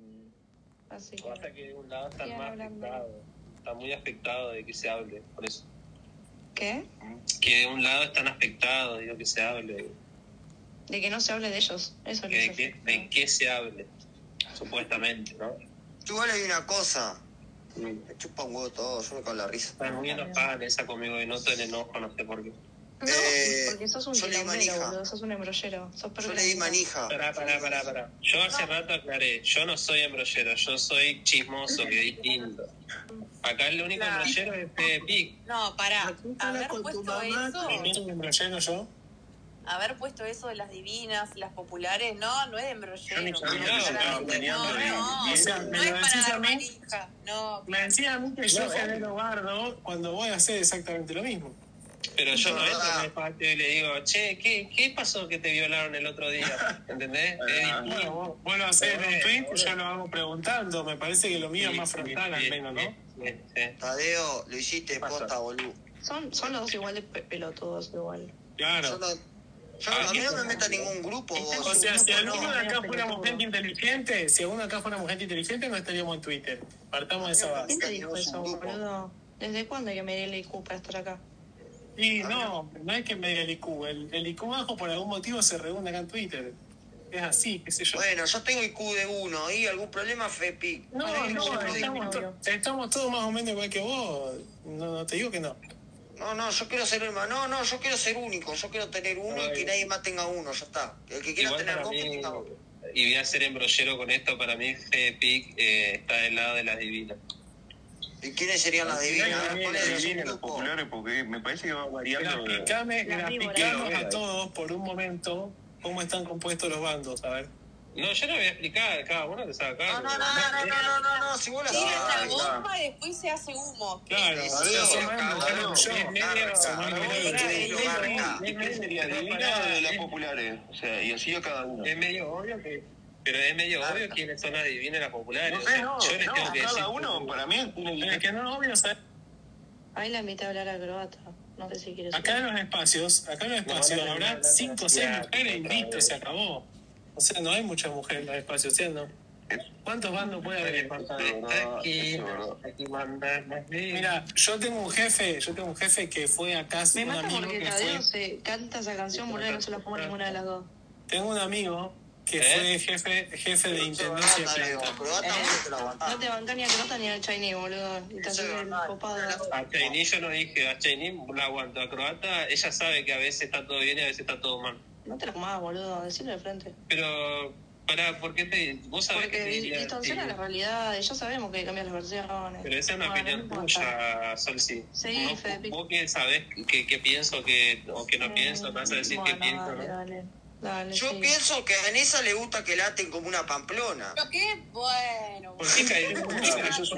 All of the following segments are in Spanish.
Mm, Así que Pasa que de un lado está Sigan más hablando. afectado. Está muy afectado de que se hable, por eso. ¿qué? Que de un lado están afectados de lo que se hable, De que no se hable de ellos. Eso que de, les qué, afecta. de qué se hable, supuestamente, ¿no? Tú igual hay una cosa. Mm. Me chupa un huevo todo, yo me cago en la risa. Están muy enojadas esa conmigo y noto el enojo, no sé por qué. No, Eh, porque sos un yo le di quilombero, manija. boludo. Sos un embrollero. Sos Yo le di pervertido. manija. Pará, pará, pará, pará. Yo hace rato aclaré, yo no soy embrollero, yo soy chismoso, que distinto. Acá el único Claro. embrollero es Pepe Pic. No, pará. Acúsala Haber con tu puesto mamá, eso, con- ¿El único embrollero yo? haber puesto eso de las divinas, las populares, no, no es de embrollero. Yo ni no, sabía no, que se estaba no, peleando no, de- no, y esa- no me es lo para decís a dar mí. manija, no. Ah, Me decía a mí que yo No, genero bardo cuando voy a hacer exactamente lo mismo. Pero yo a veces Ah. me patio y le digo, che, ¿qué, ¿qué pasó que te violaron el otro día? ¿Entendés? Es distinto. Ah, bueno, vos, vos lo haces en un Bueno, tweet, bueno. yo lo hago preguntando. Me parece que lo mío es más frontal al menos, ¿no? Sí, sí. Tadeo, lo hiciste Pasa. posta, boludo. Son, son los dos igual de pe- pelotudos, igual. Yo Claro. no, yo no- a mí no me meto en ningún grupo, vos. O sea, si no, alguno de acá no, fuéramos pelotudo. gente inteligente, si alguno de acá fuéramos gente inteligente, no estaríamos en Twitter. Partamos de esa base. ¿Quién te que dijo vos eso, un grupo. boludo? ¿Desde cuándo hay que medir el IQ para estar acá? Y no, no es que me diga el IQ. El, el IQ bajo por algún motivo se reúne acá en Twitter. Es así, qué sé yo. Bueno, yo tengo IQ de uno. ¿Y algún problema, Fepi? No, Para que no, yo no estamos, diga. to- estamos todos más o menos igual que vos. No, no te digo que no. No, no, yo quiero ser hermano. No, no, yo quiero ser único. Yo quiero tener uno y Ay. que nadie más tenga uno. Ya está. El que quiera Igual tener para dos, que mí, tenga uno. y voy a ser embrollero con esto, para mí Pepe Pic eh, está del lado de las divinas. ¿Y quiénes serían las divinas? Ay, ¿Cuál ay, es el vienen los grupo? populares porque me parece que va eh, variando. de- Graficame, Las víboras. graficamos Las a víboras. todos por un momento cómo están compuestos los bandos, a ver. No, yo no voy a explicar, cada uno que saca No, cargo. no, no, no, no, no, no, no, si vos la Tira Ah, esa ahí sabés. está. bomba y después se hace humo. ¿Qué? Sí, Claro, a ver, sí, se sí, claro, manda, ya no, Es yo. negro, Carga, no, carga, no, carga, es medio- carga. es ¿Y qué medio- sería? no, Divina pará, de las es- populares. O sea, y así a cada uno. Es medio obvio que... Pero es medio obvio quiénes son las divinas y las populares. No O sé, sea, no, yo les no, tengo que decir... cada uno para mí Pero es tiene que no, obvio, ¿sabes? Ahí la invité a hablar a croata. No sé si quieres. Acá en los espacios, acá en los No, espacios no, no, no, habrá no, 5 o 6 ya, mujeres y otra listo, vez. se acabó. O sea, no hay muchas mujeres en los espacios, ¿sí o no? ¿Cuántos bandos puede haber? Aquí, aquí mandan más bien. Mira, yo tengo un jefe, yo tengo un jefe que fue a casa, Me un mata amigo porque que Tadeo fue, se canta esa canción, boludo, y no se la pongo a ninguna de las dos. tengo un amigo que ¿Eh? fue jefe, jefe de Croata, intendencia de Tadeo, planta. Croata, Eh. vos te la aguantás. No te bancan ni a Croata ni al Chinese, boludo. Y te haces el copado. A Chainí yo no dije, a Chainí la aguanto, a Croata ella sabe que a veces está todo bien y a veces está todo mal. No te la comás, boludo, decirlo de frente. Pero, pará, ¿por qué te, vos sabés que Porque te diría distorsiona que- la realidad, ya sabemos que cambian las versiones. Pero esa es una Bueno, opinión no importa. tuya, Solsi. Sí, No, Fede. Vos que sabés que, que pienso que, o que no pienso, me vas a decir Bueno, que pienso. Dale, ¿no? dale. dale Yo sí. pienso que a Vanessa le gusta que laten como una pamplona. Pero qué bueno. ¿Por qué caes ¿Por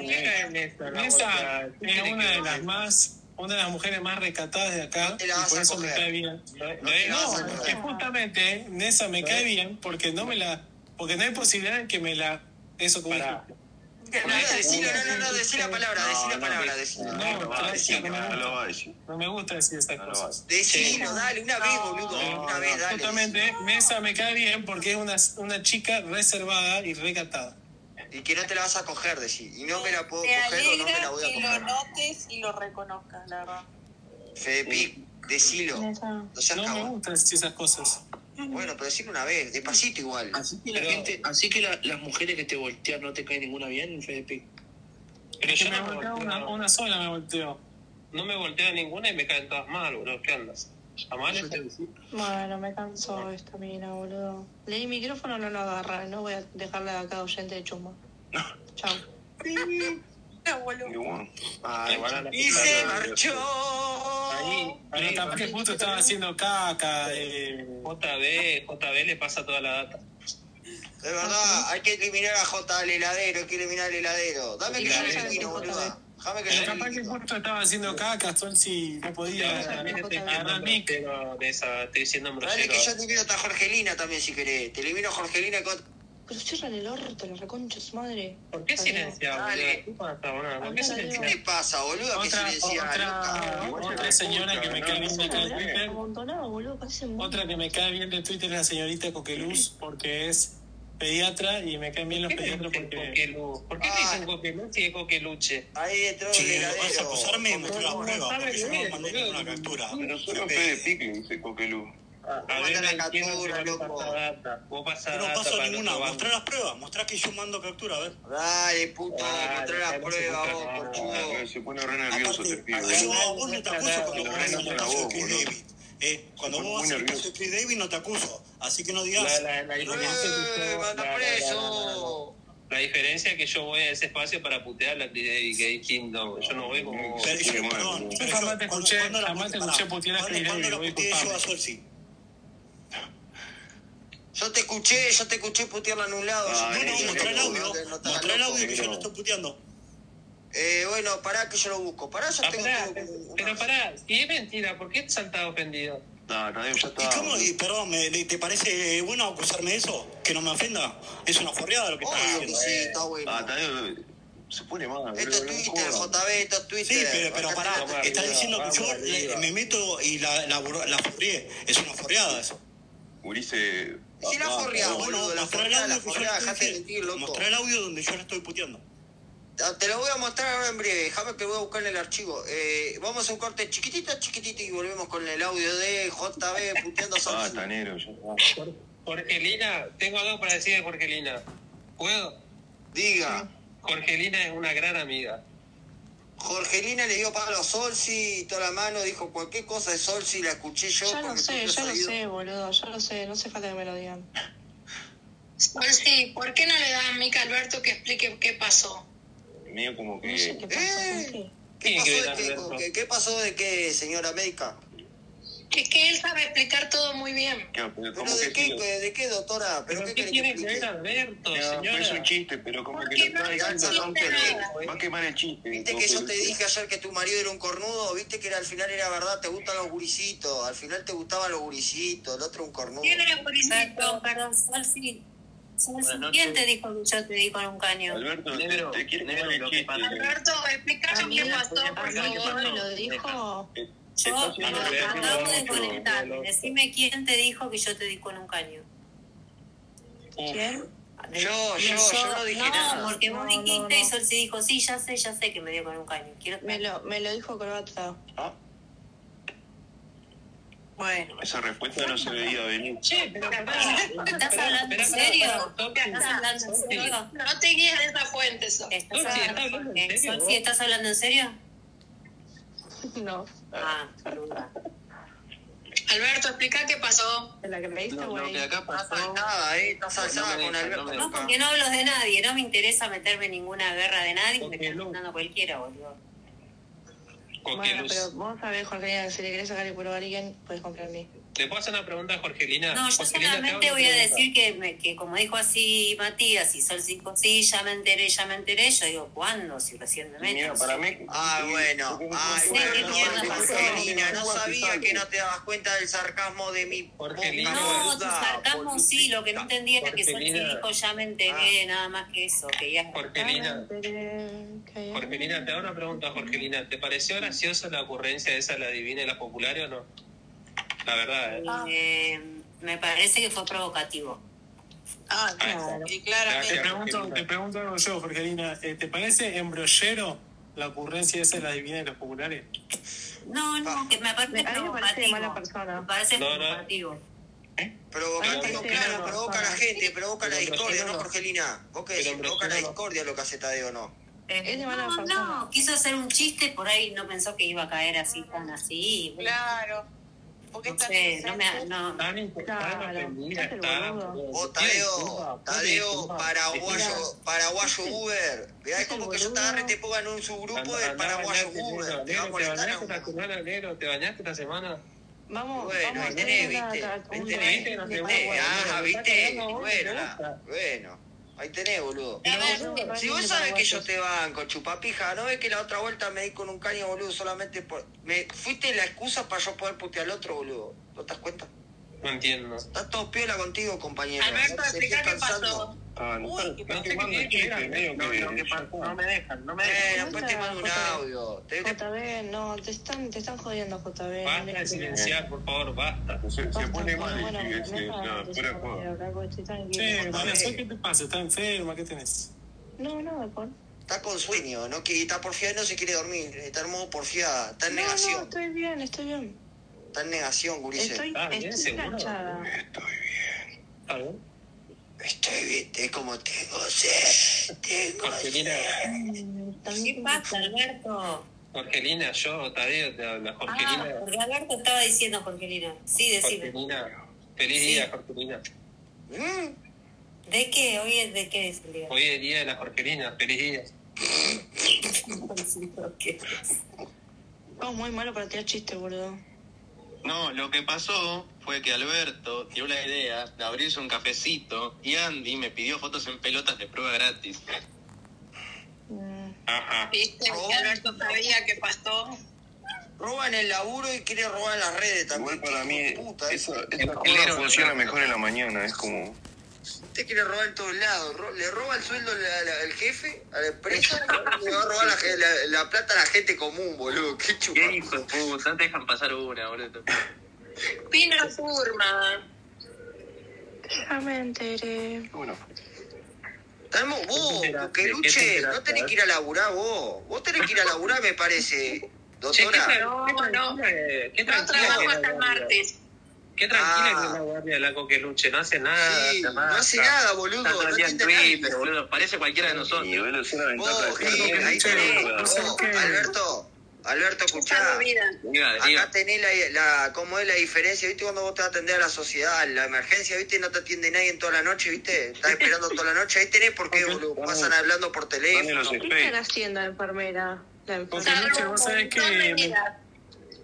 qué caes en esta? la Esa vuelta? ¿Qué es querés eh, una que de yo las diga? más, una de las mujeres más recatadas de acá, No te la y vas por a eso me coger. cae bien. No, no, te la No, vas es- a es coger. que justamente Nessa me cae bien porque no me la, porque no hay posibilidad de que me la, eso como Pará. dijiste. No, no, decilo, no, no, no, decí la palabra, decí la No, no, palabra, no, decilo. No no lo va a decir, no, no lo va a decir. no me gusta decir esas No lo va a cosas. decir. Decilo, dale, una vez, boludo, No, una vez, dale. Justamente, Mesa me cae bien porque es una, una chica reservada y recatada. Y que no te la vas a coger, decí. Y no me la puedo Me coger o no me alegra la voy a que lo coger. notes y lo reconozcas, la verdad. Fepi, decilo. Neta. No seas No me cagón. gusta decir esas cosas. Bueno, pero decilo una vez, despacito igual. Así que la Pero- gente, así que la- las mujeres que te voltean no te cae ninguna bien, Felipe. Pero Es que yo me no me volteó una, volteo- una sola, me volteó. no me volteo a ninguna y me caen todas mal, boludo. ¿Qué andas? ¿A mal? Bueno, me cansó esta mina, boludo. Leí micrófono, no lo agarra. No voy a dejarla acá oyente de chuma. Chao. No, boludo. Y bueno, Ay, Igual a la Ah, Y puta se madre. Ahí, marchó. Pero ahí, tampoco justo estaba haciendo caca. eh, JB, JB le pasa toda la data. De verdad, hay que eliminar a J al heladero, hay que eliminar al heladero. Dame que yo Claro. le elimino, boludo. Déjame que pero yo le capaz que elimino. justo estaba haciendo caca, sol si no Yo podía. también estoy Agarra siendo mic. embrollero de esa, estoy siendo Dale que yo embrollero. te elimino a Jorgelina también si querés. Te elimino a Jorgelina con... Pero cierran el orto, la reconcha su madre. ¿Por qué silenciado? Dale. boludo? ¿Qué pasa, boludo? ¿Por qué Dale. ¿Qué silenciado? te pasa, boludo? Que Otra, silenciada, otra, loca. otra señora que me cae bien de acá de Twitter. Amontonado, boludo, parecen Otra que me cae bien de Twitter es la señorita Coqueluz porque es pediatra y me caen bien los ¿Por qué pediatras le dicen porque. coquelu? ¿Por qué le Ah. dicen coquelu si es coqueluche? Ahí dentro del Che, vas a heladero. acusarme y me traes No, no pruebas, sabe porque yo leer, no mandé boludo. ninguna captura. Pero solo Me Fede pedí. Picle dice Coquelú. A manda ver, la no entiendo captura, si vos loco. pasás data. Vos pasás Yo no data paso para el ninguna, otro bando. mostrá las pruebas, mostrá que yo mando captura, a ver. Dale, puto, Ah, mostrá la ya no se prueba puede vos, hacer nada. Ah, cochudo. pero se pone re nervioso Aparte, este pibe. acá yo ¿eh? a vos no te acuso cuando Pero pones no el te la caso de hago, Chris boludo. David. Eh, cuando Estoy vos muy haces el caso de nervioso. Chris David no te acuso, así que no La, digas. la, la diferencia que ¡Eh, yo- la- manda la- preso! la- la diferencia es que yo voy a ese espacio para putear la Gay Gay Kingdom. Yo no voy como. Pero yo, Muy mal, perdón, boludo. pero Yo jamás te ¿cuándo- escuché- cuándo la jamás te puteé? escuché Pará, putear a Chris ¿cuándo David, la voy puteé yo culpable. a Solsi? Yo te escuché, yo te escuché putearla en un lado. Ah, No, Yo te no, eh, escuché, mostrá el no, audio, no te hagas mostrá el loco. audio que yo pero- no estoy puteando. Eh, bueno, pará que yo lo busco. Pará, yo Ah, tengo pará, todo. pero pará, si es mentira, ¿por qué saltás ofendido? No, Tadeo, ya Ah, está. ¿Y cómo? boludo. y, perdón, ¿me- le- ¿te parece eh, bueno acusarme de eso? ¿Que no me ofenda? Es una forreada lo que estás Obvio que diciendo. sí, está bueno. Ah, Tadeo, se pone mal. Esto es boludo, no Twitter, jodas. JB, esto es Twitter. Sí, pero, pero Acá pará, está. arriba, estás diciendo que yo vamos arriba. le- me meto y la, la, bur- la forrié. Es una forreada eso. Ulises. Si la ah, forreá, ah, boludo. la mostrá el forreá, audio que la yo le forreá, estoy dejate de diciendo. mentir, loco. Mostrá el audio donde yo la estoy puteando. Ah, Te lo voy a mostrar ahora en breve. Déjame que voy a buscar en el archivo. Eh, vamos a un corte chiquitito, chiquitito y volvemos con el audio de JB puteando a Ah, Samsung. Tanero, ya está. Jorgelina, tengo algo para decir de Jorgelina. ¿Puedo? Diga, Jorgelina es una gran amiga. Jorgelina le dio palo a Solsi y toda la mano. Dijo cualquier cosa de Solsi, la escuché yo. Ya con lo mis sé, propios ya lo oídos. sé, boludo, ya lo sé, no hace falta que me lo digan. Solsi, ¿por qué no le das a Mica Alberto que explique qué pasó? Medio como No sé que. qué pasó Eh. con qué. ¿Qué Tiene pasó, que ver de qué, Alberto. qué- qué pasó de qué, señora médica? Es que él sabe explicar todo muy bien. que- Como ¿Pero de que qué, sí, lo- de qué, doctora? ¿Pero qué querés tiene que explique? ver Alberto, Ya, pero es un señora? chiste, pero como que Porque lo está no diciendo existe tonto, nada. lo- va a quemar el chiste. Viste que yo te dije ayer que tu marido era un cornudo, viste que era- al final era verdad, te gustan los gurisitos, al final te gustaban los gurisitos, el otro un cornudo. ¿Quién era Gurisito? Perdón, Solsi. Solsi, Buenas ¿quién noches. te dijo que yo te di con un caño? Alberto, te- Negro, te quiere negro, quemar el lo que chiste. pasa- Alberto, Ah, explícame qué Amiga, pasó, por podría pasar que ¿Quién favor. pasó. me lo dijo? Yo Está no haciendo ver, acabo no, de no, no, conectarme. no. Decime quién te dijo que yo te di con un caño. ¿Quién? Yo, yo, yo no dije nada. porque No, vos no, dijiste no. y Solsi dijo, sí, ya sé, ya sé que me dio con un caño. Quiero Me lo, me lo dijo Croata. Bueno. Esa respuesta no se veía venir. Che, pero pará. ¿Estás Pará, hablando en pará, pará, serio? pará, Sofi. ¿Estás hablando en Sofi, serio? No te guíes de esa fuente, Solsi. Sol, ¿Estás sí, está hablando hablando en eh, serio, Sol, vos. sí, ¿estás hablando en serio? No. Ah, boluda. Alberto, explica qué pasó. ¿Te la creíste, Lo lo güey? que acá Estás pasó. alzada, eh, estás No, no alzada me con dejan, Alberto. no me No, dejan. porque no hablo de nadie, no me interesa meterme en ninguna guerra de nadie, me Porque está no. preguntando cualquiera, boludo. Bueno, Coquelus. pero vos sabés, Jorgelina, que si le querés sacar el culo a alguien, puedes comprar mí. ¿Le puedo hacer una pregunta a Jorgelina? No, Jorgelina, yo te hago solamente una voy a pregunta. decir que, me- que como dijo así Matías, y Sol 5, sí, ya me enteré, ya me enteré, yo digo, ¿cuándo? Si recién me meto. Mira, para mí. Ah, bueno, ay, Sí, bueno, qué mierda no, pasó. Jorgelina, no sabía que no te dabas cuenta del sarcasmo de mi Jorgelina. boca, No, tu boluda, sarcasmo sí, lo que no boluda. entendía era que Sol Jorgelina. dijo, ya me enteré, nada más que eso, que ya... Jorgelina. Jorgelina, te hago una pregunta, Jorgelina. ¿Te pareció graciosa la ocurrencia esa, la divina y la popular o no? La verdad, ¿eh? Ah. Eh, me parece que fue provocativo. Ah, Claro. y claramente. Te pregunto, Jorgelina. te pregunto algo yo, Jorgelina. eh, ¿Te parece embrollero la ocurrencia esa de la divina de los populares? No, no, que me Ah. Me- parece a mí me parece provocativo. mala Me persona. parece No, no. provocativo. Provocativo, Ay, claro, no, provoca a la no. gente, provoca la Pero discordia, ¿no, Brasil no. Jorgelina? Vos que Pero decís, provoca la Brasil no. discordia lo que hace Tadeo, ¿no? Es de mala Eh, no, persona. no, quiso hacer un chiste, por ahí no pensó que iba a caer así tan así. Claro. Porque No está sé, no me... No. Tan importante, Claro, ofendida, cállate, está, boludo. boludo. Vos, Tiene Tadeo, culpa, tiene Tadeo, culpa. paraguayo, paraguayo Uber. Mirá, es Este como que yo te boludo. agarre y te ponga en un subgrupo Andá- de andá a paraguayo bañarte, negro, Uber. Te va a negro, ¿Te molestar a bañaste esta uno. semana, negro? ¿Te bañaste esta semana? Vamos, Bueno, vamos a viste, hacer una viste, ta- un viste, baile viste, de viste, paraguas. Eh, ajá, boludo, viste, está cagando a vos, bueno, te gusta. Eh, bueno. Ahí tenés, boludo. Pero vos A ver, sos un baile Si de vos sabés que paraguayos. yo te banco, chupapija, ¿no ves que la otra vuelta me di con un caño, boludo, solamente por... Me... Fuiste la excusa para yo poder putear al otro, boludo. ¿No te das cuenta? No entiendo. Estás todo piola contigo, compañero. Alberto, No te explica estés qué cansando. pasó. Ah, no, Uy, que no pensé te mando que chiste, era, medio no, que- no, que pa- no me dejan, no me Eh, dejan. después te mando un J B. audio. Te- te- JB, no, te están, te están jodiendo, JB. Basta de silenciar, por favor, basta. se, se Basta, pone bueno, mal y bueno, sigue no siendo para, una te pura saco de joda. hablar, porque estoy tranquila. Che, María, Sí. Sol, ¿qué te pasa? ¿Estás enferma? ¿Qué tenés? No, no, por... Está con sueño, ¿no? Que está porfiada y no se quiere dormir. Está en modo porfiada. Está en No, no, negación. estoy bien, estoy bien. Está en negación, gurises. Estoy, ¿estás Ah, bien, estoy seguro? enganchada. Estoy bien. Está bien. Estoy bien. Es como tengo sed. Tengo Jorgelina, sed. Mm, ¿Qué También pasa, Alberto? Jorgelina, yo, Tadeo, te habla. Ah, Jorgelina, porque Alberto estaba diciendo, Jorgelina. Sí, decime. Jorgelina, feliz Sí. día, Jorgelina. Mm. ¿De qué? Hoy es de qué es el día. Hoy es el día de la Jorgelina, feliz día. Sos muy malo para tirar chistes, boludo. No, lo que pasó fue que Alberto dio la idea de abrirse un cafecito y Andy me pidió fotos en pelotas de prueba gratis. Mm, Ajá. ¿Viste? Que Alberto sabía que pasó. Roban el laburo y quiere robar las redes también. Igual para mí, Hijo de puta, ¿eh? esa, esa culero, joda funciona mejor en la mañana, es como... Usted Este quiere robar en todos lados. Ro- Le roba el sueldo la- la- al jefe, a la empresa. le va a robar la, ge- la- la plata a la gente común, boludo. Qué chupa. ¿Qué hijo de puta? No te dejan pasar una, boludo. Pino Furma. Ya me enteré. Bueno, Estamos, vos, ¿Qué te enteraste? ¿Qué te Coqueluche, enteraste? no tenés que ir a laburar vos. Vos tenés que ir a laburar, me Che, parece, qué doctora. tra- qué No, no. tranquila que- Qué tranquila que No trabajo es la hasta el guardia. martes. Qué tranquila Ah. que es la guardia de la coqueluche, no hace nada. Sí, se no marcha. hace nada, boludo. Está todo No el día en entiende Twitter, nada. boludo. Parece cualquiera de nosotros. mi duelo es una ventaja Vos, de ser Gil, ahí adulto, tenés. boludo. sé Vos, qué. Alberto, Alberto, Está escuchá. movida. Diga, Acá diga. tenés la, la, cómo es la diferencia, ¿viste? Cuando vos te vas a atender a la sociedad, la emergencia, ¿viste? No te atiende nadie en toda la noche, ¿viste? Estás esperando toda la noche. Ahí tenés por qué, boludo. Pasan hablando por Dame teléfono. los ¿Qué está space. haciendo la enfermera? La enfermera. Coqueluche, Salvo vos un sabés que montón de me- vidas.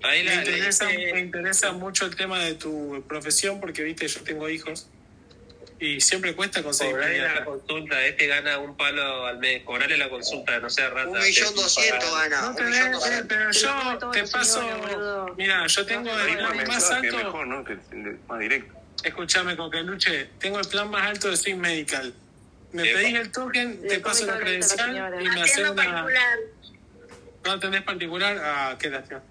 Ahí Me la le interesa, dice- me interesa mucho el tema de tu profesión porque, viste, yo tengo hijos y siempre cuesta conseguir Cobrarle la pediatra. consulta, este gana un palo al mes. Cobrarle la consulta, no sea rata. Un millón te- doscientos gana. No Un millón tenés, eh, doscientos. Te pero lo come yo todo te el señor, paso. boludo. Mira, yo tengo Ahí el Ahí por plan más mensaje alto. mejor, ¿no? Que, que- más directo. Escuchame, Coqueluche. Tengo el plan más alto de Swing Medical. Me Epa. pedís el token, te Le paso come la todo el resto a la credencial señora. y me haces Haciendo una. particular. ¿No atendés particular? Ah, qué lástima.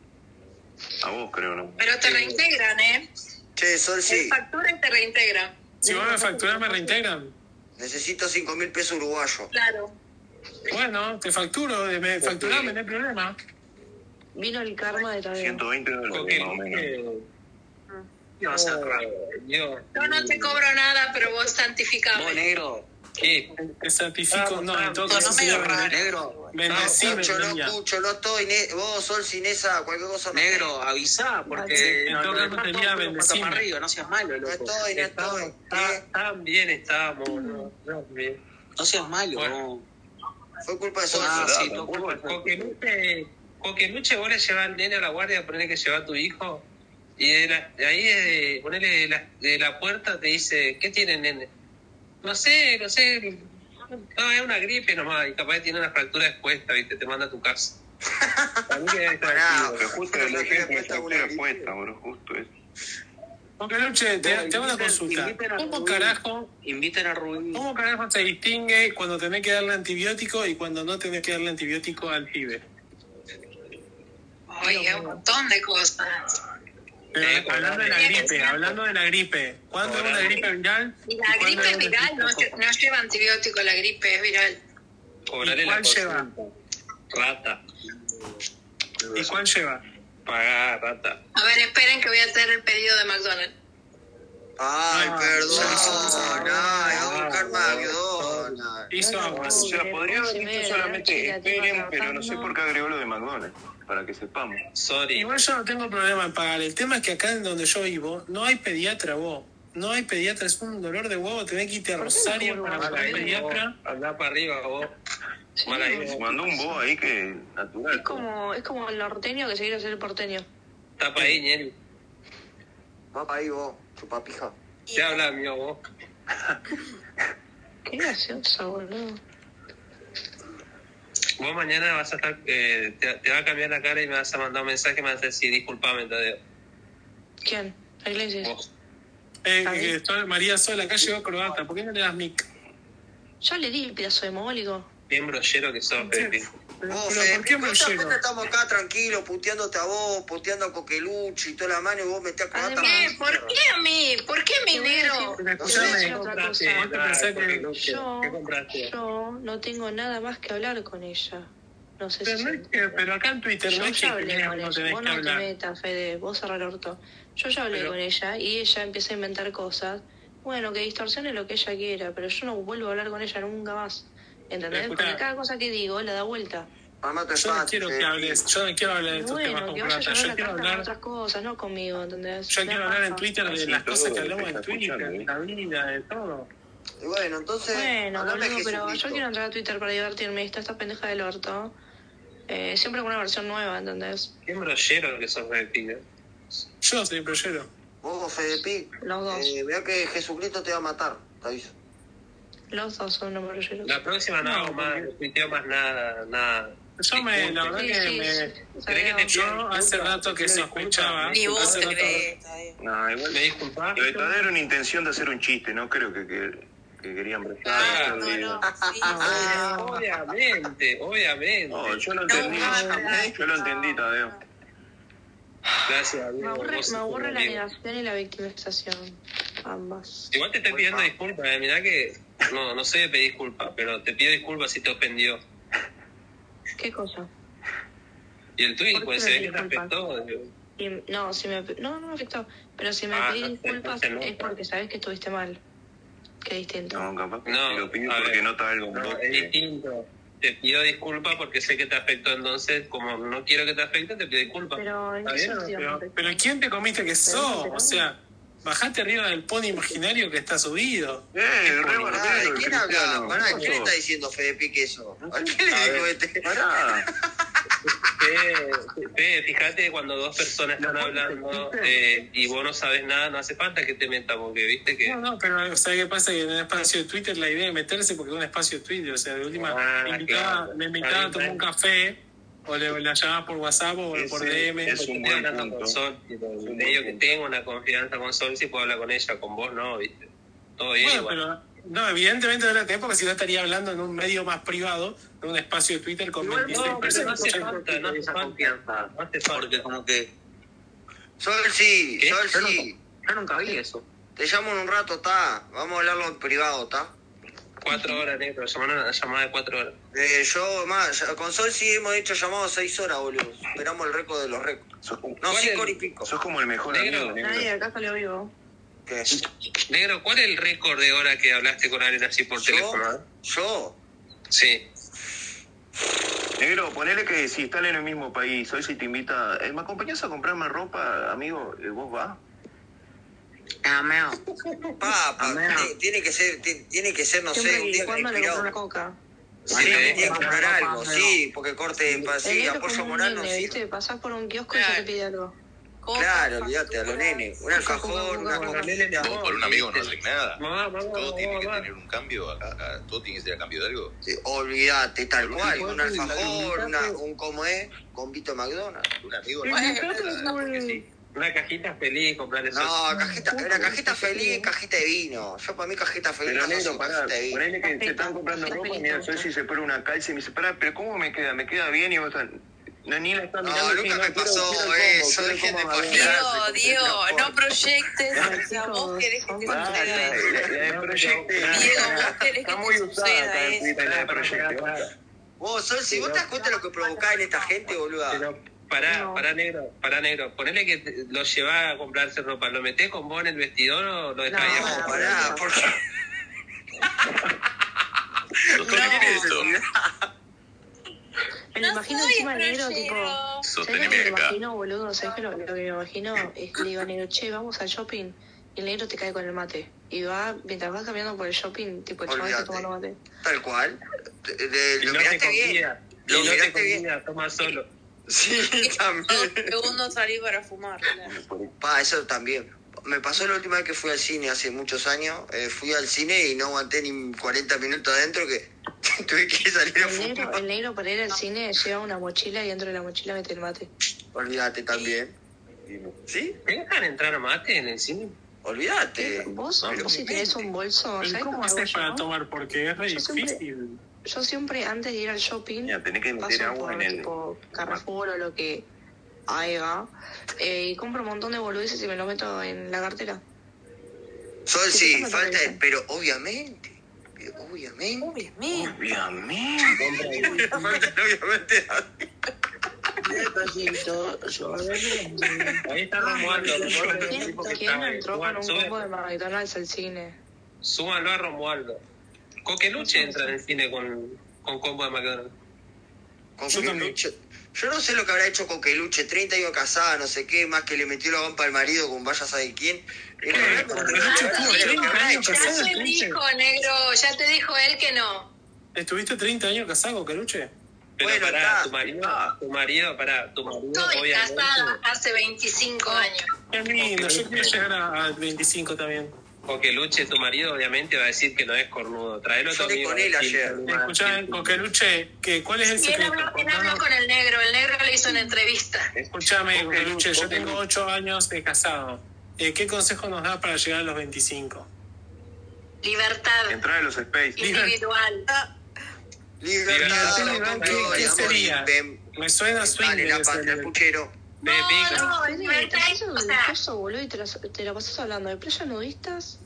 A vos, creo, ¿no? Pero te reintegran, ¿eh? Che, Sol, Sí. sí. Factura y te reintegran. Si vos me facturás, me reintegran. Necesito cinco mil pesos uruguayos. Claro. Bueno, te facturo, eh, me facturame, no hay problema. Vino el karma de Tadeo. 120 dólares, más o menos. Coqueluche. Dios, Dios. Yo no te cobro nada, pero vos santificame. negro. Sí, Te certifico. No, en todo No, no caso, me sí, lo raro. Negro. bendecime, Cholo, niña. cu, cholo, todo, Inés, vos, Sol, sin esa, cualquier cosa. no- avisá, porque no, no, no, tenía bendecime. no seas malo, No estoy, no estamos, estoy. ta- Eh, tan bien estamos, no, no, bien. No seas malo. Bueno. Fue culpa de Sol. Ah, Sol. sí, tú- Eh, Coqueluche, Coqueluche, vos le llevas al nene a la guardia, ponele que lleva a tu hijo, y de la- de ahí, eh, ponele de la, de la puerta, te dice, ¿qué tiene el nene? No sé, no sé, no, es una gripe nomás, y capaz que tiene una fractura expuesta, ¿viste? Te manda a tu casa. A mí que es Pará, Pero justo el No tiene ejemplo puesta de una la gripe. puesta, bro, justo es. Coqueluche, te, te hago una consulta. ¿Cómo carajo, Inviten a Rubén. ¿Cómo carajo se distingue cuando tenés que darle antibiótico y cuando no tenés que darle antibiótico al pibe? Oye, un montón de cosas. Pero Eh, hablando de la cobrarle. gripe, hablando de la gripe, ¿cuándo es una Cobrarle. gripe viral? Y ¿Y la cuándo gripe es es una- viral, no, se- no lleva antibiótico, la gripe es viral. Cobrarle ¿Y la cuál lleva? consulta. Rata, ¿Y cuál lleva? pagá, rata. A ver, esperen que voy a hacer el pedido de McDonald's. Ay, No, perdón. ya No, hizo- no, un karma de Hizo O aguas. sea, podría haber Oye, dicho mira, la solamente chica te iba esperen, pero no sé trabajando. por qué agregó lo de McDonald's, para que sepamos. Sorry. Igual yo no tengo problema en pagar. El tema es que acá en donde yo vivo no hay pediatra vos. No hay pediatra, es un dolor de huevo. Tenés que irte a ¿Por qué no Rosario cobro Ah, más? Andá para pagar para arriba, vos. pediatra. Andá para arriba vos. Mal ahí. Se mandó un bo ahí que Es natural. como, es como el norteño que se quiere hacer el porteño. Tapa ahí, Ñeri. Papá, ahí vos, chupapija. Te habla mío vos. Qué gracioso, boludo. Vos mañana vas a estar, eh, te, te va a cambiar la cara y me vas a mandar un mensaje y me vas a decir, disculpame, Tadeo. ¿Quién? ¿La iglesia? Vos. Eh, Ahí. eh, estoy- María Sol, acá llegó Croata. ¿Por qué no le das mic? Yo le di el pedazo de mogólico. Bien brollero que sos, Pepe. Vos, Fede, ¿por qué estamos acá tranquilos, puteándote a vos, puteando a Coqueluche y toda la mano y vos metés a Cobata? ¿Qué? ¿Por qué a mí? ¿Por qué mi negro? Escuchame, ¿vos te pensás que- Yo, ¿Qué compraste? yo no tengo nada más que hablar con ella. No sé Pero, si... no es que- pero acá en Twitter Yo no es que ya hablé tenés- con no ella. tenés Vos que no te hablar. metas, Fede. Vos cerrar el orto. Yo ya hablé Pero- con ella y ella empieza a inventar cosas. Bueno, que distorsione lo que ella quiera, pero yo no vuelvo a hablar con ella nunca más. ¿Entendés? Escuchá. Porque cada cosa que digo la da vuelta. Mamá, te eh. Yo no espacio, quiero Fede. que hables, yo no quiero hablar de Y estos temas bueno, con que vaya a plata, llevar yo la quiero carta con hablar, otras cosas, no conmigo, ¿entendés? yo Me da quiero hablar en paja. Twitter de Así las cosas todo, que hablamos en está Twitter, escuchando, de ¿eh? la vida, de todo. Y bueno, entonces, Bueno, hablame de boludo, pero yo Jesucristo. quiero entrar a Twitter para divertirme. Está esta pendeja del orto. Eh, siempre con una versión nueva, ¿entendés? Qué brollero que sos, Pepe. ¿eh? Yo soy brollero. Vos, Fede Pi, Los dos. eh, veo que Jesucristo te va a matar, te aviso. Los dos son unos brolleros. La próxima no, No, hago más, no tuiteo más nada, nada. Yo me, la verdad Sí, que sí, me... sí. ¿Crees que te Yo hace rato que se escuchaba. Ni vos hace te rato- crees. No, igual. ¿Me disculpas? La verdadera era una intención de hacer un chiste, no creo que, que, que querían Ah, No, prestar. no, sí. Obviamente, obviamente. No, yo lo entendí. Yo lo entendí, Tadeo. Gracias, amigo. Me aburre, Vos me sos aburre un la amigo. negación y la victimización. Ambas. Igual te estoy pidiendo disculpas, eh, mirá que no, no soy de pedir disculpas, pero te pido disculpas si te ofendió. ¿Qué cosa? Y el tuit, ¿Por pues qué se me ve que te pedís afectó. digo. Y- no, si me, no, no me afectó. Pero si me Ah, pedís no sé, disculpas entonces no. es porque sabés que estuviste mal. Qué distinto. No, capaz que No, lo pidió a ver. porque nota algo. No, eh, ¿no? es distinto. Te pido disculpas porque sé que te afectó, entonces, como no quiero que te afecte, te pido disculpas. Pero en Está qué bien, sentido. Pero, me afectó? pero ¿quién te comiste que sos? O sea, bajate arriba del pony imaginario que está subido. ¡Eh, re Pará, barbero, ¿de quién habla? Cristiano! Pará, ¿quién ¿Qué está pasó? diciendo Fede Pi que eso? ¿A quién A le dijo ver, este? Pará. Fe, fe, fíjate cuando dos personas están hablando eh, y vos no sabes nada, no hace falta que te metas, porque viste que. No, no, pero ¿sabes qué pasa? Que en el espacio de Twitter la idea de meterse porque es un espacio de Twitter. O sea, de última, Ah, me invitaba, claro. me invitaba a tomar un café o le, la llamabas por WhatsApp o Ese por DM. es Yo un estoy buen hablando punto. con Sol, tipo, un le buen digo que punto. tengo una confianza con Sol, si puedo hablar con ella, con vos no, viste. Todo bien Bueno, igual. pero no, evidentemente no la tenés porque si no estaría hablando en un medio más privado, en un espacio de Twitter con Igual 26 no, pero no personas. hace falta, no hace falta. No hace falta. como que Sol sí, ¿Qué? Sol Yo no- sí. yo nunca vi eso. Te llamo en un rato, ¿está? Vamos a hablarlo en privado, ¿está? Cuatro horas, negro, llamaron a la llamada de cuatro horas. Eh, yo, más, ya- con Sol sí hemos hecho llamados seis horas, boludo. Superamos el récord de los récords. Sos como- No, ¿Cuál cinco es? horas y pico. Sos como el mejor Negro. amigo. negro. Nadie acá salió vivo. ¿Qué? Negro, ¿cuál es el récord de hora que hablaste con alguien así por teléfono? eh? Yo, yo, Sí. Negro, ponele que si están en el mismo país, hoy si te invita, eh, ¿me acompañás a comprarme ropa, amigo? Eh, ¿Vos vas? Ameo. papa, Amén. tiene- tiene que ser, ti- tiene que ser, no sé, Siempre un que día cuando le compró una inspirado. coca. Sí, Sí, tenía que vamos, comprar algo, vamos, sí, porque corte, pa- El sí, negro apoyo como un moral no nene, sirve. ¿viste? Pasás por un kiosco y Claro. ya te pide algo. Claro, olvídate, a los nenes. Un alfajor, una Con coquita. Vos por un amigo no haces nada. Mamá, mamá, Todo tiene que mamá. tener un cambio, a- a- a- todo tiene que ser a cambio de algo. Sí, Olvídate, tal cual. Un alfajor, alfajor, un una, alfajor. un como es, con Vito McDonald's. Un amigo Sí, no hace claro, nada, porque sí. Una cajita feliz, comprarle eso. No, cajita, era cajita feliz, cajita de vino. Yo para mí cajita feliz, Pero no negro, soy pará, cajita de vino. ponele que te están comprando Perfecto, ropa, perfecto. mira, yo si se pone una calce y me dice, pará, pero ¿cómo me queda? ¿Me queda bien? Y vos estás... No, ni la estás No, mirando. nunca sí, me quiero- pasó eh, quiero el eso, combo, quiero el dejen de combo más pajear. grande. Diego, Diego, no proyectes. a vos querés que te Ah, la- suceda eso. la- la de proyecto. Diego, vos querés que Está muy te usada acá suceda en eso. Twitter, la de proyecto. Vos, Sol, si vos te das cuenta de lo que provocás en esta gente, boluda. Pero pará, No. pará, negro, pará, negro. Ponele que te- lo llevás a comprarse ropa. ¿Lo metés con vos en el vestidor o lo dejás No, ahí No, abajo? pará, porque. Doctor, ¿qué es esto? Me lo imagino encima al negro, tipo. ¿Sabés lo brollero. que Sosteneme me acá. imagino, boludo? ¿Sabés que lo, lo que me imagino? Es que le digo al negro, che, vamos al shopping. Y el negro te cae con el mate. Y va, mientras vas caminando por el shopping, tipo, el chaval está Olvídate. tomando mate. Tal cual. Eh, eh, Y Lo no te miraste bien. convida, y Lo no te miraste bien. convida, toma solo. Sí, Dos también. segundos salí para fumar. Pa, eso también. Me pasó la última vez que fui al cine hace muchos años. eh, fui al cine y no aguanté ni 40 minutos adentro que tuve que salir a El negro, fumar. el negro para ir al cine lleva una mochila y dentro de la mochila mete el mate. Olvídate también. ¿Sí? ¿Te dejan entrar a mate en el cine? Olvídate. Eh, Vos, vos si tenés un bolso, ¿sabés ¿Cómo cómo hago haces para yo? tomar? Porque es re Yo siempre- difícil. Yo siempre antes de ir al shopping tenés que meter paso agua por en el- tipo Carrefour o lo que haya eh, y compro un montón de boludeces y me lo meto en la cartera. Sol, Sí, sí, yo me falta, parece. pero obviamente, obviamente. Obviamente. Obviamente. Falta el obviamente. Ahí está Romualdo. Romualdo es un tipo que ¿Quién está- entró con Juan, un sube- combo de McDonald's al cine? Súmalo a Romualdo. Coqueluche entra en el cine con, con combo de McDonald's. Coqueluche. Yo no sé lo que habrá hecho Coqueluche, 30 años casada, no sé qué, más que le metió la gompa al marido con vaya a saber quién. Y la verdad, Coqueluche tuvo 30 años Ya te dijo, Oh, negro, ya te dijo él que no. ¿Estuviste 30 años casado, Caluche? Pero pará, tu marido, tu marido, pará, tu marido, Estoy obviamente. casada hace 25 Ah, años. Qué lindo, yo quiero llegar a, a 25 también. Coqueluche, tu marido, obviamente va a decir que no es cornudo. Traelo a tu Yo hablé amigo. con él ayer. Escuchá, eh. Coqueluche, ¿qué, ¿cuál es el Él secreto? habló, él habló con el negro, el negro le hizo una entrevista. Escúchame, Coqueluche, yo tengo 8 años de casado. Eh, ¿Qué consejo nos da para llegar a los 25? Libertad Entrar en los space. individual. Ah, Libertad, Libertad, ¿qué- control, qué amor, sería? ven, Me suena dale swing. la patria, el puchero. No, es libertad, un Oh, o sea- coso, boludo, y te la, te la pasas hablando de playas nudistas,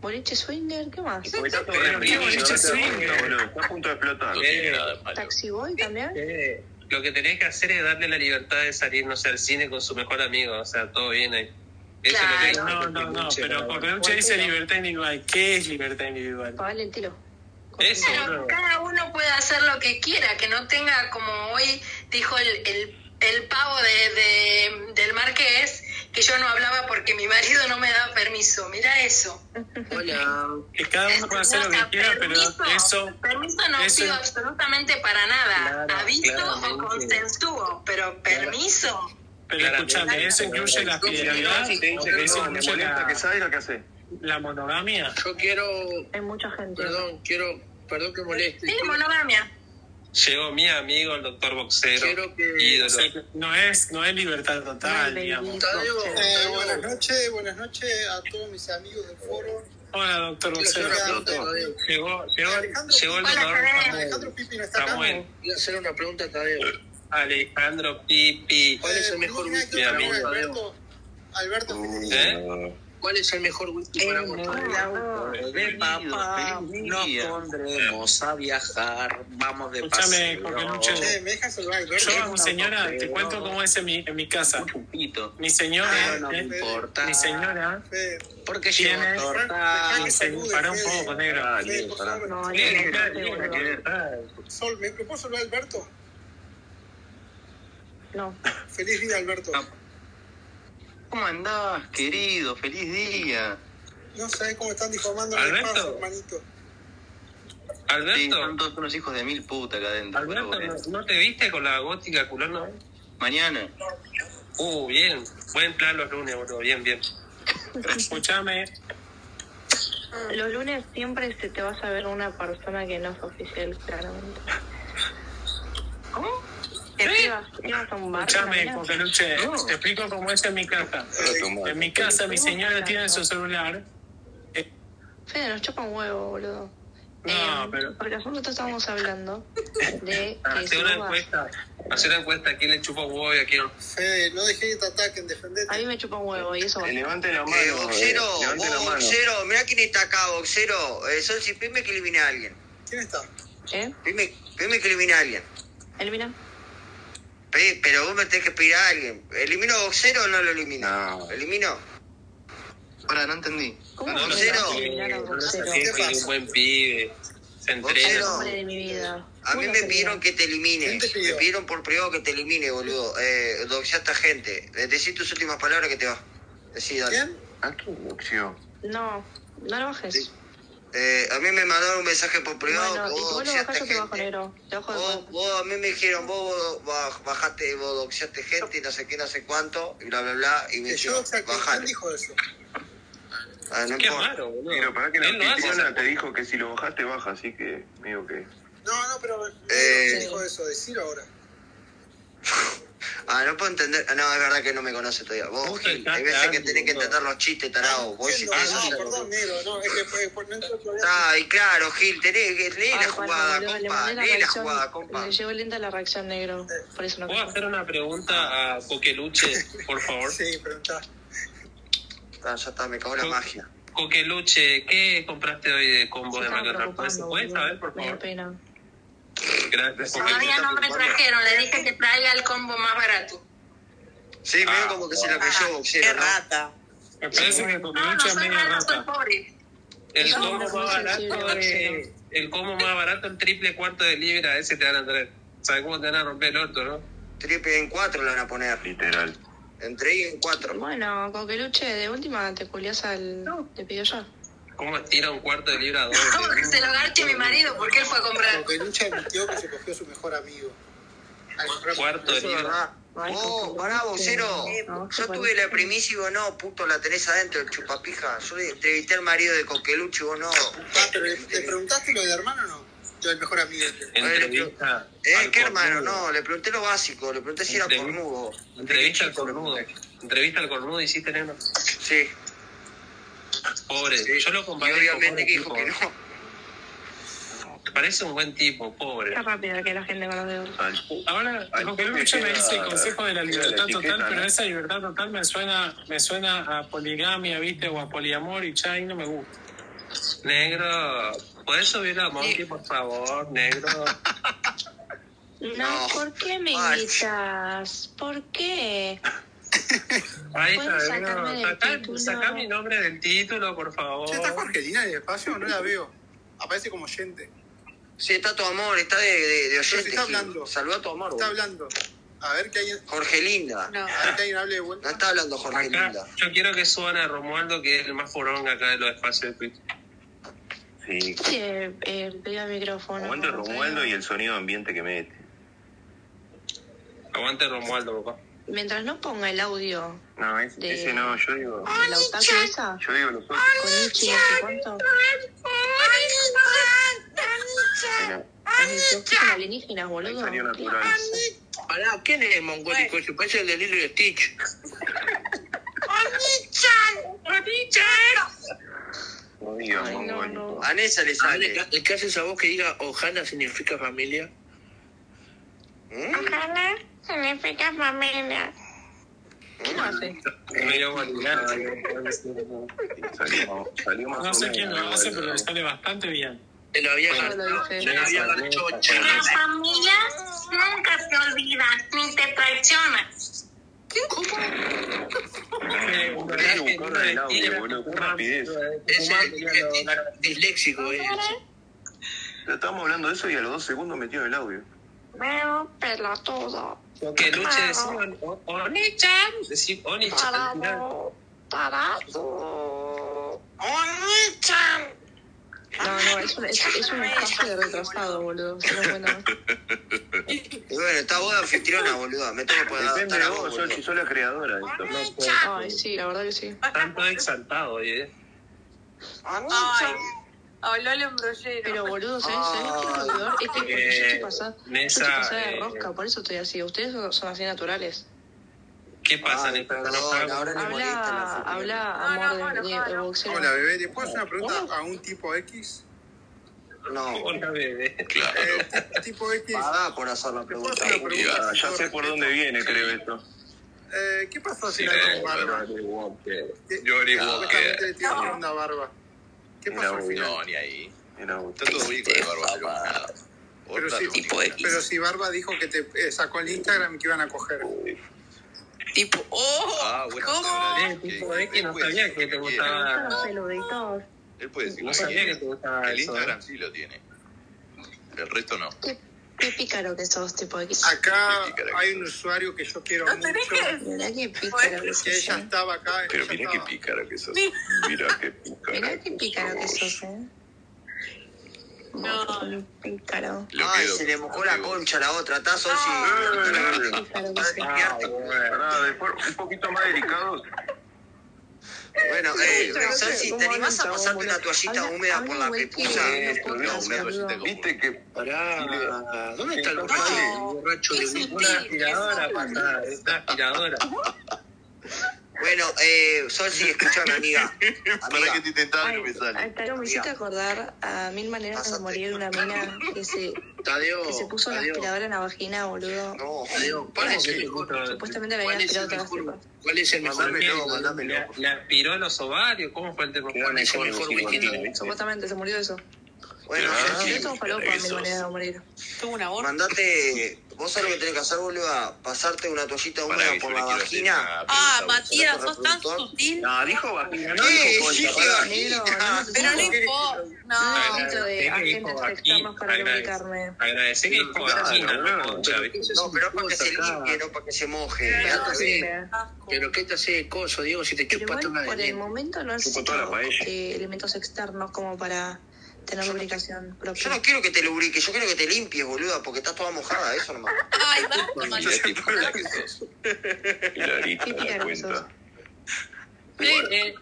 boliche swinger, ¿qué más? Está todo reprimido, no te das cuenta, boludo. Está a punto de explotar. Taxi boy también. Eh, Lo que tenés que hacer es darle la libertad de salir, no sé, al cine con su mejor amigo. O sea, todo bien ahí. Eso es lo que No, no, no, pero Coqueluche dice libertad individual. ¿Qué es libertad individual? Pagale el tiro. Eso, Claro, boludo. cada uno puede hacer lo que quiera, que no tenga como hoy dijo el, el, el pavo de, de- del marqués, que yo no hablaba porque mi marido no me daba permiso. Mira eso. Que cada uno puede hacer lo O sea, que quiera, pero permiso, eso... permiso no eso- pido absolutamente para nada. Claro, Aviso o claramente. consensúo, pero permiso. Pero escúchame, ¿eso incluye la fidelidad? ¿Eso No, me incluye molesta la, que salga, ¿qué hace? la monogamia? Yo quiero. Hay mucha gente. Perdón, quiero. Perdón que moleste. Sí, monogamia. Llegó mi amigo, el doctor boxero. Quiero que- ídolo. ¿eh? O sea, que no es, no es libertad total, digamos. Eh, buenas noches, buenas noches a todos mis amigos del foro. Hola, doctor Boxero. Llegó, llegó, llegó el doctor Alejandro Pipi no está Eh, acá. Samuel. Quiero hacer una pregunta a Tadeo. Alejandro Pipi. ¿Cuál es el mejor whisky Mi para vos, amigo. Tadeo? Alberto ¿Eh? ¿Cuál es el mejor whisky para vos, Tadeo? De papá, nos pondremos a viajar, vamos de Escúchame, paseo. Coqueluche. Che, Eh, me dejas saludar, Alberto. Yo, mi señora, te cuento cómo es en mi, en mi casa. Mi señora, Ah, no me eh, importa. mi señora Ah, Eh, Porque llevo tiene... torta. mi se- Ah, Pará un poco, negro. Ah, Sol, ¿me propuso saludar a Alberto? No. Feliz día, Alberto. ¿Cómo andás, querido? ¡Feliz día! No sabés cómo están difamando el Alberto. espacio, hermanito. Alberto. Sí, son todos unos hijos de mil puta acá adentro. Alberto, pero ¿no, bueno. no te viste con la gótica culona? hoy? Mañana. Uh, bien. Buen plan los lunes, boludo. Bien, bien. Escúchame, Eh, Los lunes siempre se te vas a ver una persona que no es oficial, claramente. ¿Cómo? ¿Qué te ibas, te ibas a un bar? Escúchame, Damián? Coqueluche, eh. te explico cómo es en mi casa. En mi casa, mi señora tiene su celular. Fede, nos chupa un huevo, boludo. Eh, No, pero. Porque nosotros estábamos hablando de Ah, que si Hacer una vos vas- encuesta. Hacer una encuesta. ¿A quién le chupa un huevo y a quién no? Fede, no dejé que te ataquen, defendete. a mí me chupa un huevo y eso va. Levante la Eh, mano. eh, boxero, Levante la vos, mano. boxero, mirá quién está acá, boxero. Eh, Sol, si pime que elimina a alguien. ¿Quién está? ¿Eh? Pime, pime que elimina a alguien. Elimina. Pe- pero vos me tenés que pedir a alguien. ¿Elimino boxero o no lo elimino? ¿Elimino? Ahora, no entendí. ¿Cómo No, no, boxero? no, no, no, Boxero. no, siempre ¿Qué es un buen pibe. Se Boxero. entrena. Hombre de mi vida. A mí me pidieron que te elimine. Me pidieron por privado que te elimine, boludo. Eh, doxea a esta gente. Eh, Decí tus últimas palabras que te va. Decí, dale. ¿A quién boxeó? No, no lo bajes. Eh, a mí me mandaron un mensaje por privado. Bueno, y que si vos vos lo doxeaste bajás yo te gente. bajo negro. Te bajo de Vos, vos a mí me dijeron, vos baj- bajaste, vos doxeaste gente y no sé qué, no sé cuánto, y bla, bla, bla, y Eh, me dijeron, bajale. dijo eso? Ah, no Qué importa. raro, Pero para que la Él lo hace. anfitriona te dijo que si lo bajaste baja, así que digo que. No, no, pero. Eh, dijo eso? Decir ahora. Ah, no puedo entender. Ah, No, es verdad que no me conoce todavía. Vos, Gil, hay veces que tenés que entender los chistes, tarado. Vos si Ah, tenés no, otra- perdón, negro, no, es que fue por dentro todavía. Ay, Ah, claro, Gil, tenés que leer la Ay, bueno, jugada, boludo, le compa. mandé la Leer la reacción, jugada, compa. Le llegó linda la reacción negro. Por eso no ¿Puedo hacer una pregunta a Coqueluche, por favor? Sí, preguntá. Ah, ya está, me cago en la magia. Coqueluche, ¿qué compraste hoy de combo de Macatrán? ¿Se puede saber, por me da favor? pena. Gracias. Todavía no me trajeron, le dije que traiga el combo más barato. Sí, medio como que se la cayó boxero, ¿no? rata. Me parece que No, Ah, no Coqueluche es soy medio rata, soy rata. pobre. El No, combo no más soy barato sensible. es... El combo más barato, el triple cuarto de libra, ese te van a entrar. ¿Sabes cómo te van a romper el orto, no? Triple en cuatro la van a poner. Literal. Entre y en cuatro. Bueno, Coqueluche, de última te culias al. Te pido yo. ¿Cómo estira un cuarto de libra a dos? No, que se lo garche mi marido porque él fue a comprar. Porque Lucha admitió que se cogió a su mejor amigo. Cuarto de Eso es verdad. libra. Oh, pará, vocero. Yo tuve la primicia y vos no, puto, la tenés adentro, el chupapija. Yo le entrevisté al marido de Coqueluche y vos no. Ah, pero le, le preguntaste lo de hermano o no? Yo, el mejor amigo. Entrevista. Eh, al ¿qué hermano? cornudo. No, le pregunté lo básico, le pregunté si era Entrevi- cornudo. Entrevista al cornudo. Entrevista al cornudo hiciste, negro. Sí. Pobre, yo lo Y comparé obviamente que dijo con que pobre tipo. ¿eh? no. Parece un buen tipo, pobre. Está rápida que la gente con los dedos. Ahora, Coqueluche me dice el consejo de la libertad total, pero esa libertad total me suena, me suena a poligamia, ¿viste? O a poliamor y ya ahí no me gusta. Negro, ¿puedes subir a Monkey, por favor, negro? No, ¿por qué me invitas? ¿Por qué? Ahí ¿Puedes está, sacarme negro. del Sacá, título? sacá mi nombre del título, por favor. Che, ¿Está Jorgelina en el espacio? No la veo. Aparece como oyente. Sí, está tu amor, está de, de, de Pero se oyente. está Gil. hablando. Saludá a tu amor. Está boludo. hablando. A ver que alguien, Jorgelinda. a ver que alguien hable de No vuelta. está hablando Jorgelinda. Acá, yo quiero que suban a Romualdo, que es el más poronga acá de los espacios de Twitch. Sí. Sí, eh, eh, pido el micrófono. Aguante Romualdo y el sonido ambiente que mete. Aguante Romualdo, papá. Mientras no ponga el audio No, ese, De- ese no, yo digo. de la Otaku esa, Yo digo los otros. con Ichi no sé cuánto. Mira, Ay, Dios, que son alienígenas, boludo. salió natural. Pará, ¿quién es el mongólico ese? Parece el de Lilo y Stitch. No digas, mongol. Anesa A le ver, sale. ¿el que- Ah, ¿El que hace esa voz que diga Ojana significa familia? Ojalá significa familia. ¿Qué no hace? Medio guardián. Salió, salió más No o sé menos, quién lo igual. hace, pero le sale bastante bien. Te lo había Bueno, ganado. lo dije. Te lo había ganado. La familia nunca te olvida ni te traiciona. Eh, un Tenés que buscar el audio, mentira. boludo. Qué rapidez. eh. Ese es disléxico, eh. Pero Estábamos hablando de eso y a los dos segundos metió el audio. Veo pelotudo. Que luche de Simon. O- Oni-chan. Decí Oni-chan al final. Tarado. Tarado. Onichan. No, no, es un, es, es un espacio de retrasado, boludo. Si no, bueno. Y bueno, está vos de anfitriona, boluda. Me tengo que poder Depende adaptar de a vos, vos, Sol, boludo. si sos la creadora de esto. Ay, sí, la verdad que sí. Están todos exaltados, oye. Ay, habló el embrollero. Pero boludo, ¿sabes? ¿Sabes qué es lo peor? Es que porque yo Eh, estoy pasada, yo estoy Nessa, pasada de eh, rosca, por eso estoy así. Ustedes son, son así naturales. ¿Qué pasa, Ay, Neta? perdón, No, ahora le molesta la Habla, anfitriona. habla, No, no, amor de, bueno, de, de bueno. boxeo. Oh, Hola, bebé. ¿Le puedo hacer una pregunta a un tipo X? No, Hola, bebé. Claro. Un tipo X. pagá por hacer la pregunta. hacer una pregunta? Ah, ya sé por dónde viene, creo esto. Eh, ¿Qué pasó Sí, si la eh, con barba? bueno. ¿Qué- Yo averiguo Supuestamente que. le tiraron una barba. ¿Qué Mira, pasó al boludo. final? No, ni ahí. Era vos. Está todo bien con el barba. yo nada. Pero Otra sí, no, tipo ninguna. Pero si Barba dijo que te eh, sacó el Instagram que iban a coger. Tipo, oh, Ah, bueno, ¿Cómo? sabrá Eh, que- tipo X, él no puede sabía decir que lo quiere. te Me gustaba. gustan los peluditos. Él puede decir lo No que sabía quiere. que te gustaba El eso. Instagram sí lo tiene. El resto no. Qué, qué pícaro que sos, tipo X. Ah. Acá Sí, carajo. hay un usuario que yo quiero No tenés mucho. que Mirá qué pícaro que Que sos. ella eh. estaba acá. Pero ella mirá qué estaba. pícaro que sos. Mirá qué pícaro. Mirá qué pícaro que sos, eh. No. Qué Pícaro. Lo Ay, quedo. se le mojó la concha a la otra. Está Sol, sí. Ah, Pícaro que sos. Ah, bueno. Pará, de for- un poquito más delicados. Bueno, eh, Solsi, ¿te animás a pasarte una toallita húmeda por la pepusa? Ah, Una humedad. Viste que. Pará. ¿Dónde está el borracho de Una aspiradora, patada, una aspiradora. Bueno, eh, Solsi, escuchame, amiga. Para que te intentaba no me sale. Tadeo, me hiciste acordar a mil maneras de morir de una mina que se, Tadeo. que se puso una Tadeo, aspiradora en la vagina, boludo. No, Tadeo, ¿cuál es el mejor? Supuestamente le habían ¿Cuál es aspirado el todas las mejor? tripas. ¿Cuál es el mejor? Mandámelo, mandámelo. Le, le aspiró los ovarios, ¿cómo fue el tema? ¿Cuál es el mejor whisky? Sí, Supuestamente se murió de eso. Bueno, Ah, Yo Solsi, tengo falopa, mil maneras de morir. Tuvo una voz. mandate. Vos sabés lo que tenés que hacer, boludo. Pasarte una toallita húmeda Pará, que yo por le la quiero hacer vagina. una Ah, pinta, Matías, sos tan reproductor. sutil. No, dijo vagina. No, ¿Qué? dijo Sí, ah, concha, que pará. Negro, vagina. no Pero no necesito- importa. no No. necesito Sí, de dijo agentes vagina, externos para agradece. lubricarme. Agradecí que dijo Claro, vagina, no bueno, concha, pero ¿viste? eso es No, pero es para que cosa se acá. limpie, no para que se moje. Claro, Fíjate, sí. ve. Asco. Pero qué te hace de coso, Diego, si te Pero chupa igual una por el de momento no Chupó necesito toda la paella. eh, elementos externos como para tener lubricación propia. Yo no quiero que te lubriques, yo quiero que te limpies, boluda, porque estás toda mojada, eso nomás. Ay, basta, Mirá, Matías. tipo, mirá que sos. Mirá ahorita Qué la tierno sos. cuenta. Eh, eh,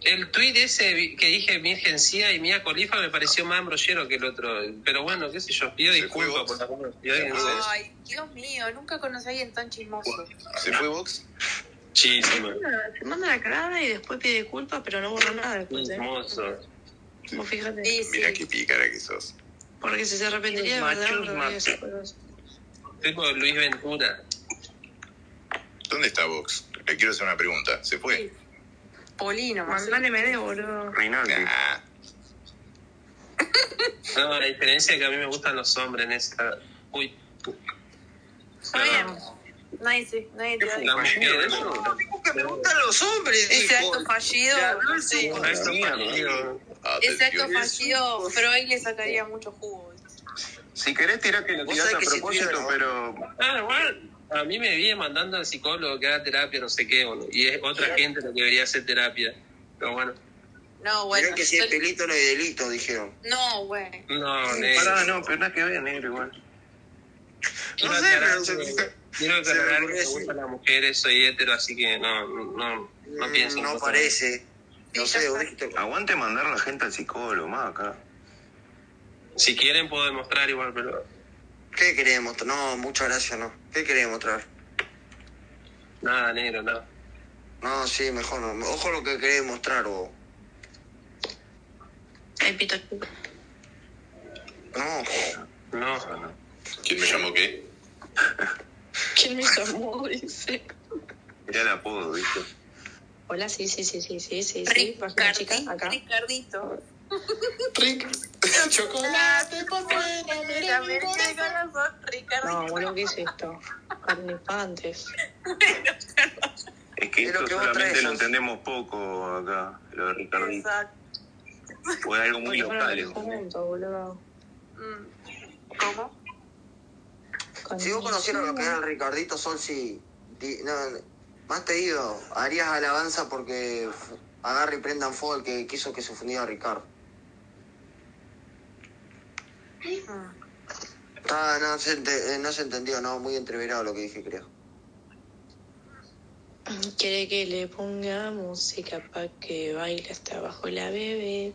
el tuit ese vi- que dije Virgen Cía y Mía Colifa me pareció más ambrollero que el otro. Pero bueno, qué sé yo, pido Se disculpas fue por la conversación. Ay, Dios mío, nunca conocí a alguien tan chismoso. ¿Se fue Vox? Sí, sí, man. Se manda la cagada y después pide disculpas, pero no borra nada después. ¿eh? hermoso. Vos fíjate, Sí, Mirá sí. qué pícara que sos. porque si se arrepentiría de Macho, verdad, no macho. haría esos juegos. Tengo Luis Ventura. ¿Dónde está Vox? Le quiero hacer una pregunta. ¿Se fue? Polino, más. Mandale MD, boludo. Reinaldi. Nah. No, la diferencia es que a mí me gustan los hombres en esa. Uy, Está bien. Nadie, se- nadie te la da. mujer de eso. Porque me gustan los hombres, Ese dijo. acto fallido, no sé. Una vez compartido. Ese acto Atención. fallido, Freud le sacaría mucho jugo. Si querés tirar que lo Vos tirás sabés a que si propósito, tuviera- pero Ah, bueno. A mí me viene mandando al psicólogo que haga terapia, no sé qué, boludo. y es otra gente la que debería hacer terapia. Pero bueno, No, bueno. Mirá que si este yo- es pelito no hay delito, dijeron. No, güey. no, Eh, negro. pará, no, pero nada que ver, negro igual. Quiero No sé, aclarar pero que- se- quiero se me aclarar que ocurrió me eso. gustan las mujeres, soy hétero, así que no, no, no pienso. en Mm, No cosas. parece. No Sí, sé, ya vos está. dijiste. Aguante mandar la gente al psicólogo, más acá. Si quieren puedo demostrar igual, pero ¿Qué queremos? No, muchas gracias, no. ¿Qué queremos mostrar? nada, negro, nada. No, sí, mejor no. Ojo lo que querés mostrar, vos. Ay, pito chico. No. No, no. ¿Quién me llamó qué? ¿Quién me llamó? Dice. Ya la apodo, ¿viste? Hola, sí, sí, sí, sí, sí, sí, sí. Página chica, Ricardito. acá. Ricardito. Chocolate por fuera, mira mi Mírame ese corazón. corazón, Ricardito. No, bueno, ¿qué es esto? Carnifantes. Es que Es esto lo que vos solamente traes, lo sos- entendemos poco acá, lo de Ricardito. Exacto. Fue algo muy Porque fueron local. los dos ¿entendés? juntos, boludo. Mm. ¿Cómo? Con- Si vos conocieras lo que era el Ricardito Solsi, di- no, más pedido, harías alabanza porque f- agarre y prendan fuego el que quiso que se fundiera Ricardo. Ah, no, se ente- eh, no se entendió, no, muy entreverado lo que dije, creo. Quiere que le ponga música para que baile hasta abajo la bebé.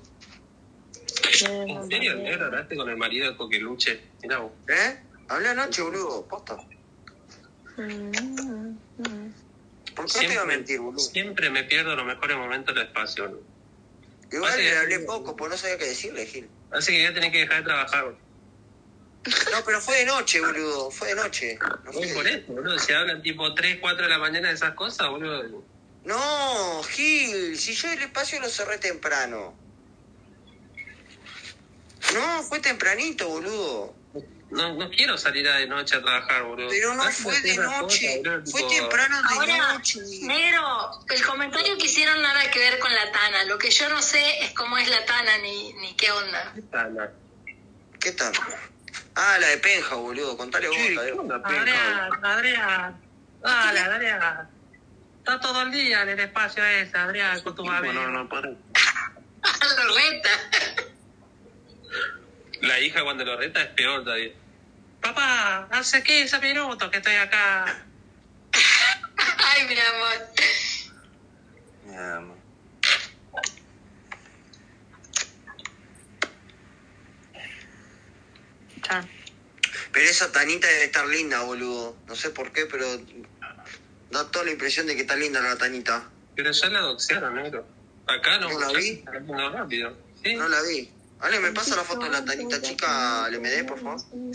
¿En serio, negro, hablaste con el marido de Coqueluche? Mirá vos. ¿Eh? Hablé anoche, boludo, posta. Mm, ¿Por qué no te iba a mentir, boludo? siempre me pierdo los mejores momentos del espacio. boludo. Igual Así le es. hablé poco, pues no sabía qué decirle, Gil. Así que voy a tener que dejar de trabajar. boludo. No, pero fue de noche, boludo, fue de noche. No, fue Uy, de- por eso, boludo. Si hablan tipo 3, 4 de la mañana de esas cosas, boludo. No, Gil, si yo el espacio lo cerré temprano. No, fue tempranito, boludo. No, no quiero salir a de noche a trabajar, boludo. Pero no Antes fue de hacía las noche, cosas, boludo, fue tipo, temprano de Ahora, noche. negro, el comentario que hicieron nada que ver con la tana. Lo que yo no sé es cómo es la tana ni, ni qué onda. ¿qué tal, la- ¿Qué tal? Ah, la de Penja, boludo, contale vos. Che, ¿qué Tadeo. onda, penca? Adrián, Adrián. Dale, Adrián. Está todo el día en el espacio ese, Adrián, con tus amigos. No, no, pará. Lo reta. La hija cuando lo reta es peor todavía. Papá, hace 15 minutos que estoy acá. Ay, mi amor. Mi amor. Pero esa tanita debe estar linda, boludo. No sé por qué, pero da toda la impresión de que está linda la tanita. Pero ya la doxearon, negro. Acá no, ¿No la vi? No, rápido. No la vi. Ale, ¿me pasa la foto de la tanita chica LMD, por favor? mm.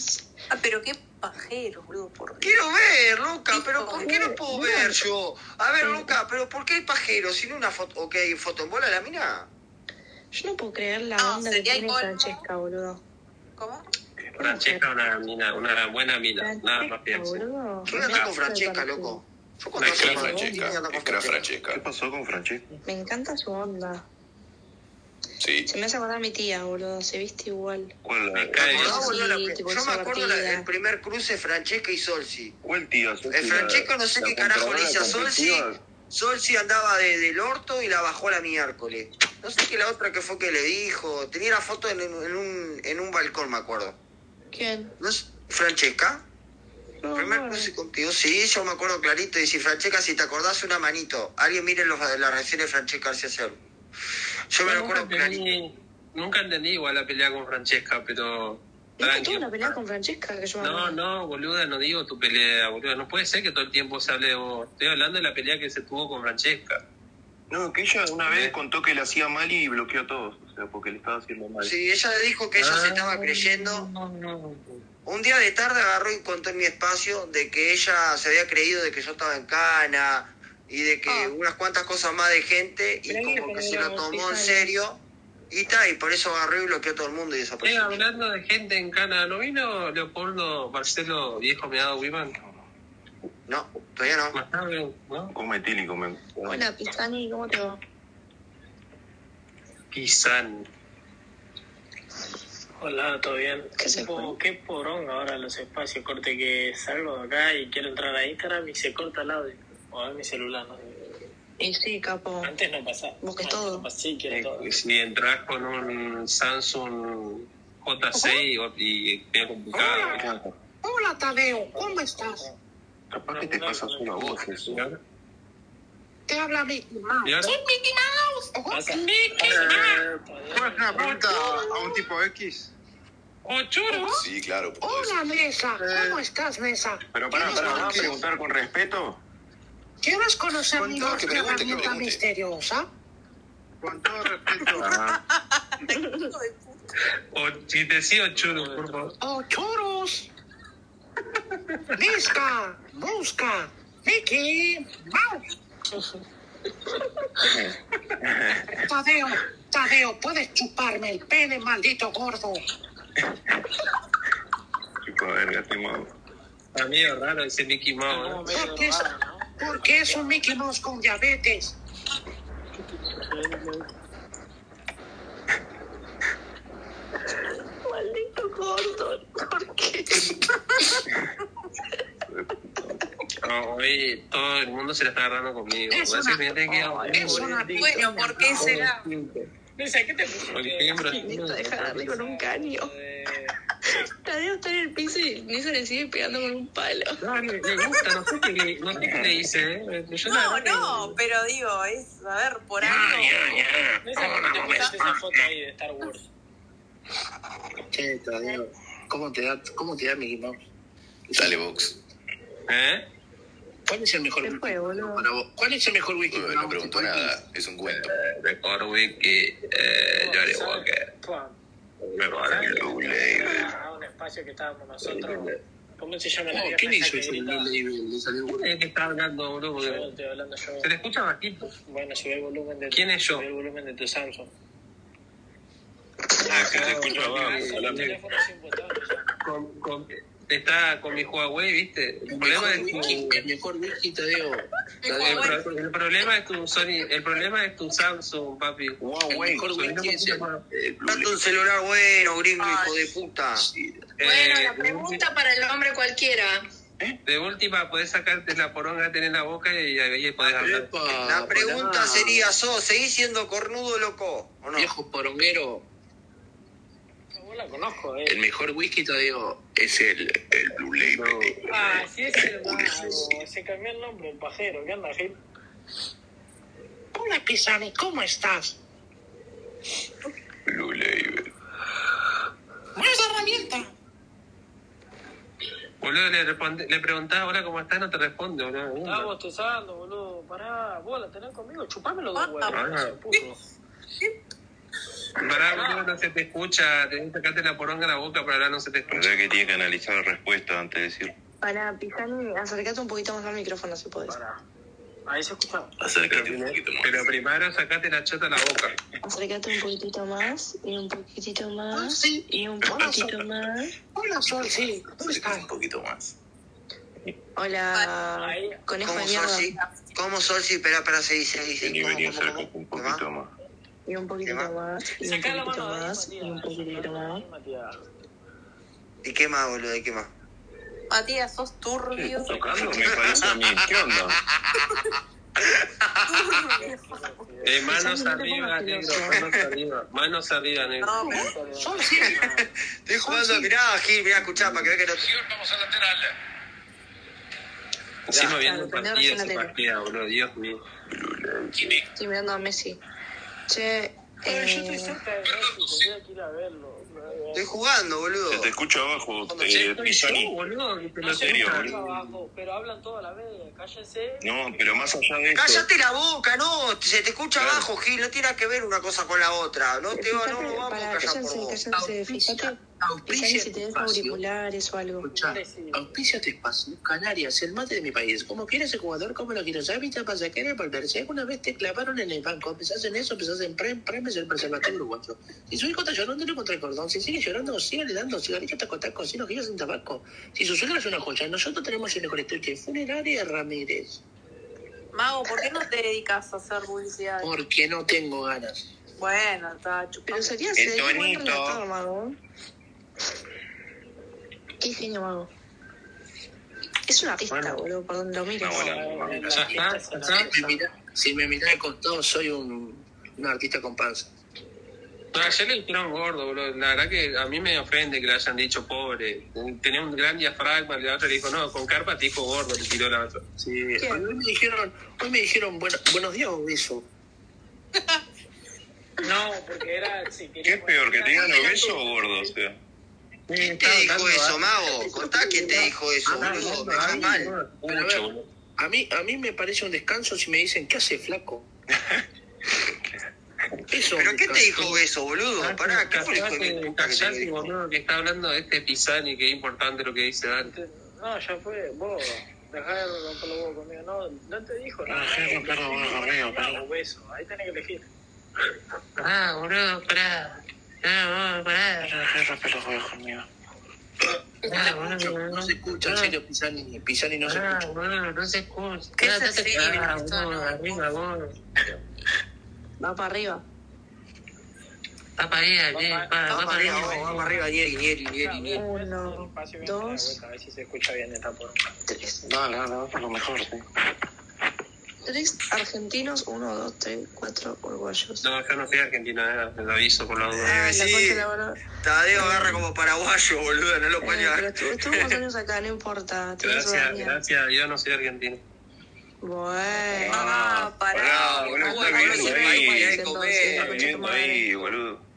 Ah, pero qué pajero, boludo, por Dios. Quiero ver, Luca, pero ¿por qué no puedo ver yo? A ver, Luca, pero ¿por qué el pajero? ¿Sin una foto? ¿O qué hay foto en bola de la mina? Yo no puedo creer la No, onda que sería el tiene colmo. Francesca, boludo. ¿Cómo? Francesca, una mina, una buena mina. Nada más Francesca, pienso. boludo. ¿Qué onda con Francesca, loco? Yo No, es crack hacía con Francesca. Bondi, andaba Es crack con Francesca. ¿Qué pasó con Francesca? Me encanta su onda. Sí. Se me hace acordar a mi tía, boludo. Se viste igual. ¿Cuál la- ¿Te acordás, Sí, boludo, la pri- tipo, yo me acuerdo la- sortida. el primer cruce Francesca y Solsi. ¿Cuál tía? El Eh, Francesco no sé qué carajo le hizo a Solsi. Solsi andaba de- del orto y la bajó la miércoles. No sé qué la otra que fue que le dijo. Tenía la foto en, en- en un, en un balcón, me acuerdo. ¿Quién? ¿No es Francesca? El primer eh. cruce contigo. Sí, yo me acuerdo clarito. Y si Francesca, si te acordás, una manito. Alguien mire los, las reacciones de Francesca García Cerro. Yo me lo nunca, acuerdo clarito. entendí, nunca entendí igual la pelea con Francesca, pero. Nunca tuve tranqui. una pelea con Francesca que yo me No, acuerdo. no, boluda, no digo tu pelea, boluda. No puede ser que todo el tiempo se hable de vos. Estoy hablando de la pelea que se tuvo con Francesca. No, que ella una vez contó que le hacía mal y bloqueó a todos. O sea, porque le estaba haciendo mal. Sí, ella le dijo que Ah. ella se estaba creyendo. Un día de tarde agarró y contó en mi espacio de que ella se había creído de que yo estaba en cana y de que unas cuantas cosas más de gente y Ah. Pero hay que como que poner se la lo tomó en botija y- serio y tal, y por eso agarró y bloqueó a todo el mundo y Eh, desapareció. hablando de gente en Cana, ¿no vino Leopoldo Marcelo Viejo Meado Wiman? No, todavía no. Más tarde, ¿no? Come etílico, me. Hola, Pisani, ¿cómo te va? Pisan. Hola, ¿todo bien? ¿Qué se Po- qué porón ahora los espacios, corte que salgo de acá y quiero entrar a Instagram y se corta el audio. O a mi celular, no sé. Y sí, capo. Antes no pasaba. Busqué todo. Sí, quiero todo. Si entras eh, pues, con un Samsung J6 o- y es Ah. complicado. Hola, Tadeo, ¿cómo estás? Capaz que te pasas una voz, eso. Te habla Mickey Mouse. ¿Ya? ¡Soy Mickey Mouse! Pasa. ¡Mickey ¿Puedes una pregunta a un tipo X? ¡Oh, Sí, claro. Hola, Mesa. ¿Cómo estás, Mesa? Pero pará, pará, ¿vas a preguntar con respeto? ¿Quieres conocer mi todo, que pregunte, nueva que herramienta pregunte. misteriosa? Con todo respeto. Ah, O Oh, si te sigo chulo, por favor. ¡Oh, churros! ¡Lisca! ¡Busca! ¡Mickey Mouse! Tadeo, Tadeo, puedes chuparme el pene, maldito gordo. Chico, verga, te mamo. Amigo raro ese Mickey Mouse. ¿eh? Porque es, porque es un Mickey Mouse con diabetes. Maldito gordo. ¿Por qué? No, hoy todo el mundo se la está agarrando conmigo. Es Así una- que te quedo- Es una Bueno, ¿por qué será? ¿qué te Necesito dejar de darle con un caño. Tadeo está en el piso y Nisa le sigue pegando con un palo. No, me me gusta, no sé qué le, no sé qué le hice, ¿eh? Yo la No, verdad que- no, pero digo, es, a ver, por algo. esa foto ahí de Star Wars. Che, Tadeo, ¿cómo te da, cómo te da Mickey Mouse? Dale, Vox. ¿Eh? ¿Cuál es el mejor whisky para vos? ¿Cuál es el mejor whisky Eh, para No vos? preguntó nada. Es un cuento. Mejor wiki, eh, Johnny Walker. Mejor Blue Label. A un espacio que estábamos nosotros. ¿Cómo se llama la Oh, vieja ¿Qué le esa hizo que ese Blue grita? Label? Le salió bueno. Es que está hablando, bro? Yo porque estoy hablando yo. Se le escucha bajito. Bueno, subí el volumen de ¿Quién es yo? Ah, subí el volumen de tu Samsung. Se te escucha Ese teléfono sin botón, Con, con, está con mi Huawei, ¿viste? El problema es whisky, tu, el mejor whisky, Tadeo. el, Tadeo, pro- el problema es tu Sony, el problema es tu Samsung, papi. el mejor whisky es el... Date un celular bueno, gringo, hijo de puta. Bueno, Eh, la pregunta para el hombre cualquiera. De última, podés sacarte la poronga que tenés en la boca y ahí podés hablar. La pregunta sería, ¿sos seguís siendo cornudo, loco? ¿O no? Viejo poronguero, Vos la conozco, eh. el mejor whisky, Tadeo, es el, el Blue Label. Ah, sí, es el vago. Se cambió el nombre, el pajero. ¿Qué onda, Gil? Hola, Pisani, ¿cómo estás? Blue Label. Más herramienta. Boludo, le, responde- le preguntaba ahora cómo estás, no te responde, boludo. Estaba bostezando, boludo. Pará, vos la tenés conmigo, chupámelo dos huevos. Ah. puto. Pará, boludo, no se te escucha, tenés que sacarte la poronga de la boca para hablar, no se te escucha. O sea que tiene que analizar la respuesta antes de decir. Para, Pisani, acercate un poquito más al micrófono si podés. Ahí se escucha. Acércate un poquito más. Pero primero sacate la chota a la boca. Acércate un poquitito más, y un poquitito Ah, más, y un poquitito más. Hola, Sol, sí. ¿Cómo estás? Un poquito más. Hola, conejo de ¿Cómo mierda. Solsi? ¿Cómo Solsi? Espera, espera, se dice, se dice. ¿Cómo, venía cómo, cómo? Un poquito más. Y un poquitito más, y un Sacá la poquito mano de ahí, más, y un poquitito más. Matías. ¿Y qué más, boludo? ¿Y qué más? Matías, sos turbio. Tocando me parece a mí. ¿Qué onda? Eh, manos arriba, negro, manos arriba, manos arriba, negro. No, pero Solsi. Estoy jugando, mirá, Gil, mirá, escuchá, para que vea que no... Encima viendo Claro, un primero partido, recién ese la partido, boludo, Dios mío. Estoy mirando a Messi. Che, Pero yo estoy eh, cerca de México, voy a ir a verlo. Estoy jugando, Se boludo. te escucho abajo, Che, eh, estoy yo, Pisani. boludo, que te No lo sé ¿En serio, mucho boludo? abajo, pero hablan toda la vez, cállense. No, pero más allá de eso. Cállate la boca, no, se te escucha Claro. abajo, Gil, no tiene nada que ver una cosa con la otra. No te va, no, vamos a para, callar por cállense, vos. cállense, fíjate. Pisani, si tenés auriculares o algo. Escuchá, auspicia este espacio, Canarias, el mate de mi país. Como quieres el jugador, como lo quieras, hábitat para sacar y volver. Si alguna vez te clavaron en el banco, empezás en eso, empezás en prem, prem es el preservativo uruguayo. Si su hijo está llorando, no contra el cordón. Si sigue llorando, síganle dando cigarrillos taco taco, si no giras en tabaco. Si su suegra es una joya, nosotros tenemos el mejor estuche, funeraria Ramírez. Mago, ¿por qué no te dedicas a hacer publicidad? Porque no tengo ganas. Bueno, está chupando. Pero sería El ser un buen tonito. relator, mago. Qué genio, mago. Es un artista, boludo, por donde lo mires. Ah, Ya está, ya está. Si me mirá- Si me mirás de costado, soy un, un artista con panza. No, ayer le hicieron gordo, boludo. La verdad que a mí me ofende que le hayan dicho pobre. Tenía un gran diafragma, la otra le dijo, no, con carpa te dijo gordo, le tiró la otra. Sí, hoy me dijeron, hoy me dijeron bueno, buenos días obeso. No, porque era. Si ¿Qué es peor, que te digan obeso o gordo? O sea, ¿Quién te dijo ¿eh? eso, Mago? Contá quién te dijo Ah, eso, boludo. Me dejás mal. Pero a, ver, a mí, a mí me parece un descanso si me dicen, ¿qué hace flaco? Eso, ¿Pero qué te dijo eso, boludo? Pará, ¿qué fue el hijo de Callate, mi puta que te callate, dijo? boludo, que está hablando de este Pisani, que es importante lo que dice Dante. No, ya fue, vos. Dejá de romper los huevos conmigo. No, no te dijo nada. Dejá de romper los huevos conmigo, pero- Beso, ahí tenés que elegir. Ah, boludo, pará. Ah, boludo, pará. los huevos conmigo. No se escucha, no se escucha, en serio, Pisani, Pisani no se Ah, escucha. boludo, no se escucha. Qué Ah, estás sensible, escuchando, esto, boludo, no. arriba, boludo. Va para arriba. Va para allá, eh, va, Ah, va Vamos para arriba, allá. vamos, vamos arriba, Nieri, Nieri, Nieri, Nieri. Uno, dos, A ver si se escucha bien esta porra. tres. Dale, dale, por lo mejor, sí. Tres argentinos, uno, dos, tres, cuatro uruguayos. No, yo no soy argentino, eh, te lo aviso por la duda. Ah, la sí. concha de la verdad. Tadeo agarra como paraguayo, boludo, no lo Eh, pero pañas. estuvo, estuvo unos años acá, no importa. tiene su Gracias, daño. gracias, yo no soy argentino. Bueno. Ah, pará, pará. boludo, Ah, está bueno, viviendo ahora sí ahí, me doy cuenta, ahí entonces, está la concha de tu viniendo madre. ahí, boludo.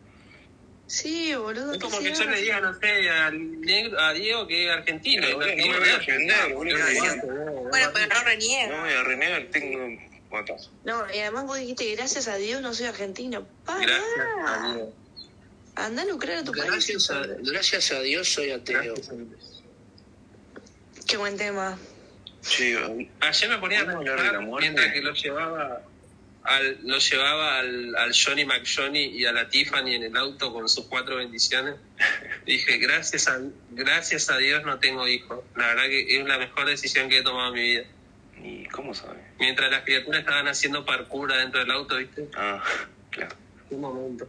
Sí, boludo. Es como ¿qué que se yo le hace? diga, no sé, al negro, a Diego que es argentino. Pero, boludo, Diego no me es voy a argentino. ofender, boludo. Bueno, pero no No reniega. voy a renegar, tengo guatazo. No, y además vos dijiste, gracias a Dios no soy argentino. Pará. Gracias a Dios. Andá a lucrar a tu país. Gracias a, gracias a Dios soy ateo. Gracias a Dios. Qué buen tema. Che, hoy- Ayer me ponía a ¿Podemos hablar de la pensar, muerte? mientras que lo llevaba al, lo llevaba al, al Johnny McJohnny y a la Tiffany en el auto con sus cuatro bendiciones. Dije, gracias a, gracias a Dios no tengo hijos. La verdad que es la mejor decisión que he tomado en mi vida. ¿Y cómo sabe? Mientras las criaturas estaban haciendo parkour dentro del auto, ¿viste? Ah, claro. Un momento.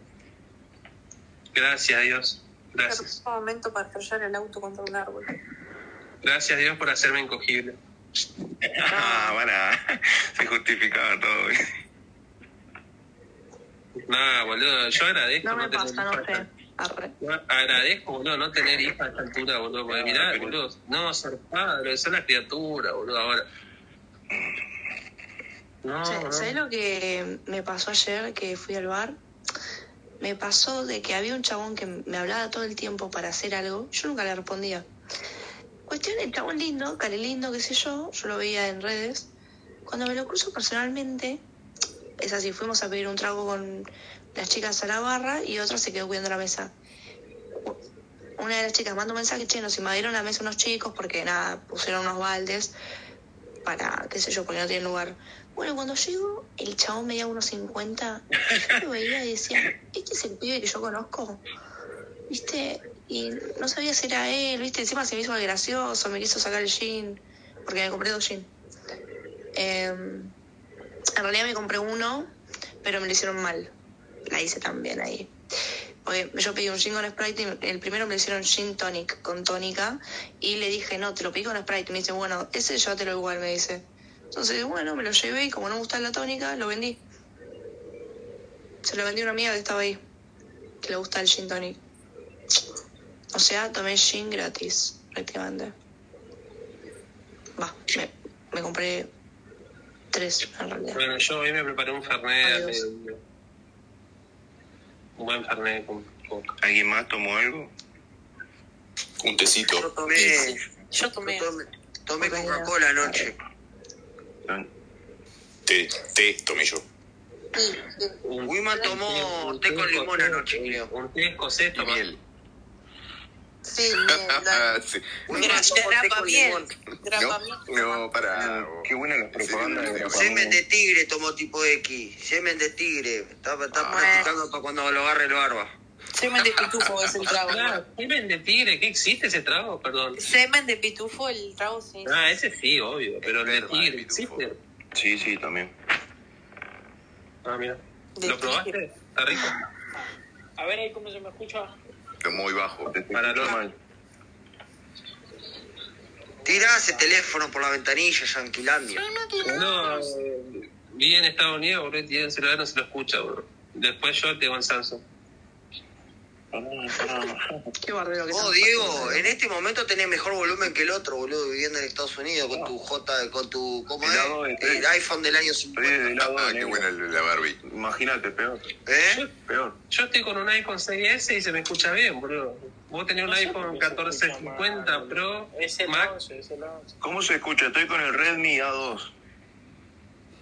Gracias, Dios. Gracias. Perfecto momento para estrellar el auto contra un árbol. Gracias, Dios, por hacerme incogible. Ah, para. Se justificaba todo. Nada, boludo, yo agradezco. No me tener pasa, hijos a no esta- sé. Arre. yo Agradezco, boludo, no tener hijos a esta altura, boludo. Porque mirá, boludo, no, ser padre, ser la criatura, boludo, ahora. No, no. ¿Sabes lo que me pasó ayer que fui al bar? Me pasó de que había un chabón que me hablaba todo el tiempo para hacer algo. Yo nunca le respondía. Cuestión, el chabón lindo, care lindo, qué sé yo, yo lo veía en redes. Cuando me lo cruzo personalmente, es así, fuimos a pedir un trago con las chicas a la barra y otra se quedó cuidando la mesa. Una de las chicas mandó un mensaje, che, nos invadieron la mesa unos chicos porque nada, pusieron unos baldes para, qué sé yo, porque no tienen lugar. Bueno, cuando llego, el chabón medía unos 50, yo lo veía y decía, este es el pibe que yo conozco, ¿viste? Y no sabía si era él, ¿viste? Encima se me hizo gracioso, me quiso sacar el jean, porque me compré dos jeans. Em, en realidad me compré uno, pero me lo hicieron mal. La hice también ahí. Porque yo pedí un gin con Sprite y el primero me lo hicieron gin tonic con tónica y le dije, no, te lo pedí con Sprite. Y me dice, bueno, ese yo te lo igual, me dice. Entonces, bueno, me lo llevé y como no me gustaba la tónica, lo vendí. Se lo vendí a una amiga que estaba ahí, que le gusta el gin tonic. O sea, tomé gin gratis, prácticamente. Va, me, me compré tres, en realidad. Bueno, yo hoy me preparé un fernet. eh, Un buen fernet con coca. ¿Alguien más tomó algo? Un tecito. Tomé, Yo tomé. tomé Coca-Cola anoche. Té, té, tomé yo. Wiman tomó té con limón anoche, creo. eh, Un té escocés tomó. Sí, Ah, Sí. Mira, grapa miel. Grapa miel. No, para. Qué buena la propaganda de Semen de tigre tomó tipo X. Semen de tigre. Está, está practicando para cuando lo agarre lo barba. Semen de pitufo es el trago. Claro, semen de tigre, ¿qué existe ese trago? Perdón. Semen de pitufo, el trago sí. Ah, ese sí, obvio, pero el de tigre existe. Sí, sí, también. Ah, mira. De ¿Lo probaste? Está rico. A ver ahí cómo se me escucha. Muy bajo. Para lo Tirá ese teléfono por la ventanilla, Yanquilandia. No, eh, vi en Estados Unidos, boludo, y el celular no se lo escucha, boludo. Después yo te hago en Samsung. Qué bardero que Oh, son. Diego, en este momento tenés mejor volumen que el otro, boludo, viviendo en Estados Unidos con tu J, con tu. ¿Cómo es? El iPhone del año 50. Ah, qué buena la Barbie. Imagínate, peor. ¿Eh? Peor. Yo estoy con un iPhone 6S y se me escucha bien, boludo. Vos tenés un iPhone 1450 Pro Max. ¿Cómo se escucha? Estoy con el Redmi A2.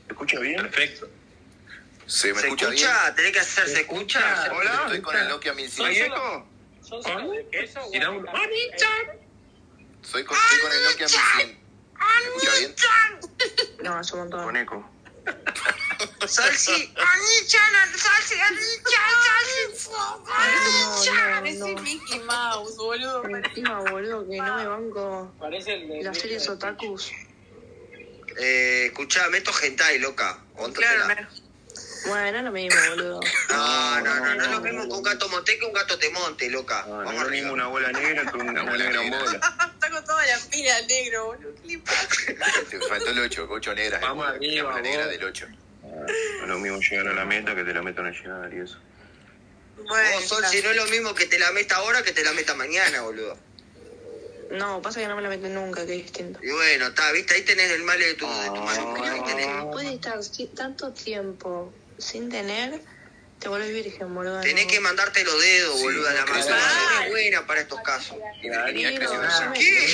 ¿Se escucha bien? Perfecto. ¿Se me ¿Se escucha, escucha? ¿Tenés que hacer, ¿se escucha? Hola. Estoy con el Nokia 1100. ¿Son solo de queso? o Tirá un- también hay- Soy con, estoy con el Nokia 1100. ¿Me escucha bien? No, es un montón. Con eco. Salsi. ¡Ah, Parece Mickey Mouse, boludo. Encima, boludo, que no me banco Parece el de. las series otakus. Eh, escuchá, meto hentai, loca. Óntatela. Bueno, no lo mismo, boludo. No, no, no, no es lo mismo que un gato monte que un gato te monte, loca. Ah, No, no es lo mismo una bola negra que una bola negra en bola. Está con toda la pila al negro, boludo. ¿Qué le pasa? Te faltó el 8, 8 negras. Vamos arriba, la negra vos. del 8. No es lo mismo llegar a la meta que te la metan a llegar y eso. Bueno, Vos, Sol, si no es lo mismo que te la meta ahora que te la meta mañana, boludo. No, pasa que no me la meten nunca, que es distinto. Y bueno, está, viste, ahí tenés el mal de tu, de tu mano. Ahí tenés. Después de estar si- tanto tiempo sin tener, te vuelves virgen, boludo. Tenés que mandarte los dedos, boludo, a la claro. masa. es buena para estos casos. Tenía que Yo me- ya me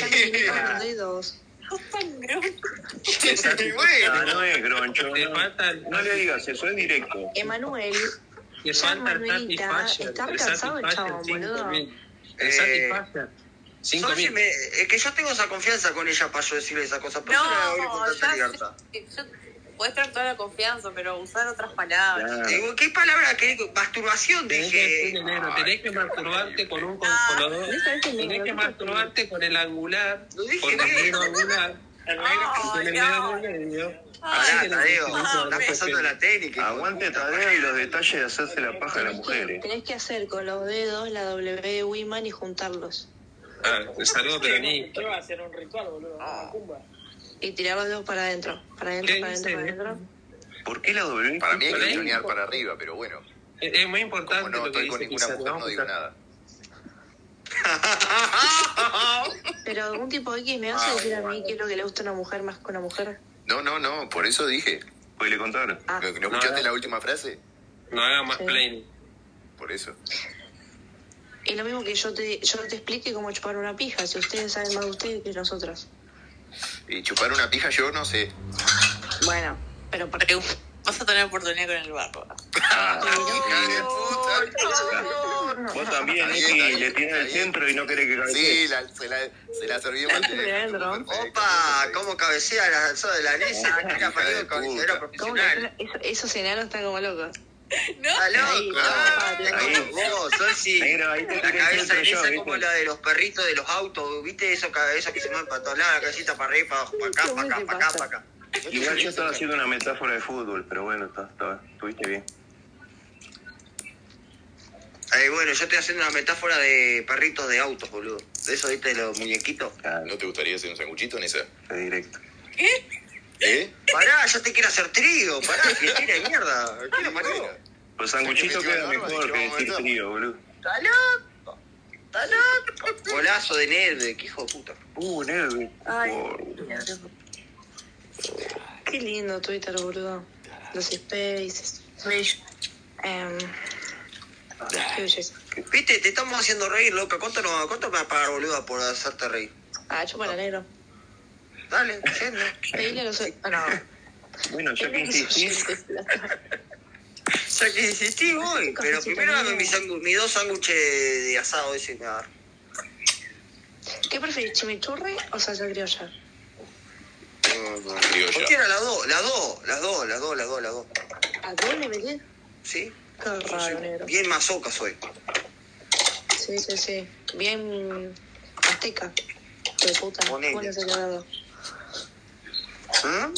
quemé con los dedos. tan grosso. Y bueno. Ah, No es groncho. Te No, falta el- No le digas eso, es directo. Emanuel, te ya falta el Manuelita, Satisfyer. está El cansado el chabón, Satisfyer 5000. El Eh, Satisfyer Sol, si 5000. me- es que yo tengo esa confianza con ella para yo decirle esa cosa. Por eso no, la hablé con No, tanta ya libertad. sé. Yo- Podés tener toda la confianza, pero usar otras palabras. Digo, ¿qué palabra que Masturbación, Tenés que decirle, dije. negro, tenés que masturbarte con un con, Ah, con los dos. ¿sabés qué Tenés negro? que masturbarte con el angular, Lo dije con el bien. dedo angular, El negro. con el Ay, dedo no. del medio. Pará, Así que Tadeo, no- no- no- estás pasando la técnica. hijo de Aguante puta. Tadeo y los detalles de hacerse la paja a tenés las que, mujeres. tenés que hacer con los dedos la W de Wiman y juntarlos. Ah, el saludo peronista. ¿Qué va a hacer un ritual, boludo? Una cumba. Y tirar los dedos para adentro. Para adentro, ¿Qué para adentro, para dice? adentro. ¿Por qué la doble? Para mí hay que chonear para arriba, pero bueno. Es es muy Como importante no lo que estoy con dice ninguna Quizás. mujer, no digo nada. Pero algún tipo X me hace decir a mí que es lo que le gusta a una mujer más que una mujer. No, no, no, por eso dije. Voy a contar. Ah, ¿No, no escuchaste no. la última frase? No haga más Sí. plain. Por eso. Es lo mismo que yo te, yo te explique cómo chupar una pija, si ustedes saben más de ustedes que nosotras. Y chupar una pija yo no sé. Bueno, pero porque vas a tener oportunidad con el barro. Ah, Vos también, Nicky, le tiras el centro y no querés que Sí, la, se, la, se la serví mal. Opa, cómo cabecea la alzada de la Grecia, era parido cabecero ¿Cómo profesional. que eso- esos enanos están como locos? Está loco, Ahí, te conozco vos, Solsi. Negro, ahí te La tiré el cabeza centro de yo, esa ¿viste? como la de los perritos de los autos, ¿viste? Eso, cabeza que se mueven para todos lados, la cabecita para arriba, para abajo, para acá, para acá, para acá, para acá. Igual yo estaba haciendo una metáfora de fútbol, pero bueno, está, está, estuviste bien. Eh, bueno, yo estoy haciendo una metáfora de perritos de autos, boludo. De eso, ¿viste? Los muñequitos. ¿No te gustaría hacer un sanguchito en esa? Directo. ¿Eh? Pará, yo te quiero hacer trigo, pará, que tira de mierda. ¿Qué lo parió? Los sanguchitos metió quedan la barba, mejor dije, que vamos, decir metamos. frío, boludo. Está loco, está loco. Golazo de Ned, qué hijo de puta. Uh, negro. Ay, qué lindo Twitter, boludo. Los spaces. Em, qué belleza. Viste, te estamos haciendo reír, loca. ¿Cuánto, no, cuánto me vas a pagar, boluda, por hacerte reír? Ah, chupala negro. Dale, yendo. Pedile a los... Ah, no. Bueno, ya que insistís, Ya que insistí, voy. Pero primero dame mi sangu- mis dos sándwiches de asado ese me agarro. ¿Qué preferís, chimichurri o salsa criolla? Criolla. Cualquiera, las dos, las dos, las dos, las dos, las dos, las dos. ¿A dónde le metí? ¿Sí? Qué raro, negro. Bien mazoca soy. Sí, sí, sí. Bien azteca. De puta. ¿Cuál es el grado? ¿Ah?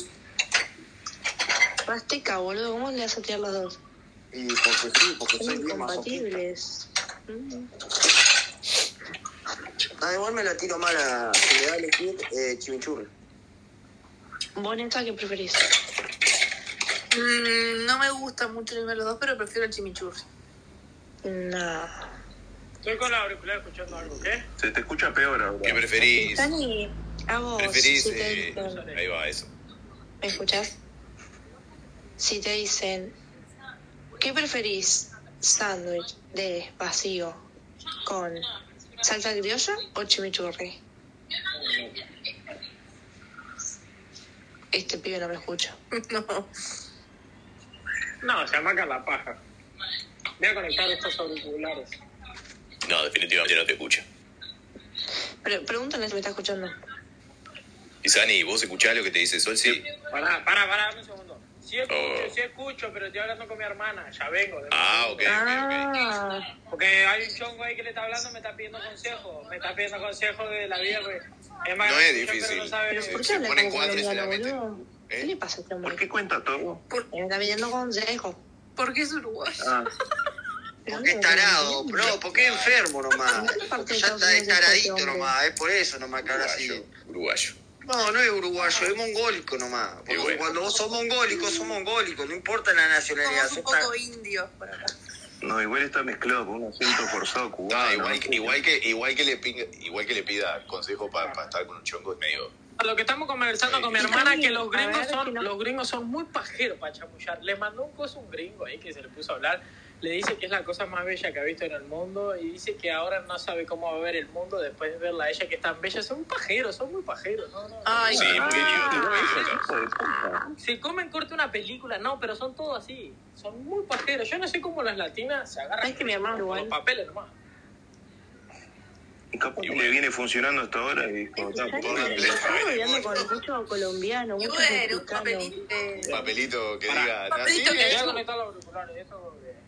Azteca, boludo. ¿Cómo le vas a tirar los dos? Y porque sí, porque soy Son bien mazoquista. incompatibles. Mm. Ah, igual me la tiro mal a si me da a elegir eh, chimichurri. ¿Vos, neta, qué preferís? Mm, no me gusta mucho ninguno de los dos, pero prefiero el chimichurri. No. Estoy con la auricular escuchando algo, ¿qué? se te escucha peor ahora. ¿Qué Ah. preferís? Ah, Dani, a vos. ¿Preferís? si te eh, dicen- ahí va, eso. ¿Me escuchás? Si te dicen, ¿qué preferís? ¿Sándwich de vacío con salsa criolla o chimichurri? Este pibe no me escucha. No. No, se amaca la paja. Voy a conectar estos auriculares. No, definitivamente no te escucha. Pero pregúntale si me está escuchando. Eh, Y Sani, ¿vos escuchás lo que te dice Sol? Sí. Pará, pará, pará, dame un segundo. Sí escucho, sí escucho, pero estoy hablando con mi hermana. Ya vengo. de- Ah, ok. Ah, Porque hay un chongo ahí que le está hablando, me está pidiendo consejos. Me está pidiendo consejos de la vida, güey. Es más No es grande que yo, pero difícil. no sabe- ¿Pero por qué habla como colombiano, boludo? ¿Eh? ¿Qué le pasa a este hombre? ¿Qué cuenta todo? Me está pidiendo consejo. ¿Por qué es uruguayo? Ah, ¿Por qué tarado, bro? ¿Por qué enfermo nomás? parte de Ya Estados está Unidos es está este taradito hombre? nomás, es por eso nomás que habla así. Uruguayo. No, no es uruguayo, es mongólico nomás. Porque bueno. cuando vos sos mongólico, sos mongólico, no importa la nacionalidad. Somos sos un tan- poco indios por acá. no, igual está mezclado con un acento forzado cubano. Ah, igual, ¿no? que- igual, que, igual, que le pinga- igual que le pida consejo para estar con un chongo es medio. Lo que estamos conversando con mi Sí, hermana también. que los A ver, gringos si son no- los gringos son muy pajeros para chamullar. Le mandó un coso a un gringo ahí que se le puso a hablar. Le dice que es la cosa más bella que ha visto en el mundo y dice que ahora no sabe cómo va a ver el mundo después de verla a ella que es tan bella. Son pajeros, son muy pajeros. No, no, no. Ah. Ay, Sí, muy idiota. Hijo de puta. Se comen corto una película, no, pero son todos así. Son muy pajeros. Yo no sé cómo las latinas se agarran Es que mi hermano con igual. los papeles nomás. Y capaz que le viene funcionando hasta ahora y dijo, está Por la Yo estoy plena, odiando con mucho colombiano, Y mucho bueno, un mexicano. papelito, un papelito que diga. papelito "Nací". que Voy a diga- conectar los auriculares. Eso, eh,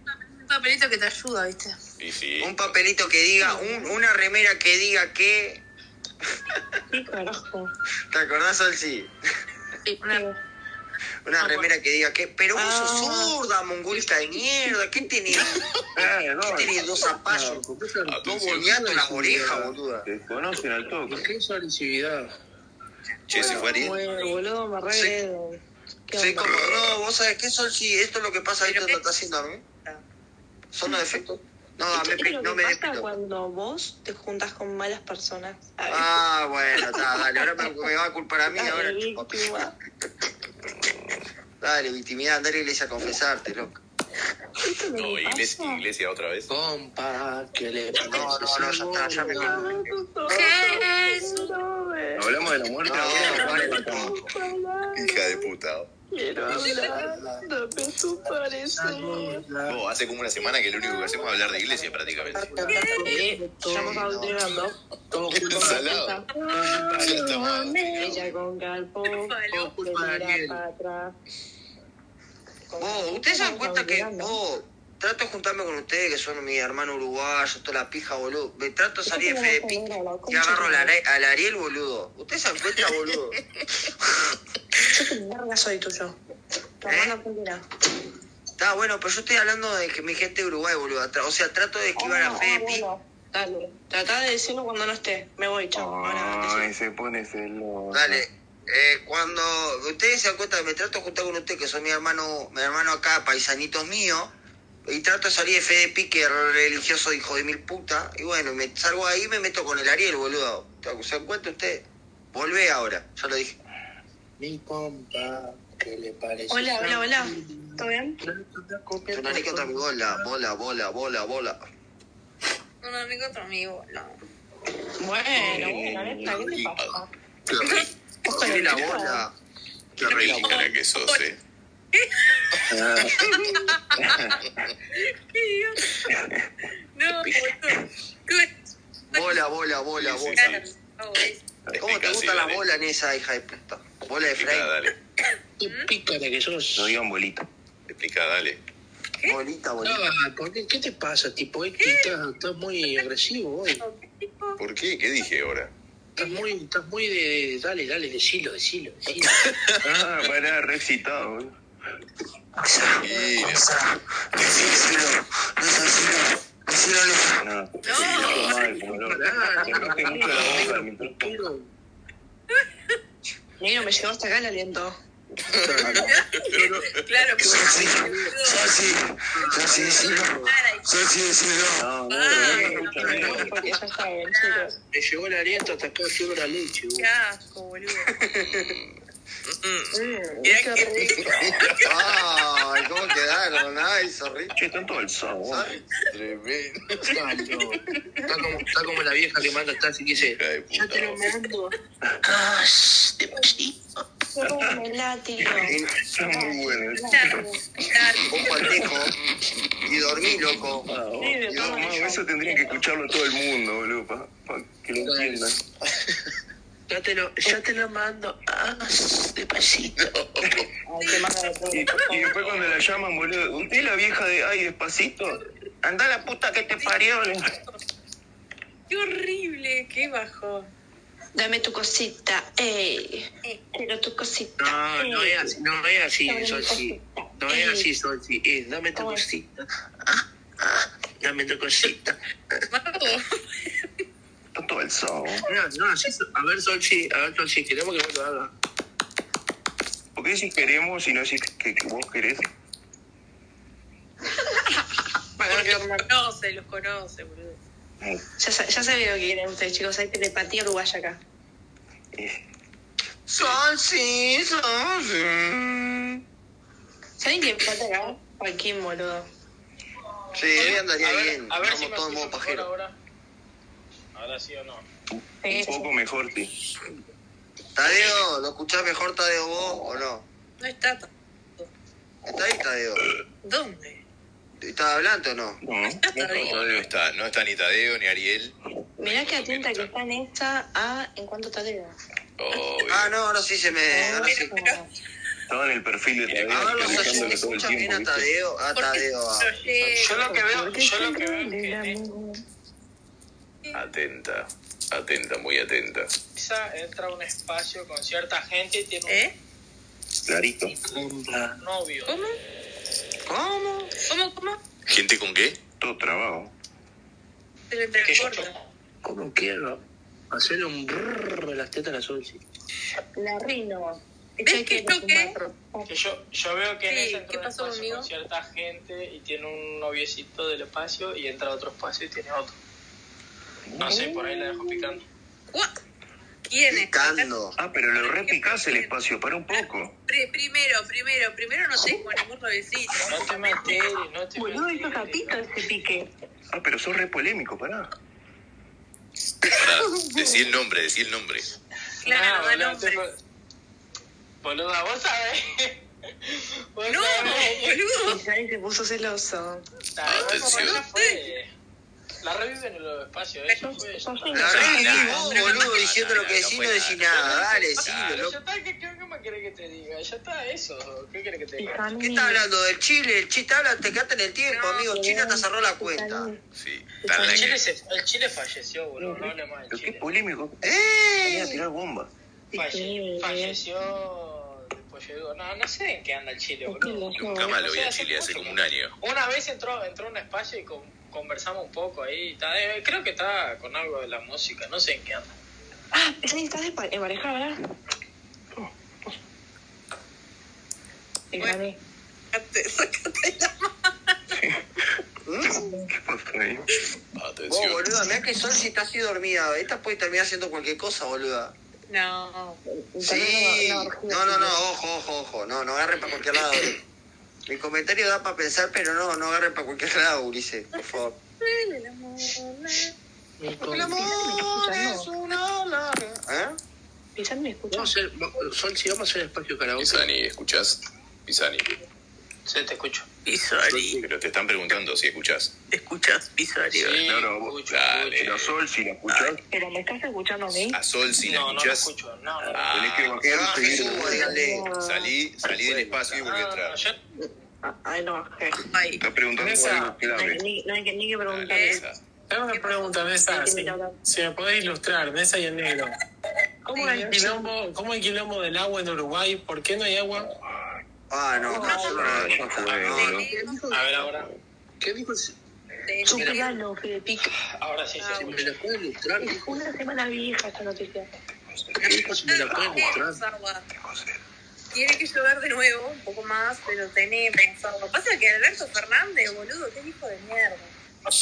un papelito que te ayuda, ¿viste? Y sí. Un papelito que diga, un- una remera que diga que. Sí, carajo. ¿Te acordás, Solsi? Una- Una remera que diga que. Pero vos sos Ah. zurda, mongólica de mierda. ¿Qué tenés? Eh, ¿Qué tenés dos zapallos? Dos boleatos en las orejas, boluda. Desconocen al toque. ¿Qué es agresividad? Che, se fue Ariel. Bueno, boludo, me arreglo. ¿Qué Soy onda? como, no, vos sabés qué, Solsi, esto es lo que pasa ahorita, lo está haciendo a mí. ¿Son los defectos? No, ¿Qué me, es pe- lo no que me pasa despito. cuando vos te juntas con malas personas? A ver, Ah, bueno, está, dale, ahora me, me va a culpar a mí, dale, ahora chupa. Ah, víctima. Dale, victimidad, andá a la iglesia a confesarte, loco. No, iglesia, iglesia otra vez. Compa, que le No, no, no, ya está, ya me confundí. Jesús. Hablamos de la muerte ahora. Hija de puta. Quiero hablar, dame tu parecer. Eh, No, hace como una semana que lo único que hacemos es hablar de iglesia prácticamente. Salado. Ya está mal. Ella con galpo, culpa de Ariel. Vos, ustedes se dan cuenta que vos, trato de juntarme con ustedes, que son mi hermano uruguayo, toda la pija, boludo. Me trato de salir de Fede Pic y agarro al Ara- al Ariel, boludo. Ustedes se dan cuenta, boludo. Yo que mierda soy tuyo. Tu hermano cualquiera. Está bueno, pero yo estoy hablando de que mi gente de Uruguay, boludo. Atra- O sea, trato de esquivar a Fede Pic. Ah, Dale, tratá de decirlo cuando no esté. Me voy, chao. Ay, se pone celoso. Dale. Eh, cuando ustedes se dan cuenta, me trato de juntar con ustedes, que son mi hermano, mi hermano acá, paisanitos míos, y trato de salir de Fede Pique, religioso hijo de mil puta, y bueno, me salgo ahí y me meto con el Ariel, boludo. ¿Se dan cuenta usted? Volvé ahora, ya lo dije. Mi compa, ¿qué le parece? Hola, hola, hola. ¿Todo bien? Tu nariz contra mi bola, bola, bola, bola, bola. Un amigo, otro amigo. No. Bueno, bueno, neta, ¿qué te pasa? Tiene la bola. Qué religiosa que sos, eh. Qué idiota. No, boludo. Bola, bola, bola, bola. ¿Cómo te gusta la bola en esa hija de puta? Bola de Explica, Fray. dale. Qué pícara que sos. No digan bolita. Explica, dale. Bolita, bolita. Ah, ¿por ¿qué, ¿Qué te pasa, tipo? Es que estás, estás muy agresivo hoy. ¿Por qué? ¿Qué dije ahora? Estás muy, estás muy de, de- Dale, dale, decilo, decilo, decilo. Ah, pará, re excitado, boludo. Y No, no, mal, como no. Me bloqueé mucho la boca, mi truco. Negro, me llegó hasta acá el aliento. Claro, que No, no, Porque ya saben, chicos. Le llegó el aliento hasta acá, llegó la leche. Qué asco, boludo. Ay, ¿cómo quedaron? Ay, sorry. Che, están todo el sabor. Tremendo. Está como, está como la vieja que manda taxi que dice, yo te lo mando. Sóbame el látigo. Está muy bueno. eso. Un patejo. Y dormí, loco. Y no, mago, eso tendría que escucharlo todo el mundo, boludo, para que lo entiendan. Ya te lo, ya te lo mando. Ah, de pasito. Y, y después cuando la llaman, boludo, usted es la vieja de, ay, despacito, anda la puta que te parió. le- Qué horrible, qué bajo. Dame tu cosita, ey. Quiero tu cosita. No, no es así, no es así, Solsi. No es así, Solsi. Es, dame tu cosita. Ah, ah, Dame tu cosita. Está todo el sabor. Mira, No, así, a ver, Solsi, a ver, Solsi, queremos que vos lo hagas. ¿Por qué decís queremos y no decís que, que vos querés? Porque los conoce, los conoce, boludo. Ya, sa- ya sabía lo que quieren ustedes, chicos. Hay telepatía uruguaya acá. Eh, Son sí, son sí. ¿Saben quién falta acá? Joaquín, boludo. Sí, hoy andaría a ver, bien. a ver Estamos si me todos en modo escucho mejor pajero. ahora. Ahora sí o no. Un poco mejor, sí. Tadeo, ¿lo escuchás mejor, Tadeo, vos o no? No está. tan- ¿Está ahí, Tadeo? ¿Dónde? ¿Estás hablando o no? No, ¿eh? No, no está, no está ni Tadeo ni Ariel. Mirá que atenta que está en esta a en cuanto Tadeo. Obvio. Ah, no, ahora sí se me. Ahora sí. Estaba en el perfil de A ver, Tadeo, los oyentes publicándolo todo el escuchan bien tiempo. a ¿viste? Tadeo. A Tadeo. ah. Yo lo que veo, yo lo que veo es que Atenta, atenta, muy atenta. Nessa entra a un espacio con cierta gente y tiene un ¿Eh? Clarito. novio. ¿Cómo? ¿Cómo? ¿Cómo, cómo? ¿Gente con qué? Todo trabajo. Se le entrecorta. Como quiero. Hacerle un brrrr de las tetas a la Solsi. La Rino. ¿Ves que yo qué? Que yo, yo veo que Sí, Nessa entra ¿qué a un pasó espacio conmigo? con cierta gente y tiene un noviecito del espacio y entra a otro espacio y tiene otro. No sé, por ahí la dejo picando. Guau. ¿Quién es? Ah, pero lo repicás el espacio, para un poco. Pri- primero, primero, primero no tengo ningún nuevecito. Ah, No te mates, no te Boludo, hizo zapito este pique. Ah, pero sos re polémico, pará. Pará, decí el nombre, decí el nombre. Claro, no, da boludo, te- Boluda, vos sabés. Vos No, sabés. boludo. Isai se puso celoso. La Atención. reviven fue. La reviven en los espacios, eso fue. ya está. La revivís vos, boludo, diciendo lo que decís, no decís nada. Dale, decilo, Pero loco. ya está, ¿qué, qué, qué más querés que te diga? Ya está eso. ¿Qué querés que te diga? ¿Qué está hablando? ¿Del Chile? El Chile habla, te quedaste en el tiempo, amigo. Chile hasta cerró la cuenta. Sí, El Chile, se- el Chile falleció, boludo. No hable más del Chile. Polémico. ¡Eh! Voy a tirar bombas. Falle- falleció. Después llegó. No, no sé en qué anda el Chile, boludo. Nunca más lo vi a Chile hace como un año. Una vez entró, entró a un espacio y con- conversamos un poco ahí. Está- eh, creo que está con algo de la música, no sé en qué anda. Ah, Isai, estás en pa- en pareja, ¿verdad? Te gané. Mm, Vos, Atención. boluda, mirá que Sol si está así dormida. Esta puede terminar haciendo cualquier cosa, boluda. No. Sí. No, no, no, ojo, ojo, ojo. No, no agarren para cualquier lado. Mi comentario da para pensar, pero no, no agarren para cualquier lado, Ulises, por favor. El amor es una ¿Eh? Isai me escucha. Vamos a hacer, va- Sol, si vamos a hacer espacio karaoke. Pisani, ¿escuchás? Pisani. Sí, te escucho. Pisani. Pero te están preguntando si escuchás. ¿Escuchas, Pisari? no, no, vos- dale. Pero Sol, si la escuchás. Pero me estás escuchando a mí. A Sol, si la No, no lo escuchás. escucho. No, no. Ah, tenés que Que bajar baje, y seguir. suba, díganle. Salí, salí del espacio y volví a entrar. yo- Ay, no, bajé. Está preguntando Vanessa, algo No hay ¿eh? clave. que ni, no hay que, ni que preguntar. Esa. Tengo una pregunta, Nessa. Si, si me podés ilustrar, Nessa y el negro. ¿Cómo es el quilombo, cómo es el quilombo del agua en Uruguay? ¿Por qué no hay agua? Ah, no, no, no, ya está, no, no. A ver, ahora. ¿Qué dijo el se- Chupirano, que pica. Ahora sí, sí. si me lo puede ilustrar? Es una semana vieja esta noticia. ¿Qué dijo si me lo puede ilustrar? Tiene que llover de nuevo, un poco más, pero tenemos agua. Pasa que Alberto Fernández, boludo, qué hijo de mierda.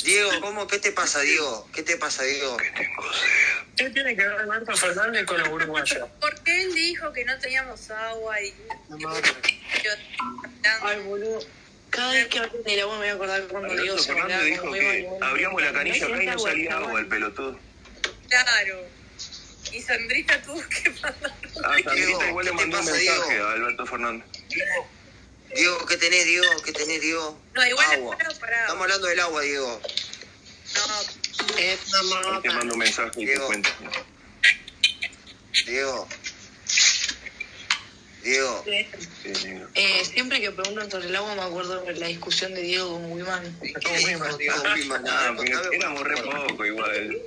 Diego, ¿cómo? ¿Qué te pasa, Diego? ¿Qué te pasa, Diego? ¿Qué tiene que ver Alberto Fernández con los uruguayos? Porque él dijo que no teníamos agua y... Ay, boludo. Cada vez que hablo de la voz me voy a acordar cuando Diego Alberto se me Fernández dijo que abríamos la canilla acá y no salía agua, el pelotudo. Claro. Y Sandrita tuvo que mandar... Ah, Diego, Sandrita igual le ¿qué te mandó un pasa, mensaje a Alberto Fernández. Diego, ¿qué tenés, Diego? ¿Qué tenés, Diego? No, igual Agua. parado, parado. Estamos hablando del agua, Diego. Ahí te mando un mensaje y te Diego. cuento. Diego. Diego. Sí, negro. Eh, siempre que preguntan sobre el agua me acuerdo de la discusión de Diego con Wiman. ¿Qué dijo Diego Wiman? A Ah, ver, pero contame, éramos re por favor. poco igual.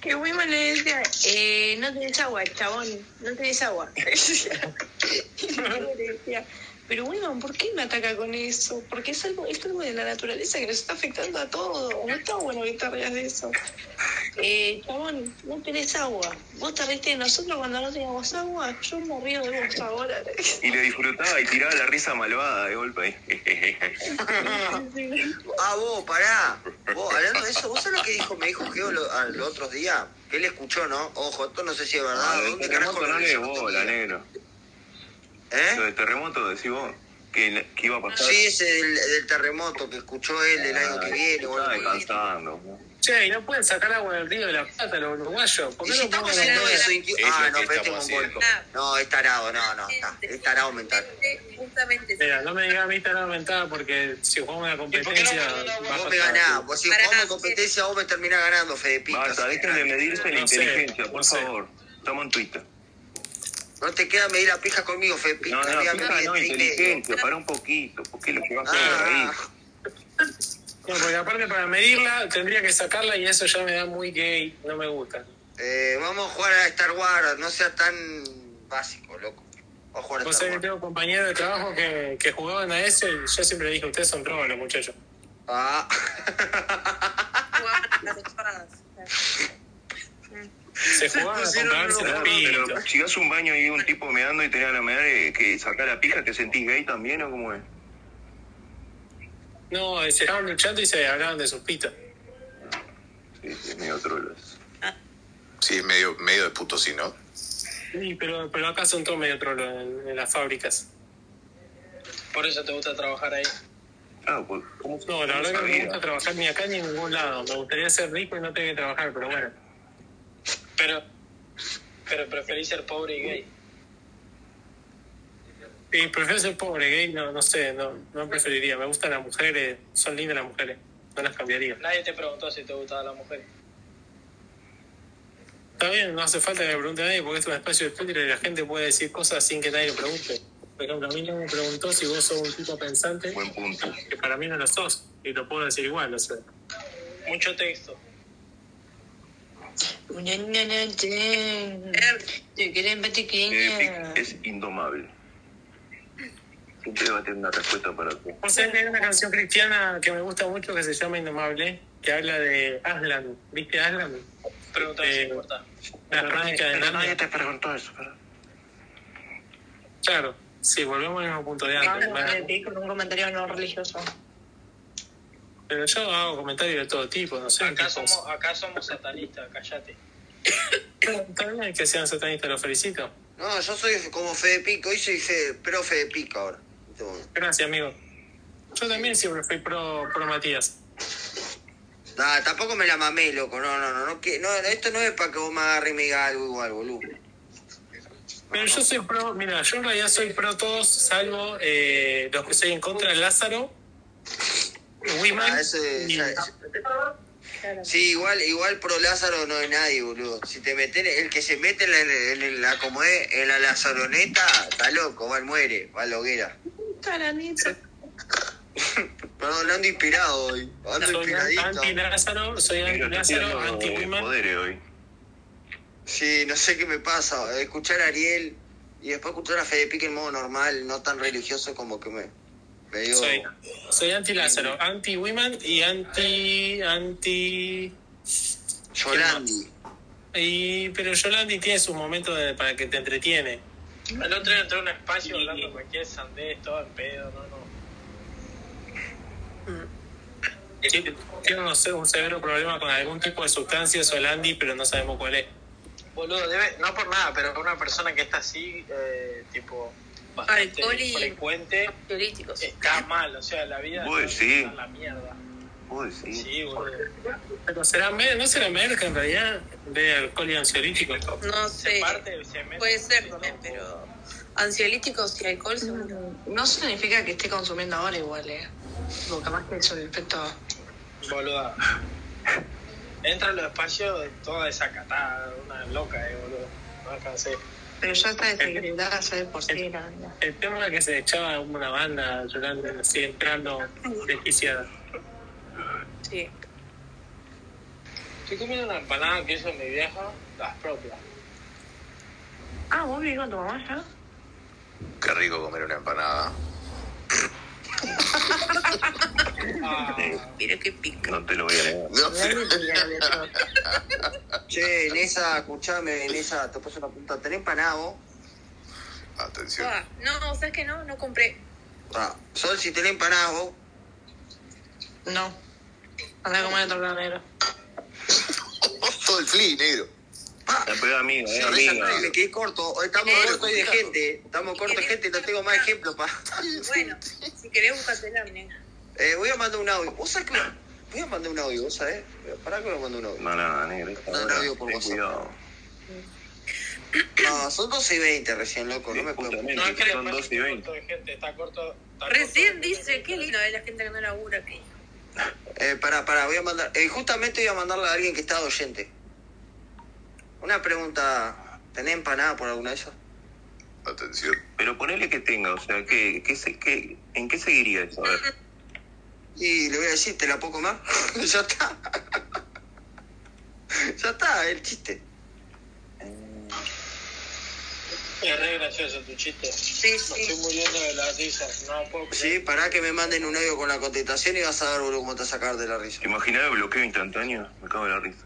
Que Wiman le decía, eh, no tenés agua, chabón, no tenés agua. y Diego le decía, pero Wiman, ¿por qué me ataca con eso? Porque es algo, es algo de la naturaleza que nos está afectando a todos. No está bueno que te rías de eso. Eh, chabón, no tenés agua. Vos te reíste de nosotros cuando no teníamos agua. Yo me río de vos ahora. Y le disfrutaba y tiraba la risa malvada de golpe ahí. Ah, vos, pará. Vos, hablando de eso, ¿vos sabés lo que dijo? Me dijo Geo lo- al- los otros días. Que él escuchó, ¿no? Ojo, esto no sé si es Ah, verdad. lo del ¿Dónde carajo terremoto lo no le leyó? bola, negro. ¿Eh? Lo del terremoto decís vos. Que, que iba a pasar. Sí, ese del, del terremoto que escuchó él el año que viene. o Estaba algo así. descansando. Che, ¿y no pueden sacar agua del río de la plata los uruguayos? ¿Por Y qué si no estamos podemos haciendo sacar? eso, inti- Es ah, lo no, que pero este estamos es mongol. No, es tarado, no, no, Ah, está. Es tarado mental. Justamente. Mira, no me digas a mí estar aumentada porque si jugamos una competencia va a Vos me pasar. ganás, vos si jugamos competencia vos me terminás ganando, Fede Pica. Basta, dejen de medirse la No sé, inteligencia, por no sé. favor. Estamos en Twitter. No te queda medir la pija conmigo, Fede Pica. No, no, mira, fija, mira, no, mira, mira. inteligencia, para un poquito. Porque lo que vas a hacer ahí. Ah, No, porque aparte para medirla tendría que sacarla y eso ya me da muy gay, no me gusta. eh, vamos a jugar a Star Wars, no seas tan básico, loco. Vamos a jugar a Star Vos sabés que Wars. tengo compañeros de trabajo que, que jugaban a eso y yo siempre dije, ustedes son trolls, los muchachos. Ah. Se jugaban a comprarse Claro, los pero pitos. si vas a un baño y un tipo meando y tenés la medalla que sacar la pija, ¿te sentís gay también o cómo es? No, y se estaban luchando y se hablaban de sus pitos. Sí, sí, medio trolos. Sí, es medio, medio de puto, sí, ¿no? Sí, pero, pero acá son todos medio trolos en, en las fábricas. Por eso te gusta trabajar ahí. Ah, pues, ¿cómo se- No, la cómo verdad que no me sabía? gusta trabajar ni acá ni en ningún lado. Me gustaría ser rico y no tener que trabajar, pero bueno. Pero, pero preferís ser pobre y gay. Y prefiero ser pobre, gay, no, no sé, no, no preferiría. Me gustan las mujeres, son lindas las mujeres, no las cambiaría. Nadie te preguntó si te gustaba la mujer. Está bien, no hace falta que me pregunte a nadie porque este es un espacio de Twitter y la gente puede decir cosas sin que nadie le pregunte. Por ejemplo, a mí no me preguntó si vos sos un tipo pensante. Que para mí no lo sos. Y lo puedo decir igual, o sea. Mucho texto. Te quieren Epic Eh, es indomable. Siempre va a tener una respuesta para ti. O sea, hay una canción cristiana que me gusta mucho que se llama Indomable, que habla de Aslan. ¿Viste Aslan? Pregunta si La crónica de Narnia. te preguntó eso. Claro, sí, volvemos al mismo punto de antes. Hablo ¿verdad? de ti con un comentario no religioso. Pero yo hago comentarios de todo tipo, no sé. Acá tipo, somos, acá somos satanistas, callate. Está bien que sean satanistas, los felicito. No, yo soy como Fede Pico, hoy soy Fede, pero Fede Pico ahora. en este momento. Gracias, amigo. Yo también siempre fui pro, pro Matías. Nah, tampoco me la mamé, loco, no, no, no, no, que- no, no, esto no es para que vos me agarres y me digas algo igual, boludo. Pero yo soy pro, mira, yo en realidad soy pro todos, salvo eh, los que estoy en contra, Lázaro, Wiman. Ah, ese- y- ya- Sí, igual, igual pro Lázaro no hay nadie, boludo. Si te meten, el que se mete en la, en el- la- como es, en la Lazaroneta, está loco, va, muere, va a la hoguera. Perdón, ando inspirado hoy, ando soy inspiradito. anti Lázaro, soy anti Lázaro, anti Wiman. hoy. Sí, no sé qué me pasa. Escuchar a Ariel y después escuchar a Fede Pique en modo normal, no tan religioso como que me, me dio. Soy, soy anti Lázaro, anti Wiman y anti. anti. Yolandi. Y, pero Yolandi tiene sus momentos de- para que te entretiene. El otro día entré a un espacio hablando cualquier sandés, todo en pedo, no, no. Mm. Tiene no sé, un severo problema con algún tipo de sustancia, Yolandi, pero no sabemos cuál es. Boludo, debe, no por nada, pero una persona que está así, eh, tipo, bastante Alcohol y- frecuente, está mal, o sea, la vida Uy, está sí. en la mierda. Uy, sí. Sí, boludo. Pero será, mer- no será merca en realidad, de alcohol y ansiolítico. No sé. Puede ser también, pero ansiolíticos y alcohol seguro. No significa que esté consumiendo ahora igual, eh. Como capaz que eso efecto. Boluda. Entra en los espacios toda desacatada, una loca, eh, boludo. No alcancé. Pero ya está desequilibrada, ya de por sí, la verdad. El tema era que se echaba una banda llorando, así entrando desquiciada. Sí. Estoy comiendo una empanada que hizo mi vieja, las propias. Ah, vos vivís con tu mamá ya. Qué rico comer una empanada. Mira qué pica. Eh, No te lo voy a negar. Che, Nesa, escuchame, Nesa, te puse una punta. ¿Tenés empanada vos? Atención. Ah, No, ¿sabes que no? No compré. Ah, Sol, si tenés empanada vos. No. Anda a comer otro granero. Todo el fli, negro. La pegó amiga, eh, amiga. Me quedé corto. Hoy Estamos Negro, cortos hoy de cuidado. gente. Estamos cortos de gente, no tengo más ejemplos pa. Bueno, si querés, búscate la negra. Eh, voy a mandar un audio. ¿Vos sabés que voy a mandar un audio, vos sabés? Pará que voy a mandar un audio. No, no, negro. esta No, no, hora, digo por ten WhatsApp. cuidado. No, son 12 y 20 recién, loco. No me puedo. Eh, Justamente, son 12 y 20. Recién dice, qué lindo es la gente que no labura. Que... Eh, pará, pará, voy a mandar. eh, justamente voy a mandarle a alguien que está oyente. Una pregunta. ¿Tenés empanada por alguna de esas? Atención. Pero ponele que tenga, o sea, que, que se, que, ¿en qué seguiría eso? A ver. Y le voy a decir, ¿te la puedo comer? ya está. ya está, el chiste. Es re gracioso tu chiste. Sí, Me estoy muriendo de la risa. No puedo Sí, pará que me manden un audio con la contestación y vas a ver, boludo, cómo te vas a sacar de la risa. ¿Te imaginas el bloqueo instantáneo? Me cago en la risa.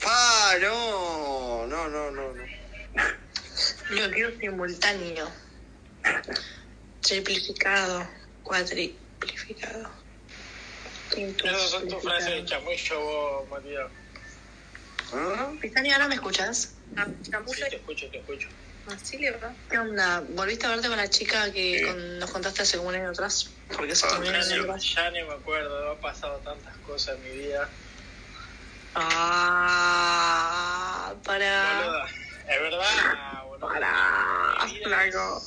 ¡Pa! No, no, no, no. no. Bloqueo simultáneo. Triplificado. Cuadriplificado. Esas son tus frases de chamullo, vos, Matías. ¿Ah? Pisani, ¿ahora me escuchas? Chamuyo. Te escucho, te escucho. Así le va. ¿Qué onda? ¿Volviste a verte con la chica que con- nos contaste hace un año atrás? Porque eso también es ya, verdad. ya ni me acuerdo, han pasado tantas cosas en mi vida. Ah, para. Boluda, es verdad, boluda. Para. Mi Ah, vida Flaco.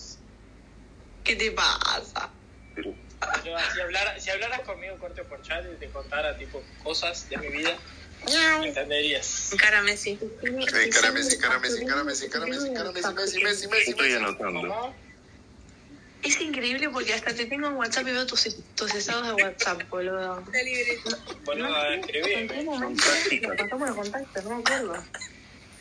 ¿Qué te pasa? Yo, si, hablara- si hablaras conmigo corte por chat y te contara tipo cosas de mi vida, entenderías. Cara Messi. Cara Messi, cara Messi, cara Messi, cara Messi, cara Messi, Messi, Messi, Messi. Estoy anotando. Es increíble porque hasta te tengo en WhatsApp y veo tus, tus estados de WhatsApp, boludo. Boluda, ¿En qué Ah, escribime. momento nos pasamos los contactos? No me acuerdo.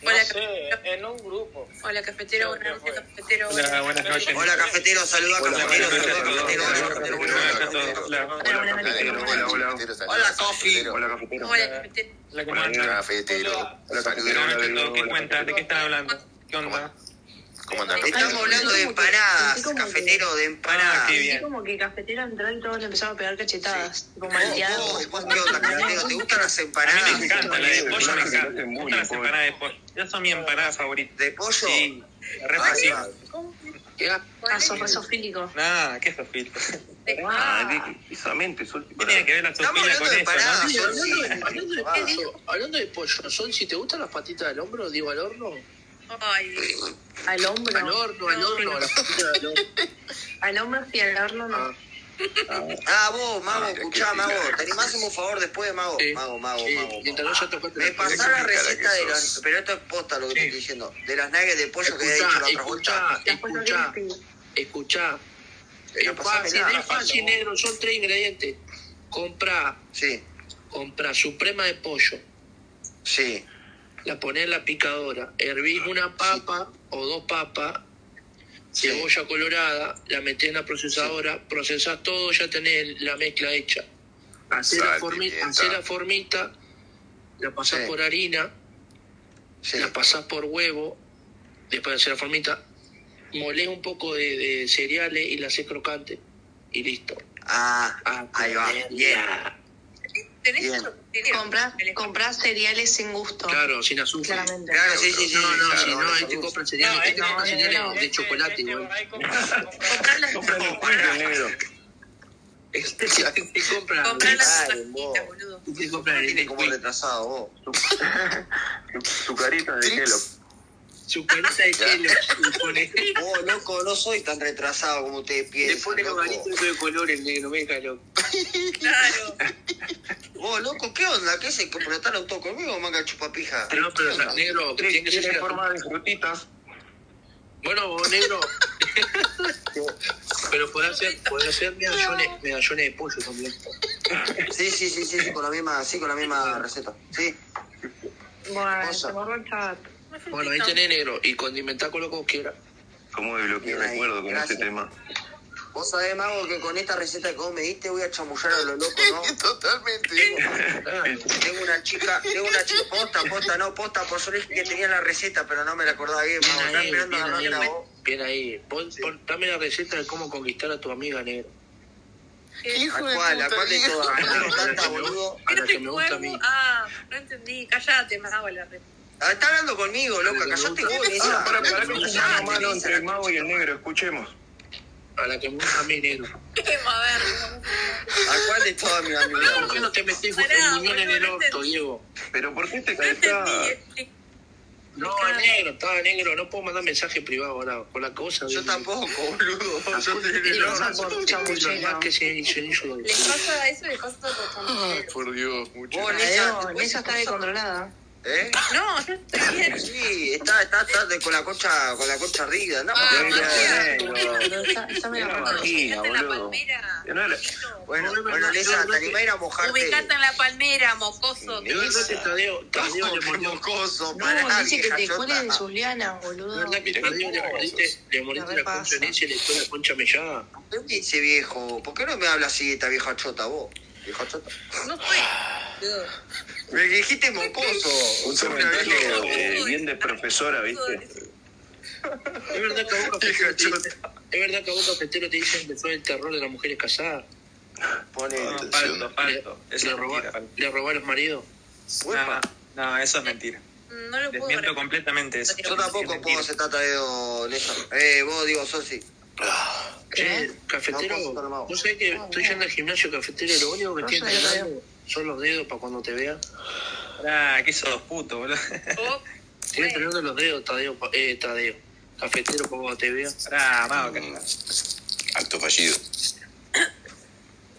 No sé, eh. en un grupo. Hola, cafetero. Buenas noches, cafetero. Hola, buenas noches. Hola, cafetero, saluda, cafetero, saluda, cafetero. Hola, hola, hola. Hola, Sofi. Hola, cafetero. Hola, cafetero. Hola, cafetero. Hola, cafetero. ¿Qué cuentan? ¿De qué están hablando? ¿Qué onda? ¿Cómo andan? Estamos hablando de empanadas, cafetero, de empanadas. Así como que cafetero entró y todos le empezaron a pegar cachetadas. Como malteados. ¿Vos Oh, qué onda, cafetero? ¿Te gustan las empanadas? Me encanta, la de pollo me encanta. Me gustan las empanadas de pollo. Esas son mi empanada favorita. ¿De pollo? Ah, Sí, re fácil. oh. Ah, sos resofílico. Nah, ¿qué es sofil? Ah, precisamente, Sol. ¿Qué tiene que ver la sofila con eso, no? Sí, hablando, de, hablando de pollo, hablando de pollo, Sol, si te gustan las patitas al hombro, digo al horno. Ay. Al hombro. Al horno, al horno, las patitas al horno. Al hombro sí, al horno no. Ah, vos, mago, escuchá, mago. Te animás a hacerme un favor después, mago. Mago, mago, mago. Me pasás la receta de las. Pero esto es posta lo que te estoy diciendo. De las nuggets de pollo que he dicho la otra Escuchá, vuelta. escuchá, escuchá. Pero Es pasame fácil, nada, es fácil, Facundo. negro. Son tres ingredientes. Compra, sí. compra suprema de pollo. Sí. La ponés en la picadora. Hervís Ah, una papa o dos papas. Cebolla colorada, la metés en la procesadora, procesás todo, ya tenés la mezcla hecha. Ah, Hacés la, Sal, formi- pimienta. hacés la formita, la pasás por harina, la pasás por huevo, después de hacer la formita, molés un poco de, de cereales y la hacés crocante. Y listo. Ah, ahí va. Tenés compras, compras cereales sin gusto. Claro, sin azúcar. Claramente. Claro, sí, sí, sí. No, no, claro, si no, no, este compra cereales, este compra cereales de chocolate, güey. Este te compra. Comprá las Ay, vos. Te compra Tiene como retrasado vos. Su carita de hielo. Su carita de hielo. Vos, loco, no soy tan retrasado como ustedes piensan. pone los garitos de colores, negro, me deja loco. Claro. Vos, loco, ¿qué onda? ¿Qué se completa el auto conmigo, manga chupapija? No, pero negro, tiene que ser forma de frutitas. Bueno, vos, negro. pero podés hacer, podés hacer medallones, medallones de pollo también. Sí, sí, sí, sí, sí, con la misma, sí, con la misma receta. Sí. Bueno, se borró el chat. Bueno, ahí tenés negro y condimentá con lo que vos quieras. ¿Cómo desbloqueo Bien ahí, recuerdo con gracias. ese tema? Vos sabés, mago, que con esta receta que vos me diste voy a chamullar a lo loco, ¿no? Totalmente. Ah, Tengo una chica, tengo una chica, posta, posta, no, posta, por eso le dije que tenía la receta, pero no me la acordaba bien, mago. Estaba Bien ahí, esperando a bien la ahí, vos. bien ahí. Pon- pon- dame la receta de cómo conquistar a tu amiga negro. ¿A cuál? ¿A cuál de todas? No tengo tanta, boludo. A la que me gusta a mí. Ah, no entendí. Cállate, me hago la red. Ah, está hablando conmigo, loca, callate vos, Lisa. Ah, para, para, Callate, una mano Lisa. entre el mago y el negro, escuchemos. A la que me gusta a mí, negro. Ah. ¿A cuál de todas, mi amigo? ¿Por qué no te metés con Pará, el muñón en el boludo, orto, Diego? ¿Pero por qué te caes? No, negro, estaba negro, no puedo mandar mensaje privado ahora con la cosa. Yo tampoco, boludo. Yo Y lo pasa por chamullero. que se hizo hizo- Les pasa eso, les pasa todo. todo. Por Dios, mucho. Vos, Lisa, Eso, eso está descontrolada. ¿Eh? No, yo estoy bien. Sí, está, está, está de- con la concha, con la concha ardida, andamos Ah, con la Pero está, está medio Era raro. magia, boludo. No era- Bueno, bueno, Lisa, te animás a ir a mojarte. Ubicate en la palmera, mocoso. De verdad que Tadeo, Tadeo le mordió. mocoso, No, dice que te cuele de sus lianas, boludo. De verdad que Tadeo le mordiste, le mordiste la concha en ese y le fue la concha mellada. ¿Qué me dice viejo? ¿Por qué no me hablas así de esta vieja chota vos? Vieja chota. No fue. Dios. Me dijiste mocoso. Un Sos una comentario vieja. eh, bien de profesora, ¿viste? Es verdad que a vos cafetero te dicen- es verdad que a vos cafetero te dicen que fue el terror de las mujeres casadas. Pone Falto, falto. Eso Le es roba- mentira. le robó a los maridos. No, no, eso es mentira. no lo puedo Desmiento completamente eso. Yo tampoco puedo hacer tatadeo, Néstor. Eh, vos digo, Sosi. Che, cafetero, ¿Eh? No, pues, ¿vos sabés que estoy yendo al gimnasio cafetero? Lo único que No tiene sé, que no. dar son los dedos para cuando te vea. Ah, que esos dos putos, boludo. Oh, Estoy entrenando los dedos, Tadeo, pa- eh, Tadeo. Cafetero para cuando te vea. Ah, mago, Acto fallido.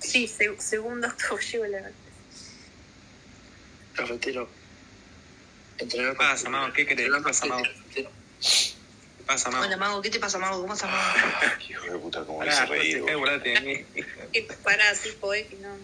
Sí, se- segundo acto llevo la Cafetero. Entrenar ¿Qué pasa, mago? ¿Qué querés? ¿Qué pasa, mago? ¿Qué pasa, mago? Hola, Mago, ¿qué te pasa, Mago? ¿Cómo estás, Mago? Hijo de puta, como me hizo Pará, reír. Jorge, qué boludo. volate de mí. Ah, Que para así, poe, que no.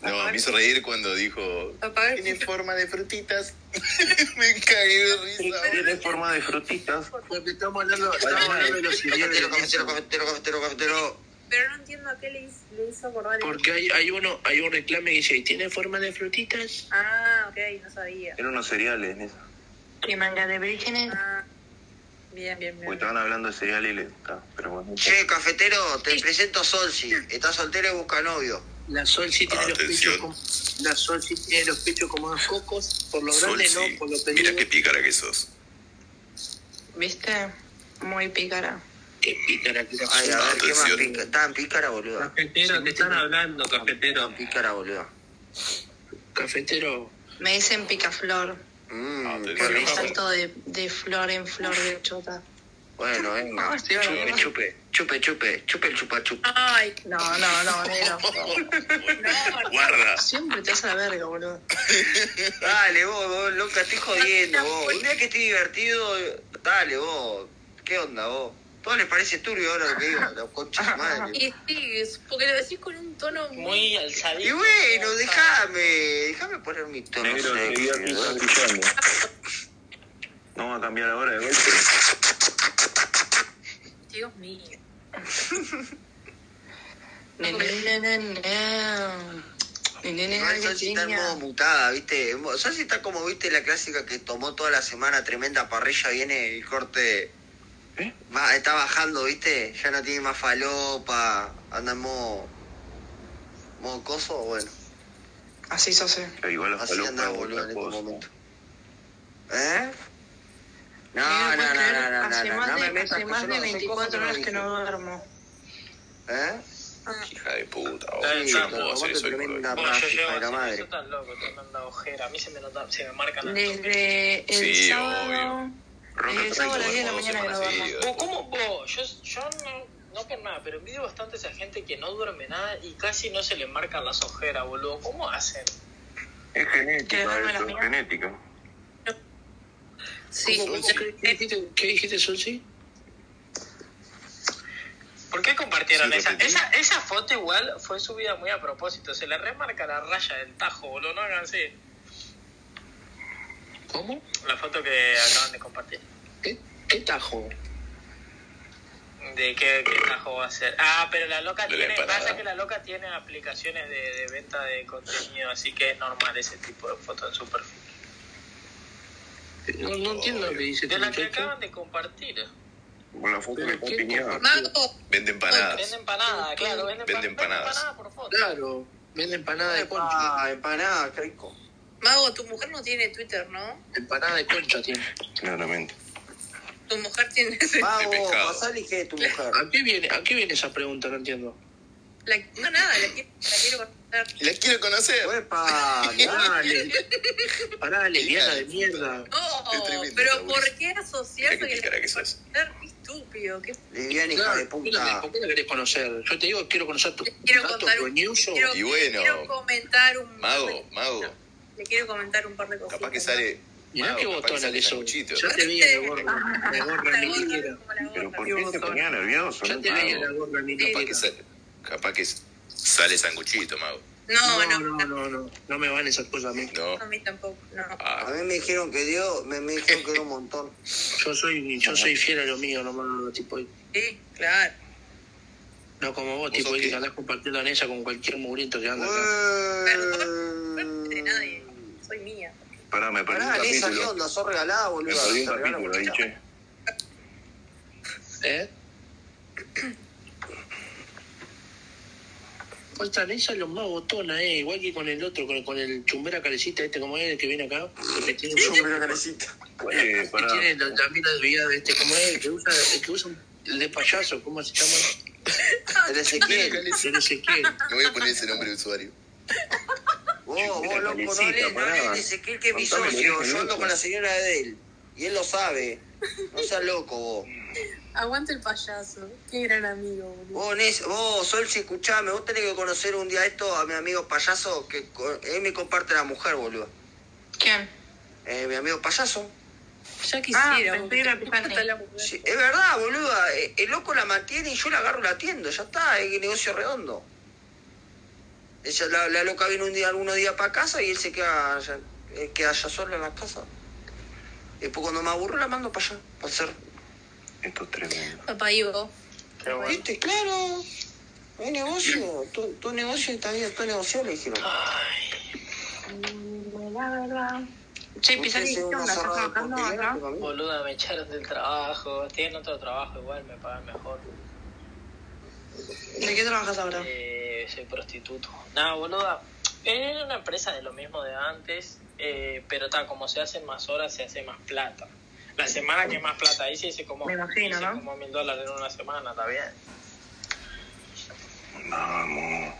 No, me hizo reír cuando dijo. Tiene forma de frutitas. Me cagué de risa. Tiene forma de frutitas. Estamos hablando, estamos hablando de los Cafetero, cafetero, cafetero, cafetero, cafetero. Pero no entiendo a qué le hizo, le hizo acordar el- Porque hay, hay uno, hay un reclame que dice, ¿y tiene forma de frutitas? Ah, ok, no sabía. Eran unos cereales, Néstor. ¿Qué manga de vírgenes? Ah. Bien, bien, bien. Porque estaban hablando de cereales y le está, pero bueno. Che, cafetero, te presento a Solsi. Está soltera y busca novio. La Sol sí tiene los pechos como, la Sol sí tiene los pechos como dos cocos, por lo grande Solsi, no, por lo mira pequeño. qué pícara que sos. ¿Viste? Muy pícara. Qué pícara que Ay, a ver, ¿qué más pícara? Estaban pícara, boludo. Cafetero, te están hablando, cafetero. Pícara, boludo. Cafetero. Me dicen picaflor. Mmm, qué Porque rico. salto de, de flor en flor de chota. Bueno, venga. No, estoy Chupe, hablando. chupe, chupe, chupe, chupe el chupa chupa. Ay, No, no, no, negro. Guarda. Siempre te hace la verga, boludo. Dale vos, vos, loca, estoy jodiendo vos. Un día que estoy divertido, dale vos. ¿Qué onda vos? Todo les parece turbio ahora lo que digo, la concha de su madre. Y sí, es porque lo decís con un tono muy alzadito. Y bueno, déjame, déjame poner mi tono Negro, sexy, seguí aquí ¿verdad? brillando. No vamos a cambiar ahora de golpe. Dios mío. Ne, ne, ne, ne, ne. Ne, ne, ne, Igual ne, Solsi está en niña. modo mutada, viste. Solsi está como, viste, la clásica que tomó toda la semana, tremenda parrilla, viene el corte. ¿Eh? Va, está bajando, viste. Ya no tiene más falopa, anda en modo. modo coso, bueno. Así eh. se hace. Pero igual los Así anda, palopas boludo, en otra este cosa. momento. ¿Eh? No, no, Mira, ¿puedes no, no, creer? no, no, Hace no, más no de- me metas, hace que más de yo no sé 24 cosas que horas no que no duermo. ¿Eh? Hija de puta, Sí, boludo. Yo no claro, puedo vos hacer te eso hoy por hoy. tremenda Bueno, yo paja, llevo de la así, madre. yo tan loco, tremenda ojera. A mí se me, nota, se me marcan las Desde el Sí, sábado. Desde el sábado a las 10 de la mañana grabamos. Vos, ¿Cómo vos? Yo, yo no, no por nada, pero envidio bastante a esa gente que no duerme nada y casi no se le marcan las ojeras, boludo. ¿Cómo hacen? Es ¿Querés genética darme la eso, es mía? genética. Sí. ¿Qué, qué dijiste, ¿Qué dijiste, Solsi? ¿Por qué compartieron Sí, esa? repetí. esa? Esa foto igual fue subida muy a propósito. Se le remarca la raya del tajo, boludo. No hagan así. ¿Cómo? La foto que acaban de compartir. ¿Qué tajo? ¿De qué, qué tajo va a ser? Ah, pero la loca De la tiene. empanada. Pasa que la loca tiene aplicaciones de, de venta de contenido, así que es normal ese tipo de foto en su perfil. No, no entiendo lo que dice De este la que muchacho. acaban de compartir. Con la foto que está piñada. Mago, Vende empanadas. Vende empanada, claro. Vende Vende empanadas. Claro, vende empanada de concha. Ah, empanada, qué rico. Mago, tu mujer no tiene Twitter, ¿no? Empanada de concha tiene. Claramente. Tu mujer tiene. Mago, pasá y de tu mujer. ¿A qué viene, a qué viene esa pregunta? No entiendo. La- no, nada, la quiero, la quiero conocer. La quiero conocer. ¡Uepa! Dale. Pará, lesbiana de mierda. No, tremendo, pero Laura. ¿por qué asociás a que la Pícara que sos. mujer estúpido? ¿Qué Lesbiana, hija Claro, de puta. ¿Por qué la querés conocer? Yo te digo, quiero conocer tus quiero datos contar un- roñosos. quiero, Y bueno. quiero comentar un Mago, mago. le quiero comentar un par de cosas. Capaz que sale. Mirá mago, qué capaz botona sale que sos. sanguchito. Ya te veía la gorra. La gorra La ni gorra, siquiera. Pero ¿por qué se ponía nervioso? Ya no? te veía la gorra ni Capaz que siquiera. sale. Capaz que sale sanguchito, mago. No, No, no, no, no. No me van esas cosas a mí. No. A mí tampoco, no. A mí me dijeron que dio, me, me dijeron que dio un montón. Yo soy, yo soy fiel a lo mío, nomás, tipo. Sí, claro. No como vos, tipo, que andás compartiendo en esa con cualquier mugriento que anda acá. Perdón, de nadie. Soy mía. Pará, me perdí un Pará, Nessa, ¿qué capítulo. onda? Sos regalada, Me boludo. perdí un Te regalaron capítulo ahí, mucha. che. ¿Eh? muestran esa los más botona, eh, igual que con el otro, con, con el chumbera carecita este como es, el que viene acá. que tiene un- Eh, Que pará. tiene la- también la desviada de este, como es, el que usa, el que usa un- el de payaso, ¿cómo se llama? El Ezequiel, el Ezequiel. No voy a poner ese nombre de usuario. Vos, vos, loco, no Felicita, hables, no pará. hables de Ezequiel que es mi Contame, socio. ¿qué Yo ando minutos? con la señora de él. Y él lo sabe. No seas loco vos. Aguante el payaso. Qué gran amigo, boludo. Vos, Nes, vos, Solsi, escuchame, vos tenés que conocer un día esto a mi amigo payaso, que co- él me comparte la mujer, boludo. ¿Quién? Eh, mi amigo payaso. Ya quisiera, Ah, Sí, es verdad, boluda. eh, El loco la mantiene y yo la agarro y la atiendo. Ya está, es negocio redondo. Ella, la, la loca viene un día, algunos días para casa y él se queda allá, eh, queda allá solo en la casa. Después cuando me aburro la mando para allá, para hacer. Esto es tremendo. Papá Ivo. ¿Viste? Claro. Es negocio. Tu, tu negocio está bien, tu negocio le dijeron. Che, Ustedes son una zorra de porquería, pero a mí- Boluda, me echaron del trabajo. Estoy en otro trabajo, igual me pagan mejor. ¿De qué trabajas ahora? Eh, soy prostituto. Nada, boluda. Era una empresa de lo mismo de antes, eh, pero ta, como se hacen más horas, se hace más plata. La semana que más plata hice, hice como, Me imagino, hice ¿no? como mil dólares en una semana, está bien. Vamos.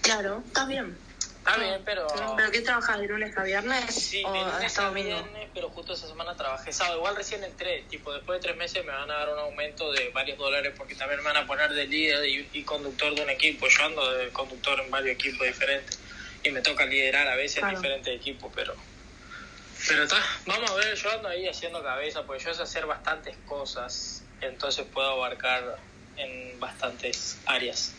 Claro, estás bien. Está bien, pero... Ah. ¿Pero qué trabajas de lunes a viernes? Sí, o de lunes hasta a domingo. viernes, pero justo esa semana trabajé sábado. Igual recién entré, tipo, después de tres meses me van a dar un aumento de varios dólares porque también me van a poner de líder y, y conductor de un equipo. Yo ando de conductor en varios equipos diferentes y me toca liderar a veces Claro. diferentes equipos, pero... Pero está, vamos a ver, yo ando ahí haciendo cabeza porque yo sé hacer bastantes cosas, entonces puedo abarcar en bastantes áreas.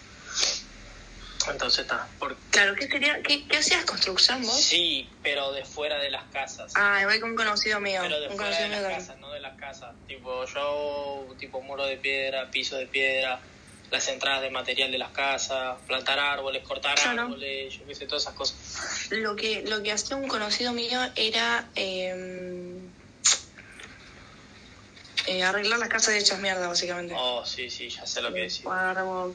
Entonces está, porque... Claro, ¿qué, sería, qué, qué hacías? ¿Construcción vos? Sí, pero de fuera de las casas. Ah, igual que un conocido mío. Pero de Un fuera de conocido mío también. las casas, no de las casas. Tipo, yo, tipo muro de piedra, piso de piedra, las entradas de material de las casas, plantar árboles, cortar Claro. árboles, yo qué sé, todas esas cosas. Lo que, lo que hacía un conocido mío era eh, eh, arreglar las casas hechas mierda, básicamente. Oh, sí, sí, ya sé lo que decís. Bárbaro.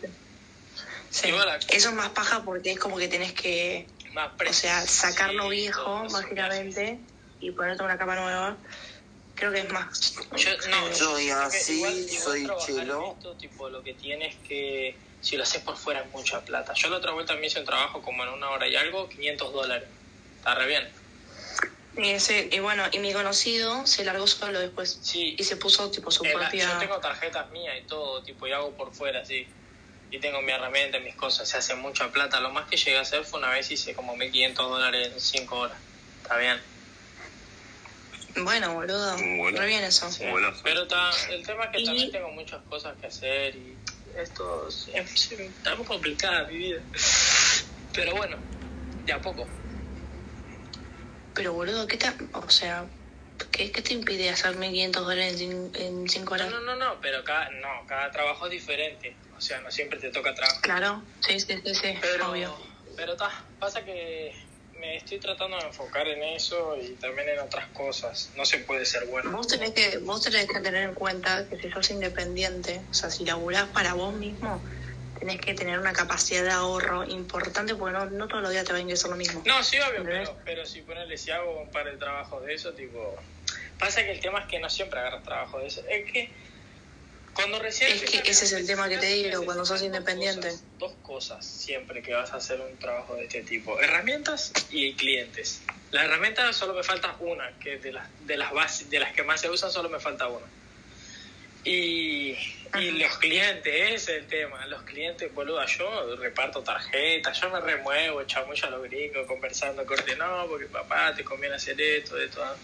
Sí. Igual a- Eso es más paja porque es como que tenés que, Más o sea, sacar lo sí, viejo, todo eso, básicamente, y ponerte una capa nueva. Creo que es más. Yo, no, Soy creo que así, Ah, soy trabajar en chelo. esto, tipo, lo que tienes que, si lo haces por fuera, es mucha plata. Yo la otra vuelta me hice un trabajo como en una hora y algo, 500 dólares. Está re bien. Y, ese- y bueno, y mi conocido se largó solo después. Y se puso tipo su Eh, la- propia. Yo tengo tarjetas mías y todo, tipo, y hago por fuera, así. Y tengo mi herramienta, mis cosas, se hace mucha plata. Lo más que llegué a hacer fue una vez hice como 1500 dólares en 5 horas. Está bien. Bueno, boludo. golazo. Re bien eso. Un golazo. Pero ta- el tema es que también tengo muchas cosas que hacer y esto es- es- está muy complicada mi vida. Pero bueno, de a poco. Pero boludo, ¿qué te, o sea, ¿qué, qué te impide hacer 1500 dólares en cin- en 5 horas? No, no, no, pero cada, no, cada trabajo es diferente. O sea, no siempre te toca trabajar. Claro, sí, sí, sí, sí, Pero- obvio. Pero ta, pasa que me estoy tratando de enfocar en eso y también en otras cosas. No se puede ser bueno. Vos tenés, que, vos tenés que tener en cuenta que si sos independiente, o sea, si laburás para vos mismo, tenés que tener una capacidad de ahorro importante porque no, no todos los días te va a ingresar lo mismo. No, sí, obvio, pero, pero si ponerle si hago un par de trabajos de eso, tipo... Pasa que el tema es que no siempre agarras trabajo de eso. Es que cuando recién... Es que ese es el tema que te digo cuando sos independiente. Dos cosas siempre que vas a hacer un trabajo de este tipo. Herramientas y clientes. Las herramientas solo me falta una, que de las, de las bases, de las que más se usan solo me falta una. Y, y los clientes, ese es el tema. Los clientes, boluda, yo reparto tarjetas, yo me remuevo, chamuyo a los gringos, conversando, corte, no, porque papá, te conviene hacer esto, de todo.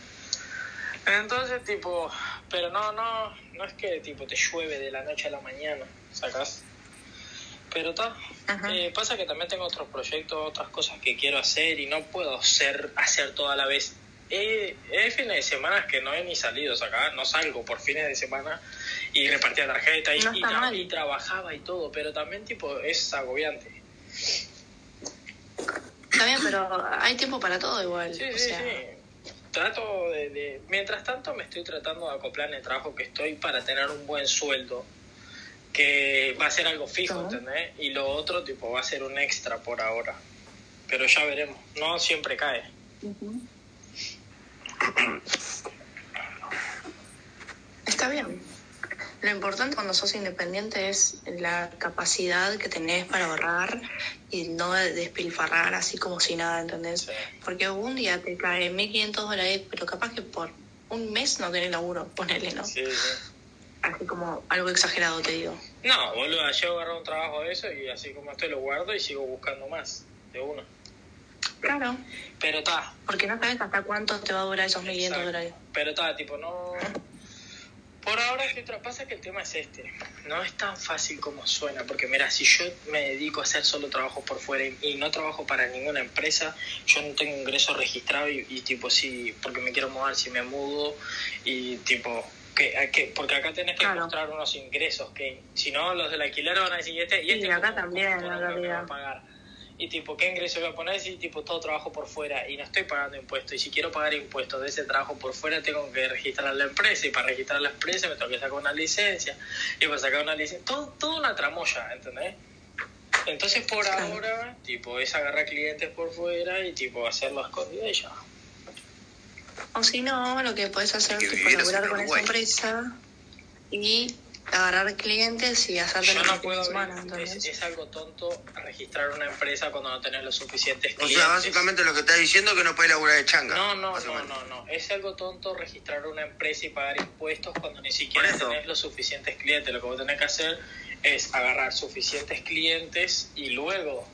Entonces, tipo, pero no, no, no es que tipo te llueve de la noche a la mañana, sacas. Pero ta, eh, pasa que también tengo otros proyectos, otras cosas que quiero hacer y no puedo ser, hacer todo a la vez. Eh, hay fines de semana que no he ni salido, acá no salgo por fines de semana y repartía tarjeta y, No y está tra- mal. y trabajaba y todo, pero también tipo es agobiante. Está bien, pero hay tiempo para todo igual. Sí, o sí, sea, sí. Trato de, de- Mientras tanto me estoy tratando de acoplar en el trabajo que estoy para tener un buen sueldo que va a ser algo fijo, ¿entendés? Y lo otro, tipo, va a ser un extra por ahora. Pero ya veremos. No siempre cae. Está bien. Lo importante cuando sos independiente es la capacidad que tenés para ahorrar y no despilfarrar así como si nada, ¿entendés? Porque un día te cae 1.500 dólares, pero capaz que por un mes no tenés laburo, ponele, ¿no? Sí, sí. Así como algo exagerado te digo. No, boludo, yo agarro un trabajo de eso y así como estoy lo guardo y sigo buscando más de uno. Claro, Pero está, porque no sabes hasta cuánto te va a durar esos 1.500 dólares. Pero está, tipo, no. Por ahora, ¿qué otra? Pasa que el tema es este. No es tan fácil como suena, porque mira, si yo me dedico a hacer solo trabajo por fuera y- y no trabajo para ninguna empresa, yo no tengo ingreso registrado y, y, tipo, sí, porque me quiero mudar, si me mudo y tipo. Que, a que- porque acá tenés que mostrar unos ingresos que si no los del alquiler van a decir y este y este Y acá cómo- también, cómo la cobra, me va a realidad. pagar y tipo, ¿qué ingreso voy a poner si tipo todo trabajo por fuera y no estoy pagando impuestos? Y si quiero pagar impuestos de ese trabajo por fuera, tengo que registrar la empresa y para registrar la empresa me tengo que sacar una licencia y para sacar una licencia, todo, toda una tramoya, ¿entendés? Entonces por ahora, tipo, es agarrar clientes por fuera y tipo hacer las cosas y ya. O si no, lo que puedes hacer es tipo, vivir laburar en con esa Uruguay. empresa y agarrar clientes y hacerte Yo los no fines de puedo semana, abrir, ¿entendés? es, es algo tonto registrar una empresa cuando no tenés los suficientes O clientes. sea, básicamente lo que estás diciendo es que no podés laburar de changa. No, no, no, no, no. Es algo tonto registrar una empresa y pagar impuestos cuando ni siquiera tenés los suficientes clientes. Lo que vos tenés que hacer es agarrar suficientes clientes y luego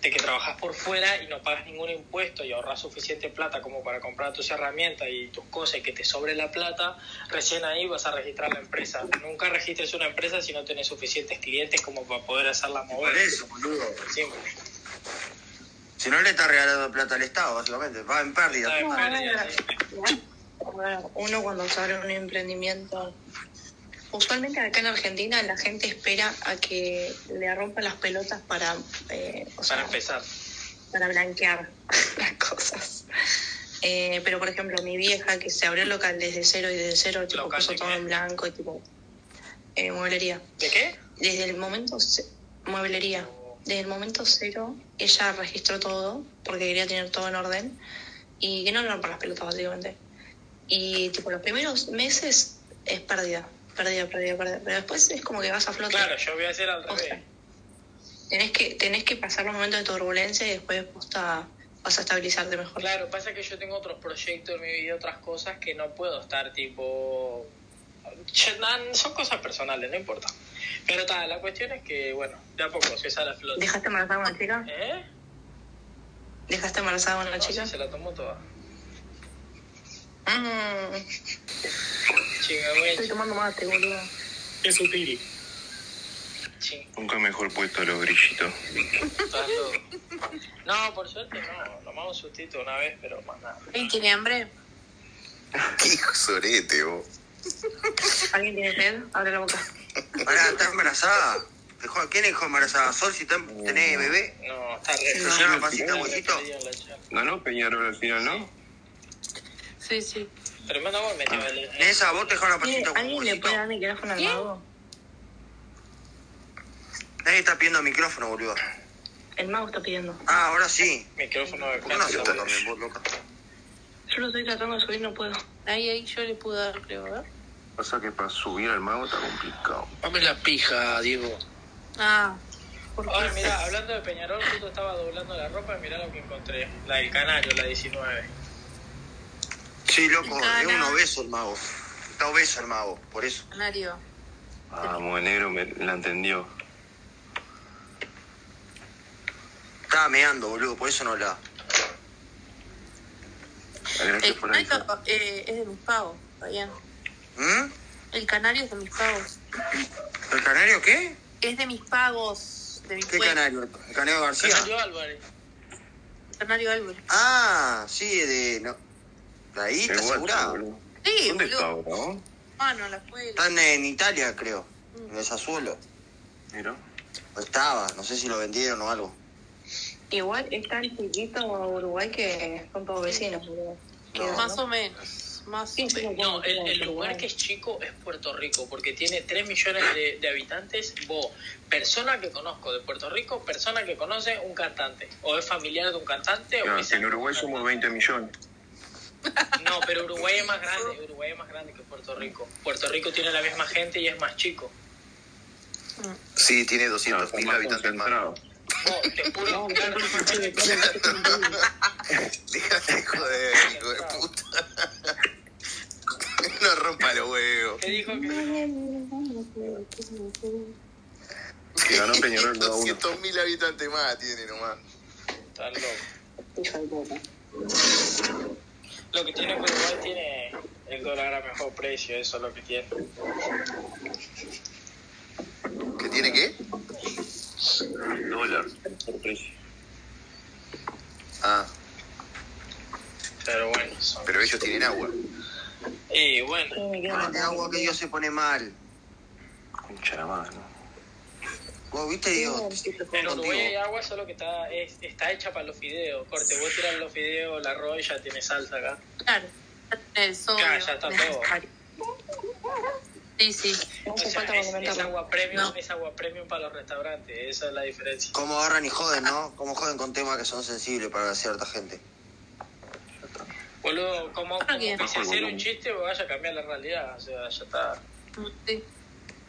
de que trabajás por fuera y no pagas ningún impuesto y ahorras suficiente plata como para comprar tus herramientas y tus cosas y que te sobre la plata, recién ahí vas a registrar la empresa. Nunca registres una empresa si no tenés suficientes clientes como para poder hacerla mover. Por eso, boludo. Simple. Si no le estás regalando plata al Estado, básicamente. Va en pérdida. Está en tu madre. Bueno, uno cuando se abre un emprendimiento, usualmente acá en Argentina la gente espera a que le rompan las pelotas para, eh, o Para sea, empezar. para blanquear las cosas. Eh, pero por ejemplo, mi vieja que se abrió el local desde cero y desde cero, tipo, puso todo en blanco y tipo, eh, mueblería. ¿De qué? Desde el momento, ce- mueblería. Desde el momento cero, ella registró todo porque quería tener todo en orden y que no eran por las pelotas, básicamente. Y tipo, los primeros meses es pérdida, pérdida, pérdida, pérdida. Pero después es como que vas a flote. Claro, yo voy a hacer al revés. Tenés que, tenés que pasar los momentos de turbulencia y después posta, vas a estabilizarte mejor. Claro, pasa que yo tengo otros proyectos en mi vida, otras cosas que no puedo estar tipo... Che, nan, Son cosas personales, no importa. Pero tal, la cuestión es que, bueno, de a poco se sale a flote. ¿Dejaste embarazada a una chica? ¿Eh? ¿Dejaste embarazada a una No, chica? sí, se la tomó toda. Mm, Chinga, güey. estoy tomando mate, boludo. Es sutil. Nunca mejor puesto los grillitos. estás loco. No, por suerte no. Nomás un sustito una vez, pero más nada. ¿Alguien tiene hambre? Qué hijo sorete, vos. ¿Alguien tiene sed? Abre la boca. Pará, estás embarazada. Dejó- ¿Quién dejó embarazada? ¿Sol si ten- tenés bebé? No, está re. ¿Se llama pasita, huesito? Ganó Peñarol al final, ¿no? Sí, sí. Tremendo gol metió el... Nesa, vos te dejó la Eh, pasita ¿Alguien le puede dar micrófono al mago? Nadie está pidiendo micrófono, boludo. El mago está pidiendo. Ah, ahora sí. Micrófono de ¿Por qué no se toca mi voz, loca? Yo lo estoy tratando de subir, no puedo. Ahí, ahí yo le pude dar, creo, ¿verdad? Pasa que para subir al mago está complicado. Dame la pija, Diego. Ah. Ahora, mira, hablando de Peñarol, justo estaba doblando la ropa y mirá lo que encontré. La del Canario, la 19. Sí, loco, es un Cana. obeso el mago. Está obeso el mago, por eso. Canario. Vamos, el negro me la entendió. Estaba meando, boludo, por eso no la. El canario eh, es de mis pavos, está bien. ¿Mm? El canario es de mis pavos. ¿El canario qué? Es de mis pagos, de mi ¿Qué pueblo. canario? ¿El canario García? Canario Álvarez. Canario Álvarez. Ah, sí, de. No. ¿De ahí? El ¿Está guacho, segura? boludo. Sí, boludo. boludo? Ah, no, la escuela. Están en Italia, creo. En el Sassuolo. Mira. O estaba, no sé si lo vendieron o algo. Igual es tan chiquito Uruguay que son todos vecinos, boludo. Más o menos. más no, el, el, lugar que es chico es Puerto Rico, porque tiene 3 millones de, de habitantes. Vos, persona que conozco de Puerto Rico, persona que conoce un cantante, o es familiar de un cantante. No, o es en Uruguay somos 20 millones. No, pero Uruguay es más grande, Uruguay es más grande que Puerto Rico. Puerto Rico tiene la misma gente y es más chico. Sí, tiene 200.000 habitantes más. No, te juro, Déjate joder, hijo de puta. No rompa los huevos. ¿Qué dijo Que ganó Peñarol 2 a 1. 200.000 habitantes más tiene nomás. Está loco. Lo que tiene Uruguay tiene el dólar a mejor precio, eso es lo que tiene. ¿Qué tiene qué? Dólar. Ah, Pero bueno, son- pero ellos tienen agua. Ah. Y bueno. Con de agua que Dios se pone mal. Concha la madre. Vos viste, Dios. En Uruguay hay agua, solo que está, es- está hecha para los fideos. Corte, vos tiras los fideos, el arroz y ya tiene salsa acá. Claro. El sodio. Ya, ya está todo. Sí, sí. O sea, es, es agua premium, es agua premium para los restaurantes. Esa es la diferencia. Cómo ahorran y joden, ¿no? Cómo joden con temas que son sensibles para cierta gente. Boludo, como, como bien. quise hacer un chiste, vos vaya a cambiar la realidad. O sea, ya está. Sí.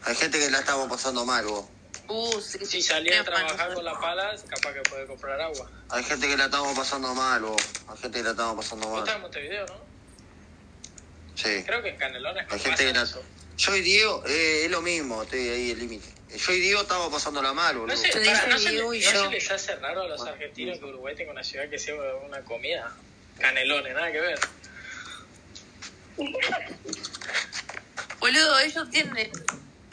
Hay gente que la estamos pasando mal, vos. Uh, sí, Si salía a trabajar con la pala, capaz que puede comprar agua. Hay gente que la estamos pasando mal, vos. Hay gente que la estamos pasando Vos estás mal. en Montevideo, ¿no? Sí. Creo que en Canelones. Hay gente que la... Yo y Diego, eh, es lo mismo, estoy ahí el límite. Yo y Diego estamos pasándola mal, boludo. No sé, pará, no, se, no se les hace raro a los argentinos que Uruguay tenga una ciudad que sea una comida. Canelones, nada que ver. Boludo, ellos tienen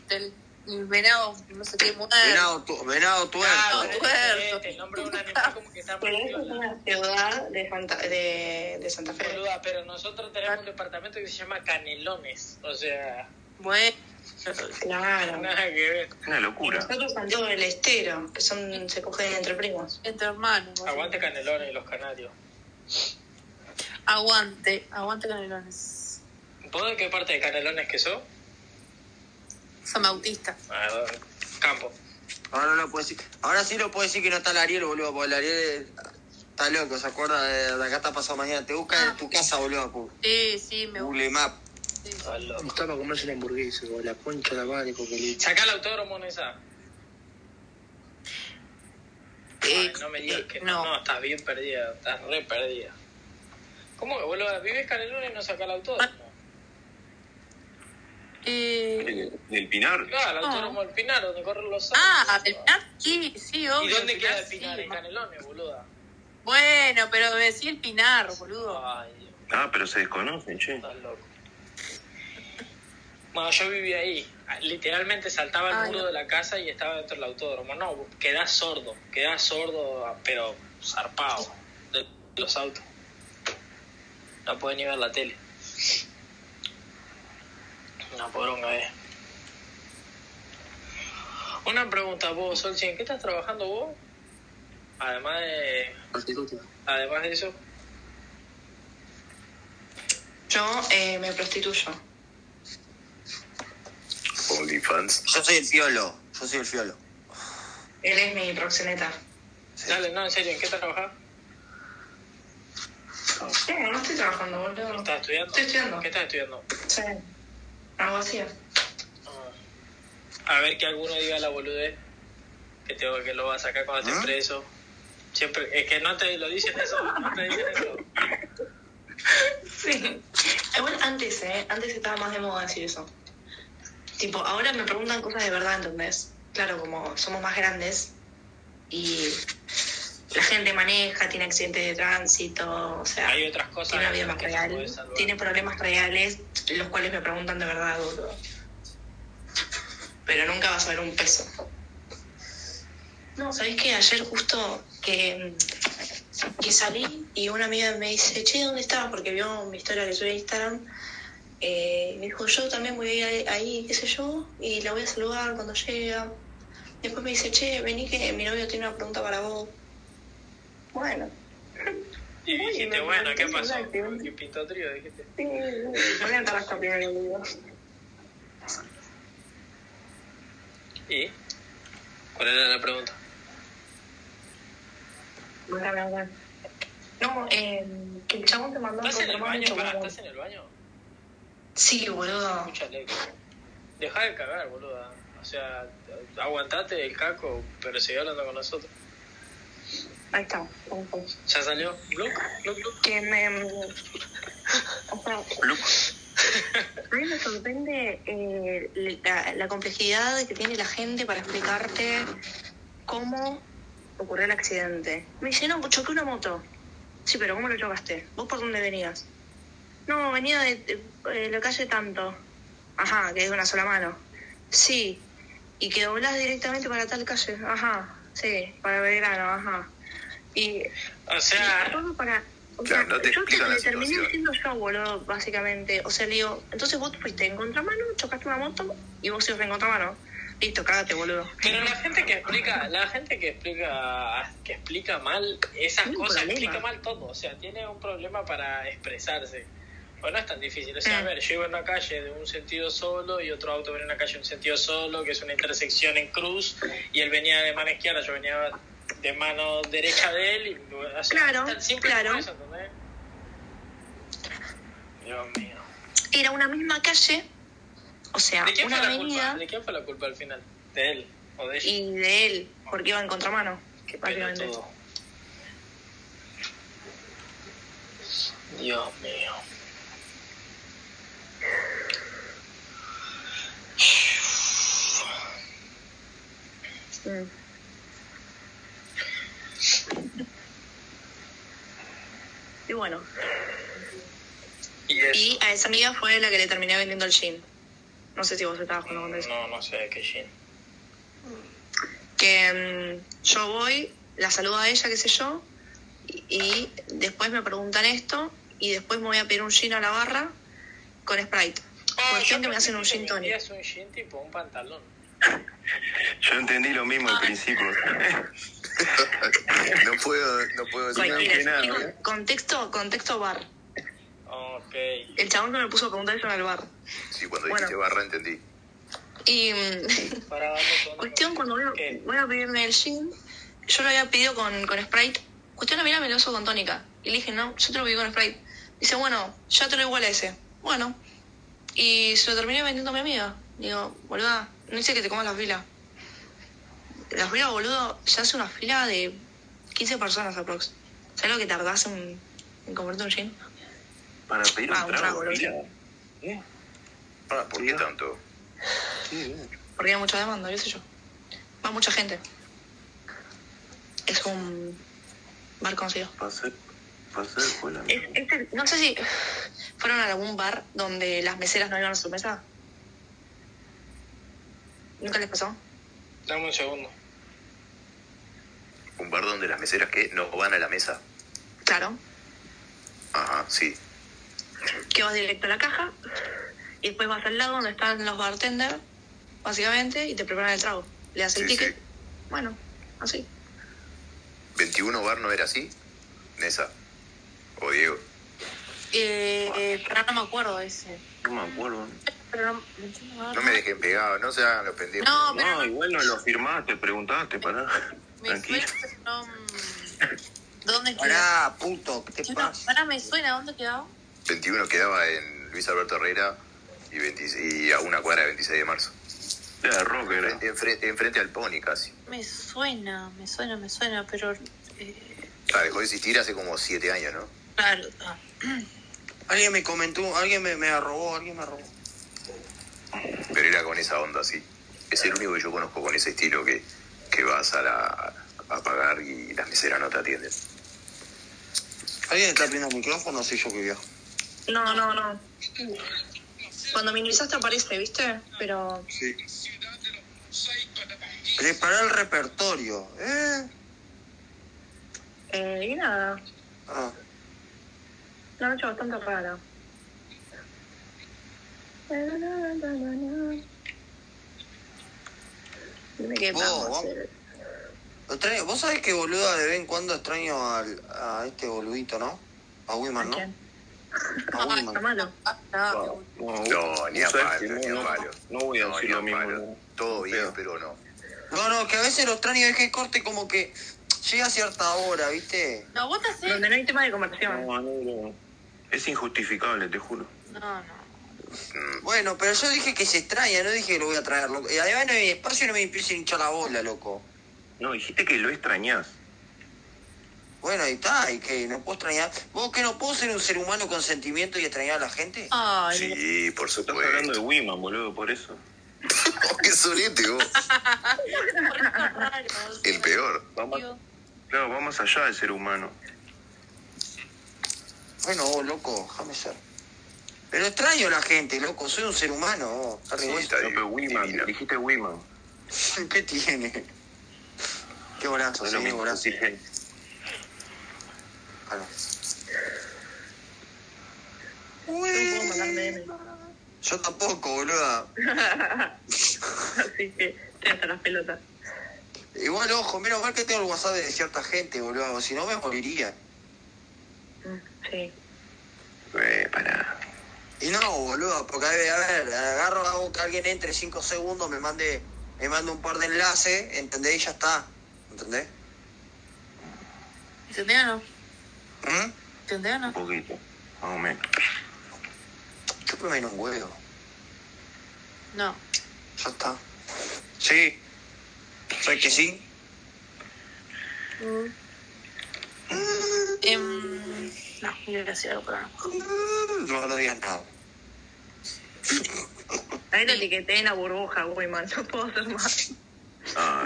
el, el venado, no sé qué, muerto. Venado, tu- venado tuerto. Ah, Venado tuerto. El nombre de un animal como que está Pero esa es una ciudad de, Fanta- de, de Santa Fe. Boluda, pero nosotros tenemos un departamento que se llama Canelones. O sea, Bueno, Claro. nada que ver. Una locura. Nosotros Santiago del Estero, que son, se cogen entre primos. entre hermanos. boludo. Aguante Canelones y los canarios. Aguante, aguante canelones. ¿Vos de qué parte de Canelones que sos? San Bautista. Ah, campo. Ahora, no puedo decir. Ahora sí lo puedo decir que no está el Ariel, boludo, porque el Ariel está loco, ¿se acuerda? De, de acá está pasado mañana. Te busca Ah. en tu casa, boludo. por Sí, sí, me gusta. Google Map. Está para comerse una hamburguesa o la concha de la madre con que le Sacá el autódromo en esa. Eh, Ay, no me digas que no. no, estás bien perdida, estás re perdida. ¿Cómo que boludo? ¿Vives Canelones y no sacás el autódromo? Eh, ¿Del Pinar? Claro, el autódromo del Pinar, donde corren los autos. Ah, el Pinar, sí, sí, obvio. ¿Y dónde el queda Pinar, el Pinar? sí. En Canelones, boluda. Bueno, pero decí el Pinar, boludo. Ah, pero se desconocen, che. Bueno, yo vivía ahí. Literalmente saltaba el muro de la casa y estaba dentro del autódromo. No, quedás sordo. Quedás sordo, pero zarpado. De los autos. No podés ni ver la tele. Una poronga, eh. Una pregunta, vos, Solsi, ¿en qué estás trabajando vos? Además de. Además de eso. Yo eh, me prostituyo. OnlyFans. Yo soy el fiolo, yo soy el fiolo. Él es mi proxeneta. Dale, no, en serio, ¿en qué trabajas? No, no estoy trabajando, boludo. ¿Estás estudiando? Estoy estudiando. ¿Qué estás estudiando? Sí. Algo así. A ver que alguno diga la boludez que, te, que lo va a sacar cuando estés preso. Siempre, es que no te lo dicen eso, no te dicen eso. Sí. Igual antes, ¿eh? Antes estaba más de moda decir eso. Tipo, ahora me preguntan cosas de verdad, ¿entendés? Claro, como somos más grandes y la gente maneja, tiene accidentes de tránsito, o sea, Hay otras cosas tiene una vida que más se real, puede salvar. tiene problemas reales, los cuales me preguntan de verdad, boludo. Pero nunca vas a ver un peso. No, ¿sabés qué? Ayer justo que, mm, que salí y una amiga me dice, che, ¿dónde estabas? Porque vio mi historia que subí a Instagram. Eh, me dijo, yo también voy a ir ahí- ahí, qué sé yo, y la voy a saludar cuando llega. Después me dice, che, vení que mi novio tiene una pregunta para vos. Bueno. Y dijiste, bueno, ¿qué pasó? Y pintó trío, dijiste. Sí, voy a entrar hasta primero el video. ¿Y? ¿Cuál era la pregunta? Bla, bla, bla. No, eh, que el chabón te mandó un ¿Estás en el contramano baño? Pará, chocolate. ¿estás en el baño? Sí, boludo. Escúchale. Dejá de cagar, boluda. O sea, aguantate el caco, pero sigue hablando con nosotros. Ahí está. ¿Ya salió? ¿Blue? Que me. O sea, a mí me sorprende eh, la, la complejidad que tiene la gente para explicarte cómo ocurrió el accidente. Me dice, no, choqué una moto. Sí, pero ¿cómo lo chocaste? ¿Vos por dónde venías? No, venía de, de- eh, la calle tanto. Ajá, que es una sola mano. Sí. Y que doblás directamente para tal calle. Ajá, sí, para Belgrano, ajá. Y O sea, todo para. O Claro, sea, no te yo explican te- la te terminé situación. diciendo yo, boludo, básicamente. O sea, le digo, entonces vos fuiste en contramano, chocaste una moto y vos ibas en contramano. Listo, cágate, boludo. Pero la gente que explica, la gente que explica, que explica mal esas Tiene un cosas, problema. explica mal todo. O sea, tiene un problema para expresarse. Bueno, es tan difícil. O sea, Mm. a ver, yo iba en una calle de un sentido solo y otro auto venía en una calle de un sentido solo, que es una intersección en cruz, y él venía de mano izquierda, yo venía de mano derecha de él. Y, o sea, Claro, es tan simple claro. como eso, ¿entendés? Dios mío. Era una misma calle, o sea, ¿De quién Ah, una fue la avenida. culpa? ¿De quién fue la culpa al final? ¿De él o de ella? y de él, porque iba en contramano. Que básicamente Pelotudo. Dios mío. Mm. Y bueno. Y, a esa amiga fue la que le terminé vendiendo el jean. No sé si vos estabas jugando con eso. No, no sé de qué jean. Que mm, yo voy, la saludo a ella, qué sé yo, y, y después me preguntan esto, y después me voy a pedir un jean a la barra con Sprite. Cuestión que me hacen un gin tonic. Es un jean tipo un pantalón. Yo entendí lo mismo al principio. No puedo, no puedo decir Cualquiera, nada. ¿eh? digo, contexto, contexto bar. Ok. El chabón que me puso a preguntar eso en el bar. Sí, cuando dijiste barra entendí. Y mm, cuestión, cuando voy a, voy a pedirme el gin, yo lo había pedido con, con Sprite. Cuestión, la mira me lo hizo con tónica. Y le dije, no, yo te lo pedí con Sprite. Dice, bueno, ya te lo igual a ese. Bueno. Y se lo terminé vendiendo a mi amiga. Digo, boluda, no hice que te comas la fila. La fila, boludo, ya hace una fila de 15 personas aprox. ¿Sabes lo que tardás en, en comprarte un gin? Para pedir un Ah, un trago. trago, lo mira. ¿Eh? Ah, ¿por qué tanto? Porque hay mucha demanda, qué sé yo. Va mucha gente. Es un bar conocido. Pasé, pasé de escuela. Eh. Es- este- no sé si fueron a algún bar donde las meseras no iban a su mesa. ¿Nunca les pasó? Dame un segundo. Un bar donde las meseras que no van a la mesa. Claro. Ajá, sí. Que vas directo a la caja y después vas al lado donde están los bartenders, básicamente, y te preparan el trago. Le das el Sí, ticket. Bueno, así. 21 bar no era así. Nesa. O Diego. Eh, pero no me acuerdo ese. No me acuerdo. Pero no, No me dejen pegado, no se hagan los pendejos. No, pero no. igual no lo firmaste, preguntaste, pará. me Tranquilo. suena, pero no. mm, ¿Dónde quedó? Pará, puto, ¿qué te pasa? Ahora me suena, ¿dónde quedó? 21 quedaba en Luis Alberto Herrera y, 20 y a una cuadra de 26 de marzo. Era rock, era. Enfrente, enfrente al Pony casi. Me suena, me suena, me suena, pero. eh, Ah, dejó de existir hace como 7 años, ¿no? claro. ah. Alguien me comentó, alguien me, me arrobó, alguien me arrobó. Pero era con esa onda, sí. Es el único que yo conozco con ese estilo que, que vas a, la, a pagar y las meseras no te atienden. ¿Alguien está abriendo el micrófono? Sí, yo que vio. No, no, no. Cuando minimizaste aparece, ¿viste? Pero Sí. Prepará el repertorio, ¿eh? Eh, y nada, Ah, una noche bastante rara. Dime qué Vos, vamos a vamos. Oh, hacer. extraño. Vos sabés que boluda de vez en cuando extraño al, a este boludito, ¿no? A Wiman, ¿no? Ah, A Wiman. No, ni a ¿Sabes palo, que no, ni a no, palo. no voy a decir ni lo mismo, palo. no. Todo bien, pero no. No, no, que a veces lo extraño es que el corte como que llega a cierta hora, ¿viste? No, vos te haces. Donde no hay tema de conversación. Es injustificable, te juro. No, no. Bueno, pero yo dije que se extraña, no dije que lo voy a traer, loco. Y además no hay espacio y no me empieza a hinchar la bola, loco. No, dijiste que lo extrañás. Bueno, ahí está, y que no puedo extrañar. ¿Vos que no puedo ser un ser humano con sentimiento y extrañar a la gente? Ay, Sí, por supuesto. Estás hablando de Wiman, boludo, por eso. Qué solete vos. El peor. Claro, va más allá del ser humano. Bueno, vos, loco, déjame ser. Pero extraño a la gente, loco, soy un ser humano. vos, Harry Sí, West. está bien. Wiman, dijiste Wiman. ¿Qué tiene? Qué golazo, sí, qué golazo. Claro. Yo tampoco, boluda. Así que te hasta las pelotas. Igual, ojo, menos mal que tengo el WhatsApp de cierta gente, boludo. Si no, me moriría. Mm, Sí. Eh, pará. Y no, boludo, porque a ver, a ver, agarro, hago que alguien entre 5 segundos, me mande me mande un par de enlaces, ¿entendés? Y ya está. ¿Entendés? ¿Entendés o no? ¿Mm? ¿Entendés o no? poquito. Más o menos. Chúpeme en un huevo. No. Ya está. Sí. ¿Sabes que sí? Mm. Em, no, yo iba a decir algo, pero no. No, no digas nada. Ahí lo etiqueté en la burbuja, güey, man. No puedo hacer más.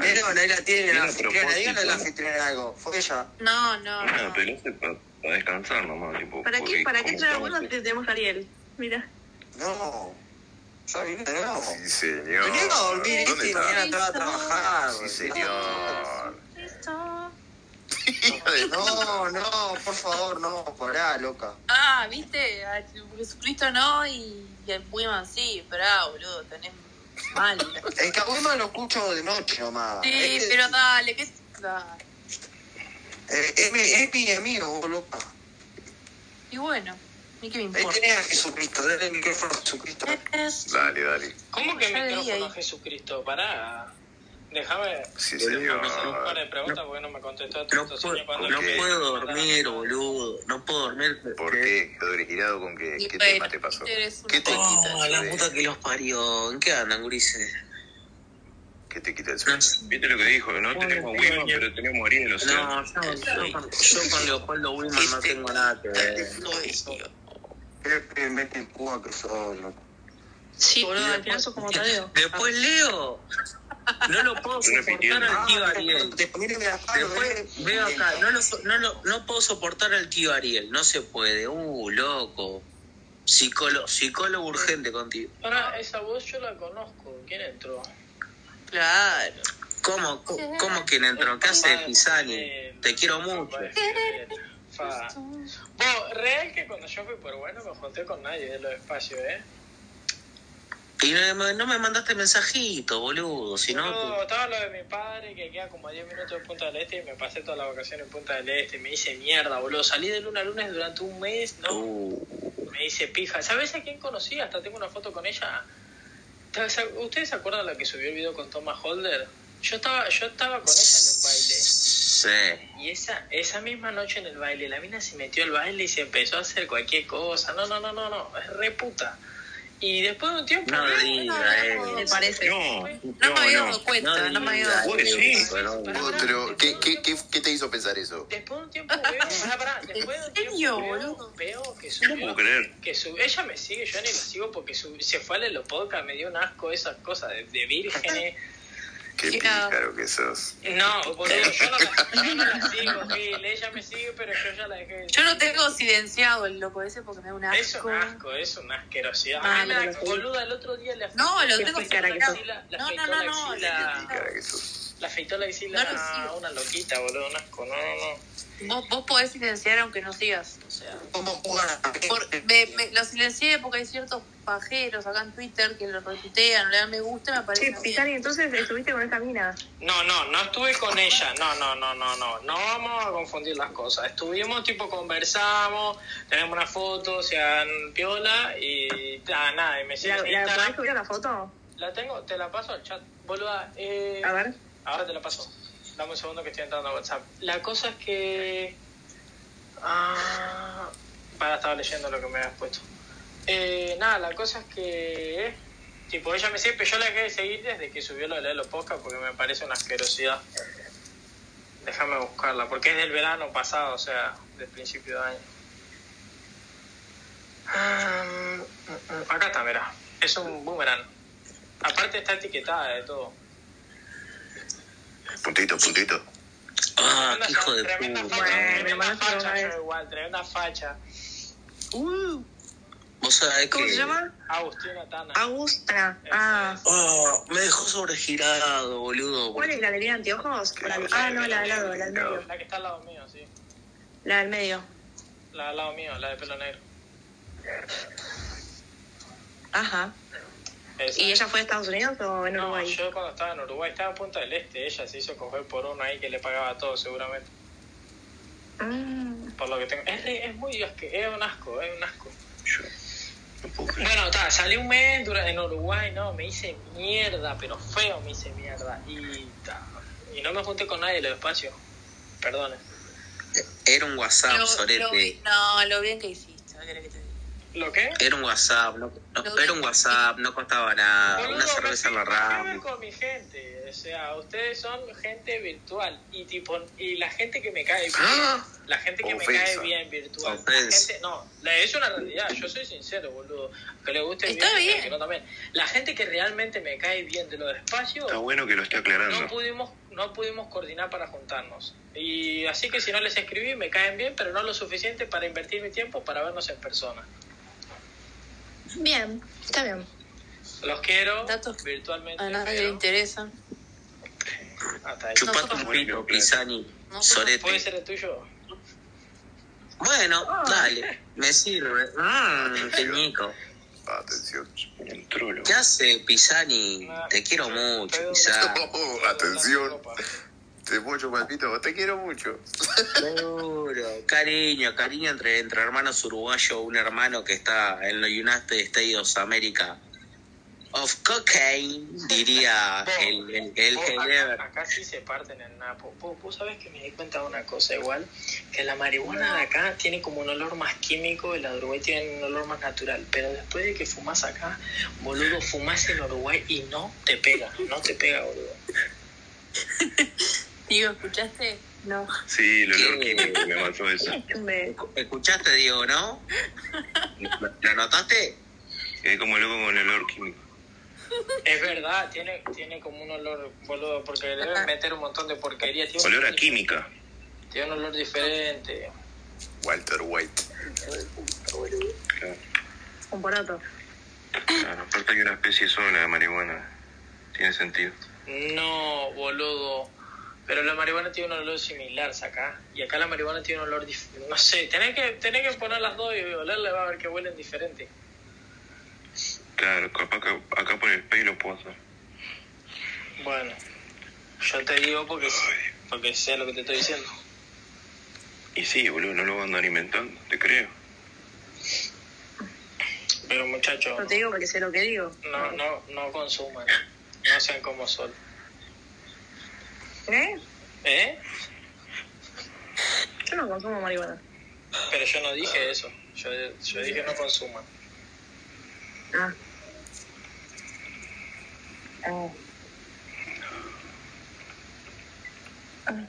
Pero ahí la tiene Tiene la anfitriona, propósito. díganle a la anfitriona algo. Fue ella. No, no, Ah, no. pero lo hace para descansar nomás, tipo. ¿Para qué, porque para qué como traer estamos- uno si tenemos a Ariel? Mira. No. Ya vine de nuevo. Sí, señor. Venía a dormir, este, ¿Dónde ¿viste? Y mañana está? estaba a trabajar. Sí, señor. No, no, por favor, no, pará, loca. Ah, viste, a Jesucristo no y, y al Puiman sí, pará, boludo, tenés mal. Es que a Wiman lo escucho de noche nomás. Sí, Es que- pero dale, ¿qué da? Eh, es, mi, es mi amigo, vos, loca. Y bueno, ni que me Ahí importa. tenés a Jesucristo, dale el micrófono a Jesucristo. Dale, dale. ¿Cómo que Yo leí micrófono ahí. Jesucristo? Pará. Déjame Sí, hacerle señor. un Ah, par de preguntas porque no me contestó todo esto. señor, cuando no le- puedo dormir, boludo. No puedo dormir. ¿Por qué? Originado con qué? Y ¿Qué bueno, tema te pasó? eres un- ¿Qué te quita Oh, el la sueño? puta que los parió. ¿En qué andan, gurises? ¿Qué te quita el sueño? Viste lo que dijo, no tenemos Wiman, pero tenemos Ariel, o sea. No, yo, yo, con- yo con Leopoldo Wilman no tengo nada que ver. Creo que mete el cuba que soy, loco. Sí, boludo, al final sos como Tadeo. Después Leo. No lo puedo soportar Ah, Repitiendo. al tío Ariel. Ah, Te ponen la mano, eh. Después veo acá, no, lo so- no, lo- no puedo soportar al tío Ariel, no se puede. Uh, loco. Psicólogo, psicólogo urgente contigo. Pará, esa voz yo la conozco. ¿Quién entró? Claro. ¿Cómo, co- cómo quien entró? ¿Qué hace Eh, Pisani? Te quiero mucho. Fa. Vos, real que cuando yo fui por bueno me junté con nadie de los espacios, ¿eh? Y no, me- no me mandaste mensajito, boludo. Si no, pues, No, estaba lo de mi padre que queda como a 10 minutos de Punta del Este y me pasé toda la vacación en Punta del Este. Me hice mierda, boludo. Salí de luna a lunes durante un mes, ¿no? Uh. Me hice pija. ¿Sabes a quién conocí? Hasta tengo una foto con ella. ¿Sabes- ¿Ustedes se acuerdan la que subió el video con Thomas Holder? Yo estaba, yo estaba con ella en un baile. sé. Y esa, esa misma noche en el baile, la mina se metió al baile y se empezó a hacer cualquier cosa. No, no, no, no, no, es re puta. Y después de un tiempo. No eh, diga no, eso. no, Me parece. no, No me había dado cuenta, no me había dado Puede eh, sí. cuenta. Pero, ¿qué, qué, qué, qué te hizo pensar eso? Después de un tiempo veo. pará, pará, después de un tiempo serio, veo, boludo? veo que No subió. puedo creer. Que su, ella me sigue, yo ni la sigo porque su- se fue a Lelo Podcast, me dio un asco esas cosas de, de vírgenes. Qué Sí, ah. pícaro que sos. No, boludo, yo no la, yo no la sigo, Gil, ella me sigue, pero yo ya la dejé de Yo lo tengo silenciado el loco ese porque me da un Es asco. un asco, es una asquerosidad. Ah, A mí me da no, no, boluda, el otro día le No, lo afectó tengo la axila, silenciado. le No, no, no, afectó la no. axila. Pícara que sos. Le afeitó la axila No lo a sigo. una loquita, boludo, un asco. No, no, Vos, vos podés silenciar aunque no sigas. O sea, Por- me- me- lo silencié porque hay ciertos pajeros acá en Twitter que lo retuitean, le dan me gusta y me Che, aparece. Pitani, entonces estuviste con esta mina. no. No, no, no estuve con ella. No, no, no, no, no. No vamos a confundir las cosas. Estuvimos, tipo, conversamos, tenemos una foto, se dan piola y ah, nada, y me ¿La, siguen en la podés Instagram. subir a la foto? La tengo, te la paso al chat, boluda. Eh, A ver. Ahora te la paso. Dame un segundo que estoy entrando a WhatsApp. La cosa es que. Ah, para, estaba leyendo lo que me habías puesto. Eh, nada, la cosa es que. Tipo, ella me sigue, pero yo la dejé de seguir desde que subió lo de los podcasts porque me parece una asquerosidad. Déjame buscarla, porque es del verano pasado, o sea, del principio de año. Ah, mm, mm, mm. acá está, verá. Es un boomerang. Aparte está etiquetada de todo. Puntito, puntito. Ah, qué hijo de Tremenda puta. facha, tremenda facha, yo igual, tremenda facha. Uh. ¿Vos sabés ¿Cómo que- se llama? Agustina Tana. Augusta. Ah. Oh, me dejó sobregirado, boludo. ¿Cuál es la que tiene anteojos? La- ah, no, la del lado, la del medio. La que está al lado mío, sí. La del medio. La al lado mío, la de pelo negro. Ajá. Esa. ¿Y ella fue a Estados Unidos o en No, Uruguay? yo cuando estaba en Uruguay estaba en Punta del Este, ella se hizo coger por uno ahí que le pagaba todo seguramente. Mm. Por lo que tengo. Es, re- es muy asque- es un asco, es un asco. Bueno, ta, salí un mes dura- en Uruguay, no, me hice mierda, pero feo me hice mierda. Y, ta, y no me junté con nadie de los espacios. Perdone. Era un WhatsApp, Lo- lo sorete. vi- no, lo bien que hiciste. ¿qué querés que te diga? ¿Lo qué? Era un WhatsApp, no, no, era un WhatsApp, no costaba nada. Boludo, Una cerveza en la me RAM. llevo con mi gente, o sea, ustedes son gente virtual y tipo y la gente que me cae bien, la gente que me Ah, Ofensa. cae bien virtual, la Ofensa. gente, no, la- es una realidad, yo soy sincero, boludo, que le guste Está bien. que no también. La gente que realmente me cae bien de lo despacio, Está bueno que lo esté no aclarando. pues, pudimos no pudimos coordinar para juntarnos. Y así que si no les escribí, me caen bien, pero no lo suficiente para invertir mi tiempo para vernos en persona. Bien, está bien. Los quiero virtualmente. A nadie le pero interesa. hasta ahí. Chupate un pito, Pisani, ¿Puede sorete. ser el tuyo? Bueno, Ah. dale, me sirve. Mmm, qué ñico. Atención, ¿Qué hace, Pisani? Ah, Te quiero mucho, Pisani. Oh, atención. Te puedo chupar el pito, te quiero mucho. Seguro. Cariño, cariño entre, entre hermanos uruguayos, un hermano que está en los United States of America. Of cocaine, diría el, el, el Vos, que acá, acá sí se parten en Napo. Vos, vos sabés que me di cuenta de una cosa igual, que la marihuana de acá tiene como un olor más químico y la de Uruguay tiene un olor más natural. Pero después de que fumás acá, boludo, fumás en Uruguay y no te pega, no te pega, boludo. Digo, ¿escuchaste? No. Sí, el olor químico me mató eso. Escuchaste, Diego, ¿no? ¿Lo notaste? Quedé como loco con el olor químico. Es verdad, tiene, tiene como un olor, boludo, porque le deben meter un montón de porquería. Tiene, un- Olor a química. tiene un olor diferente. Walter White. Un poroto. Claro, aparte hay una especie sola de marihuana. Tiene sentido. No, boludo. Pero la marihuana tiene un olor similar acá. Y acá la marihuana tiene un olor dif- No sé, tenés que, tenés que poner las dos y olerla y va a ver que huelen diferente. Claro, capaz que acá por el pelo puedo hacer. Bueno, yo te digo porque, porque sé lo que te estoy diciendo. Y sí, boludo, no lo van a andar inventando, te creo. Pero muchachos, No te digo porque sé lo que digo. no, no, no consuman. No sean como sol. ¿Eh? ¿Eh? Yo no consumo marihuana. Pero yo no dije eso. Yo, yo dije no consuman. Ah. Ah. Ah.